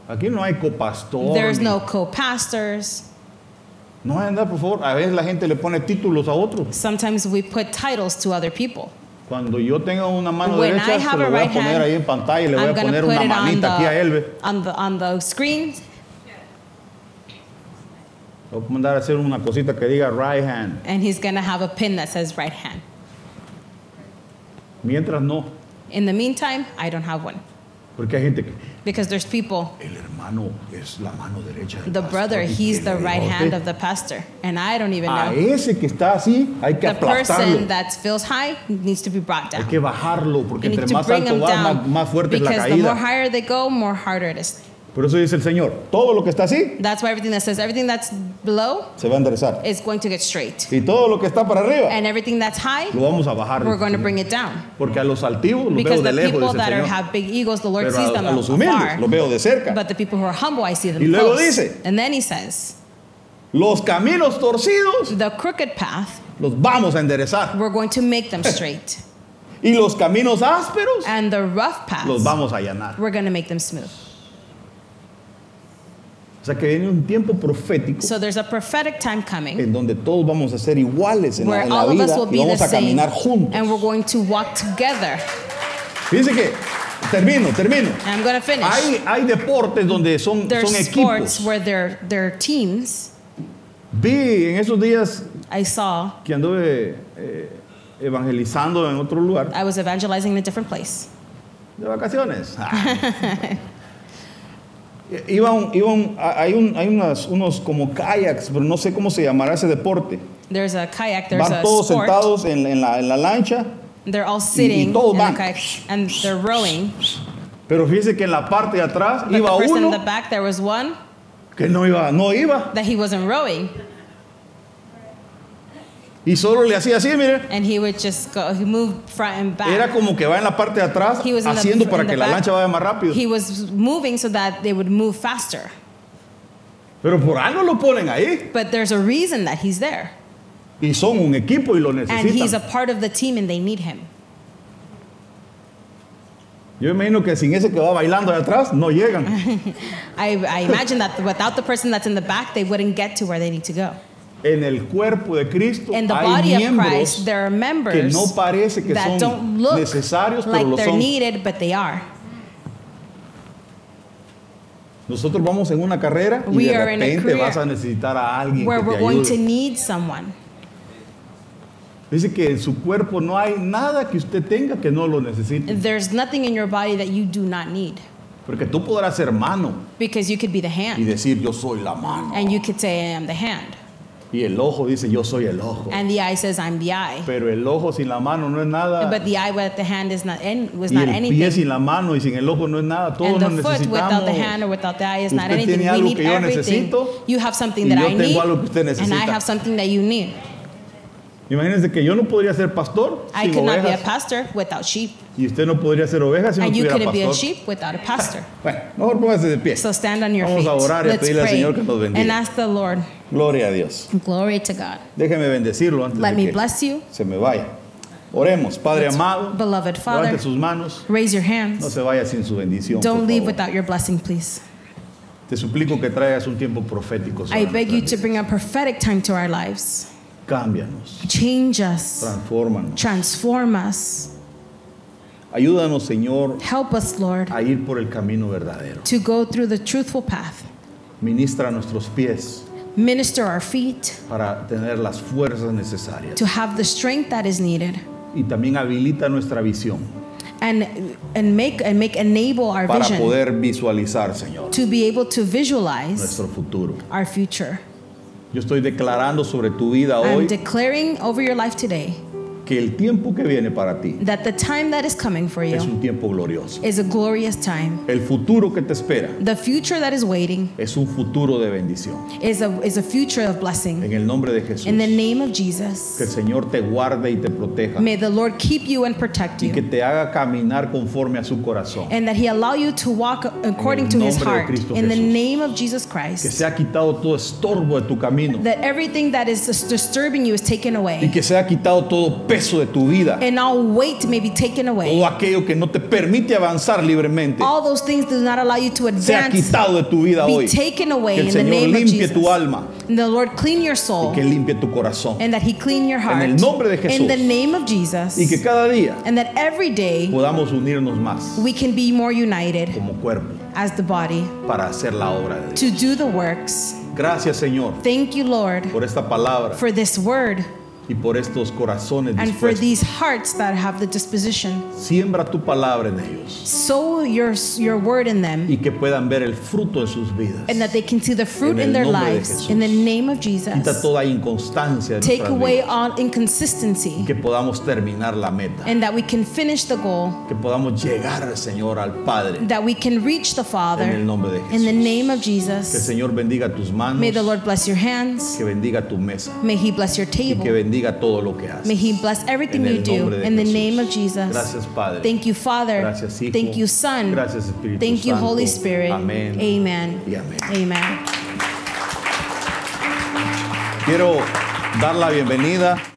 [SPEAKER 3] Aquí no hay copastor.
[SPEAKER 1] There's
[SPEAKER 3] ni-
[SPEAKER 1] no co pastors.
[SPEAKER 3] No hay andar, por favor. A veces la gente le pone títulos a otros.
[SPEAKER 1] Sometimes we put titles to other people.
[SPEAKER 3] Cuando yo tenga una mano
[SPEAKER 1] When
[SPEAKER 3] derecha, se
[SPEAKER 1] I have
[SPEAKER 3] lo
[SPEAKER 1] a
[SPEAKER 3] voy a
[SPEAKER 1] right
[SPEAKER 3] poner
[SPEAKER 1] hand,
[SPEAKER 3] ahí en pantalla y le voy
[SPEAKER 1] I'm
[SPEAKER 3] a
[SPEAKER 1] gonna
[SPEAKER 3] poner
[SPEAKER 1] put
[SPEAKER 3] una
[SPEAKER 1] it on
[SPEAKER 3] manita aquí a él.
[SPEAKER 1] the,
[SPEAKER 3] ve.
[SPEAKER 1] on the on the screen.
[SPEAKER 3] Le voy a mandar a hacer una cosita que diga right hand.
[SPEAKER 1] And he's gonna have a pin that says right hand.
[SPEAKER 3] Mientras no.
[SPEAKER 1] In the meantime, I don't have one.
[SPEAKER 3] Porque hay gente que.
[SPEAKER 1] Because there's people
[SPEAKER 3] El hermano es la mano derecha del
[SPEAKER 1] The
[SPEAKER 3] pastor.
[SPEAKER 1] brother,
[SPEAKER 3] ¿Y
[SPEAKER 1] he's
[SPEAKER 3] quién
[SPEAKER 1] the
[SPEAKER 3] le
[SPEAKER 1] right
[SPEAKER 3] dijo a
[SPEAKER 1] hand
[SPEAKER 3] usted?
[SPEAKER 1] of the pastor, and I don't even
[SPEAKER 3] A
[SPEAKER 1] know.
[SPEAKER 3] ese que está así, hay que
[SPEAKER 1] The person
[SPEAKER 3] aplastarlo.
[SPEAKER 1] that feels high needs to be brought
[SPEAKER 3] Hay
[SPEAKER 1] down.
[SPEAKER 3] que bajarlo porque
[SPEAKER 1] You
[SPEAKER 3] entre
[SPEAKER 1] need to
[SPEAKER 3] más
[SPEAKER 1] bring
[SPEAKER 3] alto
[SPEAKER 1] them
[SPEAKER 3] va, más,
[SPEAKER 1] down
[SPEAKER 3] más fuerte es la
[SPEAKER 1] because the more
[SPEAKER 3] caída.
[SPEAKER 1] higher they go, more harder it is.
[SPEAKER 3] Por eso dice el Señor, todo lo que está así
[SPEAKER 1] That's why everything that says everything that's below
[SPEAKER 3] se va a enderezar.
[SPEAKER 1] is going to get straight,
[SPEAKER 3] Y todo lo que está para arriba
[SPEAKER 1] and everything that's high,
[SPEAKER 3] lo vamos a bajar.
[SPEAKER 1] we're going to bring it down.
[SPEAKER 3] Porque a los altivos los veo
[SPEAKER 1] Because
[SPEAKER 3] de
[SPEAKER 1] the
[SPEAKER 3] lejos,
[SPEAKER 1] people
[SPEAKER 3] dice el
[SPEAKER 1] that are,
[SPEAKER 3] Señor.
[SPEAKER 1] have big egos, the Lord
[SPEAKER 3] Pero
[SPEAKER 1] sees them
[SPEAKER 3] a, a los
[SPEAKER 1] from
[SPEAKER 3] humildes los
[SPEAKER 1] afar.
[SPEAKER 3] veo de cerca.
[SPEAKER 1] But the people who are humble, I see them
[SPEAKER 3] Y luego
[SPEAKER 1] close.
[SPEAKER 3] dice-
[SPEAKER 1] and then he says,
[SPEAKER 3] Los caminos torcidos
[SPEAKER 1] the crooked path,
[SPEAKER 3] los vamos a enderezar.
[SPEAKER 1] we're going to make them straight,
[SPEAKER 3] Y los caminos ásperos
[SPEAKER 1] and the rough path.
[SPEAKER 3] los vamos a allanar.
[SPEAKER 1] we're going to make them smooth.
[SPEAKER 3] sea que viene un tiempo profético
[SPEAKER 1] So there's a prophetic time coming
[SPEAKER 3] en donde todos vamos a ser iguales en la,
[SPEAKER 1] where
[SPEAKER 3] en la
[SPEAKER 1] all of us
[SPEAKER 3] vida
[SPEAKER 1] will
[SPEAKER 3] y
[SPEAKER 1] be the
[SPEAKER 3] vamos a
[SPEAKER 1] same
[SPEAKER 3] caminar juntos.
[SPEAKER 1] and we're going to walk together.
[SPEAKER 3] Fíjense que termino, termino.
[SPEAKER 1] And I'm going to finish.
[SPEAKER 3] Hay, hay deportes donde son,
[SPEAKER 1] There's
[SPEAKER 3] son
[SPEAKER 1] sports
[SPEAKER 3] equipos.
[SPEAKER 1] where they're, they're teams.
[SPEAKER 3] Vi en esos días
[SPEAKER 1] I saw,
[SPEAKER 3] que anduve eh, evangelizando en otro lugar
[SPEAKER 1] I was evangelizing in a different place.
[SPEAKER 3] de vacaciones. Ah. iba un- iba un- a- hay un- hay unas- unos como kayaks, pero no sé cómo se llamará ese deporte.
[SPEAKER 1] There's a kayak, there's
[SPEAKER 3] Van
[SPEAKER 1] a
[SPEAKER 3] todos
[SPEAKER 1] sport.
[SPEAKER 3] sentados en, en la, en la lancha,
[SPEAKER 1] They're all sitting in
[SPEAKER 3] todos
[SPEAKER 1] the
[SPEAKER 3] van.
[SPEAKER 1] kayak and they're rowing.
[SPEAKER 3] pero fíjese que en la parte de atrás
[SPEAKER 1] But
[SPEAKER 3] iba
[SPEAKER 1] the person
[SPEAKER 3] uno
[SPEAKER 1] in the back, there was one
[SPEAKER 3] que no iba, no iba,
[SPEAKER 1] that he wasn't rowing.
[SPEAKER 3] y solo le hacía así, mire.
[SPEAKER 1] And he would just go, he moved front and back.
[SPEAKER 3] Era como que va en la parte de atrás
[SPEAKER 1] He was in the-
[SPEAKER 3] haciendo
[SPEAKER 1] in
[SPEAKER 3] para
[SPEAKER 1] the
[SPEAKER 3] que la
[SPEAKER 1] back.
[SPEAKER 3] lancha vaya más rápido.
[SPEAKER 1] He was moving so that they would move faster.
[SPEAKER 3] Pero por algo lo ponen ahí.
[SPEAKER 1] But there's a reason that he's there.
[SPEAKER 3] Y son un equipo y lo
[SPEAKER 1] And he's a
[SPEAKER 3] necesitan.
[SPEAKER 1] part of the team and they need him.
[SPEAKER 3] Yo imagino que sin ese que va bailando de atrás no llegan.
[SPEAKER 1] I, I imagine that without the person that's in the back, they wouldn't get to where they need to go.
[SPEAKER 3] En el cuerpo de Cristo
[SPEAKER 1] In the
[SPEAKER 3] hay
[SPEAKER 1] body of
[SPEAKER 3] miembros
[SPEAKER 1] Christ, there are
[SPEAKER 3] que
[SPEAKER 1] members
[SPEAKER 3] no parece que son
[SPEAKER 1] that don't look
[SPEAKER 3] necesarios, pero
[SPEAKER 1] like
[SPEAKER 3] lo
[SPEAKER 1] they're
[SPEAKER 3] son.
[SPEAKER 1] needed, but they are.
[SPEAKER 3] Nosotros vamos en una carrera y
[SPEAKER 1] We
[SPEAKER 3] de
[SPEAKER 1] are in a
[SPEAKER 3] repente
[SPEAKER 1] career
[SPEAKER 3] vas a necesitar a alguien
[SPEAKER 1] Where
[SPEAKER 3] que te
[SPEAKER 1] we're going to
[SPEAKER 3] ayude.
[SPEAKER 1] need someone.
[SPEAKER 3] Dice que en su cuerpo no hay nada que usted tenga que no lo necesite.
[SPEAKER 1] There's nothing in your body that you do not need
[SPEAKER 3] Porque tú podrás ser mano
[SPEAKER 1] because you could be the
[SPEAKER 3] y
[SPEAKER 1] hand
[SPEAKER 3] decir yo soy la mano.
[SPEAKER 1] and you could say, I am the hand.
[SPEAKER 3] Y el ojo dice yo soy el ojo.
[SPEAKER 1] And the eye says, I'm the eye.
[SPEAKER 3] Pero el ojo sin la mano no es nada.
[SPEAKER 1] But the eye with the hand is not any, was
[SPEAKER 3] Y el
[SPEAKER 1] not
[SPEAKER 3] pie
[SPEAKER 1] anything.
[SPEAKER 3] sin la mano y sin el ojo no es nada. Todos
[SPEAKER 1] And
[SPEAKER 3] nos
[SPEAKER 1] the foot without the
[SPEAKER 3] necesitamos.
[SPEAKER 1] hand or without the eye is not
[SPEAKER 3] Usted
[SPEAKER 1] anything.
[SPEAKER 3] tiene
[SPEAKER 1] We
[SPEAKER 3] algo
[SPEAKER 1] need
[SPEAKER 3] que yo
[SPEAKER 1] everything.
[SPEAKER 3] necesito
[SPEAKER 1] You have something
[SPEAKER 3] y
[SPEAKER 1] that
[SPEAKER 3] yo
[SPEAKER 1] I
[SPEAKER 3] tengo
[SPEAKER 1] need,
[SPEAKER 3] algo que usted
[SPEAKER 1] and I
[SPEAKER 3] necesita.
[SPEAKER 1] have something that you need.
[SPEAKER 3] Imagínense que yo no podría ser pastor
[SPEAKER 1] I
[SPEAKER 3] sin
[SPEAKER 1] could not be a
[SPEAKER 3] ovejas
[SPEAKER 1] pastor without sheep,
[SPEAKER 3] y usted no podría ser oveja si no
[SPEAKER 1] and you
[SPEAKER 3] tuviera
[SPEAKER 1] couldn't be a
[SPEAKER 3] pastor.
[SPEAKER 1] sheep without a pastor.
[SPEAKER 3] Bueno, mejor póngase de pie.
[SPEAKER 1] So stand on your
[SPEAKER 3] Vamos
[SPEAKER 1] feet.
[SPEAKER 3] a orar y a
[SPEAKER 1] Let's
[SPEAKER 3] pedirle al
[SPEAKER 1] pray
[SPEAKER 3] Señor que nos bendiga.
[SPEAKER 1] and ask the Lord.
[SPEAKER 3] Gloria a Dios.
[SPEAKER 1] Glory to God.
[SPEAKER 3] Déjeme bendecirlo antes
[SPEAKER 1] Let
[SPEAKER 3] de
[SPEAKER 1] me
[SPEAKER 3] que
[SPEAKER 1] bless you,
[SPEAKER 3] se me vaya. Oremos, Padre
[SPEAKER 1] Let's-
[SPEAKER 3] amado.
[SPEAKER 1] beloved Father.
[SPEAKER 3] Levante sus manos.
[SPEAKER 1] raise your
[SPEAKER 3] No
[SPEAKER 1] hands.
[SPEAKER 3] se vaya sin su bendición. por
[SPEAKER 1] Don't leave
[SPEAKER 3] favor.
[SPEAKER 1] without your blessing, please.
[SPEAKER 3] Te suplico que traigas un tiempo profético. sobre
[SPEAKER 1] I beg you
[SPEAKER 3] nuestras
[SPEAKER 1] to bring a prophetic time to our lives.
[SPEAKER 3] vidas. Cámbianos,
[SPEAKER 1] Change us,
[SPEAKER 3] transfórmanos.
[SPEAKER 1] transform us.
[SPEAKER 3] Ayúdanos, Señor,
[SPEAKER 1] Help us, Lord,
[SPEAKER 3] a ir por el camino verdadero.
[SPEAKER 1] to go through the truthful path.
[SPEAKER 3] Ministra nuestros pies
[SPEAKER 1] Minister our feet
[SPEAKER 3] para tener las fuerzas necesarias.
[SPEAKER 1] to have the strength that is needed.
[SPEAKER 3] Y también habilita nuestra visión
[SPEAKER 1] and and make and make enable our
[SPEAKER 3] para
[SPEAKER 1] vision
[SPEAKER 3] poder visualizar, Señor,
[SPEAKER 1] to be able to visualize
[SPEAKER 3] nuestro futuro.
[SPEAKER 1] our future.
[SPEAKER 3] Yo estoy declarando sobre tu vida
[SPEAKER 1] I'm
[SPEAKER 3] hoy
[SPEAKER 1] declaring over your life today
[SPEAKER 3] que el tiempo que viene para ti
[SPEAKER 1] that the time that is coming for
[SPEAKER 3] es
[SPEAKER 1] you
[SPEAKER 3] un tiempo glorioso.
[SPEAKER 1] is a glorious time.
[SPEAKER 3] El futuro que te espera
[SPEAKER 1] The future that is waiting
[SPEAKER 3] es un futuro de bendición.
[SPEAKER 1] is a is a future of blessing.
[SPEAKER 3] En el nombre de Jesús,
[SPEAKER 1] In the
[SPEAKER 3] que
[SPEAKER 1] name of
[SPEAKER 3] el
[SPEAKER 1] Jesus,
[SPEAKER 3] Señor te guarde y te proteja
[SPEAKER 1] may the Lord keep you and protect
[SPEAKER 3] y que
[SPEAKER 1] you,
[SPEAKER 3] te haga caminar conforme a su corazón.
[SPEAKER 1] and that He allow you to walk according to His
[SPEAKER 3] nombre de
[SPEAKER 1] heart.
[SPEAKER 3] Cristo
[SPEAKER 1] In the
[SPEAKER 3] Jesús.
[SPEAKER 1] name of Jesus
[SPEAKER 3] Que
[SPEAKER 1] Christ,
[SPEAKER 3] sea quitado todo estorbo de tu camino
[SPEAKER 1] that everything that is dis- disturbing you is taken
[SPEAKER 3] y
[SPEAKER 1] away,
[SPEAKER 3] que sea quitado todo peso de tu vida,
[SPEAKER 1] and all weight may be taken away.
[SPEAKER 3] todo aquello que no te permite avanzar libremente.
[SPEAKER 1] All those things do not allow you to
[SPEAKER 3] Sea
[SPEAKER 1] advance.
[SPEAKER 3] quitado de tu vida
[SPEAKER 1] Be
[SPEAKER 3] hoy.
[SPEAKER 1] taken
[SPEAKER 3] Que
[SPEAKER 1] away
[SPEAKER 3] el
[SPEAKER 1] in the
[SPEAKER 3] Señor
[SPEAKER 1] name of
[SPEAKER 3] limpie
[SPEAKER 1] Jesus.
[SPEAKER 3] tu alma
[SPEAKER 1] And the Lord clean your soul
[SPEAKER 3] y que limpie tu corazón.
[SPEAKER 1] and that He clean your heart.
[SPEAKER 3] el nombre de
[SPEAKER 1] In the
[SPEAKER 3] Jesús.
[SPEAKER 1] name of Jesus.
[SPEAKER 3] Y que cada día
[SPEAKER 1] and that every day
[SPEAKER 3] podamos unirnos más
[SPEAKER 1] we can be more united
[SPEAKER 3] como cuerpo
[SPEAKER 1] as the body
[SPEAKER 3] para hacer la obra de Dios.
[SPEAKER 1] to do the works.
[SPEAKER 3] Gracias Señor
[SPEAKER 1] Thank you, Lord,
[SPEAKER 3] por esta palabra
[SPEAKER 1] for this word
[SPEAKER 3] y por estos corazones
[SPEAKER 1] and for
[SPEAKER 3] dispuestos.
[SPEAKER 1] these hearts that have the disposition.
[SPEAKER 3] Siembra tu palabra en ellos
[SPEAKER 1] Sow your, your word in them
[SPEAKER 3] y que puedan ver el fruto en sus vidas.
[SPEAKER 1] and that they can see the
[SPEAKER 3] En
[SPEAKER 1] fruit in
[SPEAKER 3] el
[SPEAKER 1] their
[SPEAKER 3] nombre de
[SPEAKER 1] lives.
[SPEAKER 3] Jesús.
[SPEAKER 1] In the name of Jesus.
[SPEAKER 3] Quita toda inconstancia de
[SPEAKER 1] Take
[SPEAKER 3] nuestras
[SPEAKER 1] away
[SPEAKER 3] vidas.
[SPEAKER 1] all inconsistency.
[SPEAKER 3] Y que podamos terminar la meta.
[SPEAKER 1] and that we can finish the goal,
[SPEAKER 3] Que podamos llegar, Señor, al Padre.
[SPEAKER 1] that we can reach the Father.
[SPEAKER 3] En el nombre de
[SPEAKER 1] In the
[SPEAKER 3] Jesús.
[SPEAKER 1] name of
[SPEAKER 3] Que el
[SPEAKER 1] Jesus,
[SPEAKER 3] Señor bendiga tus manos.
[SPEAKER 1] may the Lord bless your hands.
[SPEAKER 3] Que bendiga tu mesa.
[SPEAKER 1] May He bless your
[SPEAKER 3] Y que
[SPEAKER 1] table.
[SPEAKER 3] bendiga todo lo que
[SPEAKER 1] May
[SPEAKER 3] haces.
[SPEAKER 1] He bless everything
[SPEAKER 3] En el
[SPEAKER 1] you do.
[SPEAKER 3] nombre de
[SPEAKER 1] In the
[SPEAKER 3] Jesús.
[SPEAKER 1] name of
[SPEAKER 3] Gracias,
[SPEAKER 1] Jesus.
[SPEAKER 3] Padre.
[SPEAKER 1] Thank you, Father.
[SPEAKER 3] Gracias, Hijo.
[SPEAKER 1] Thank you, Son.
[SPEAKER 3] Gracias, Espíritu
[SPEAKER 1] Thank you, Holy
[SPEAKER 3] Santo.
[SPEAKER 1] Spirit.
[SPEAKER 3] Amén.
[SPEAKER 1] Amen.
[SPEAKER 3] Y amén.
[SPEAKER 1] Amen.
[SPEAKER 3] Quiero dar la bienvenida.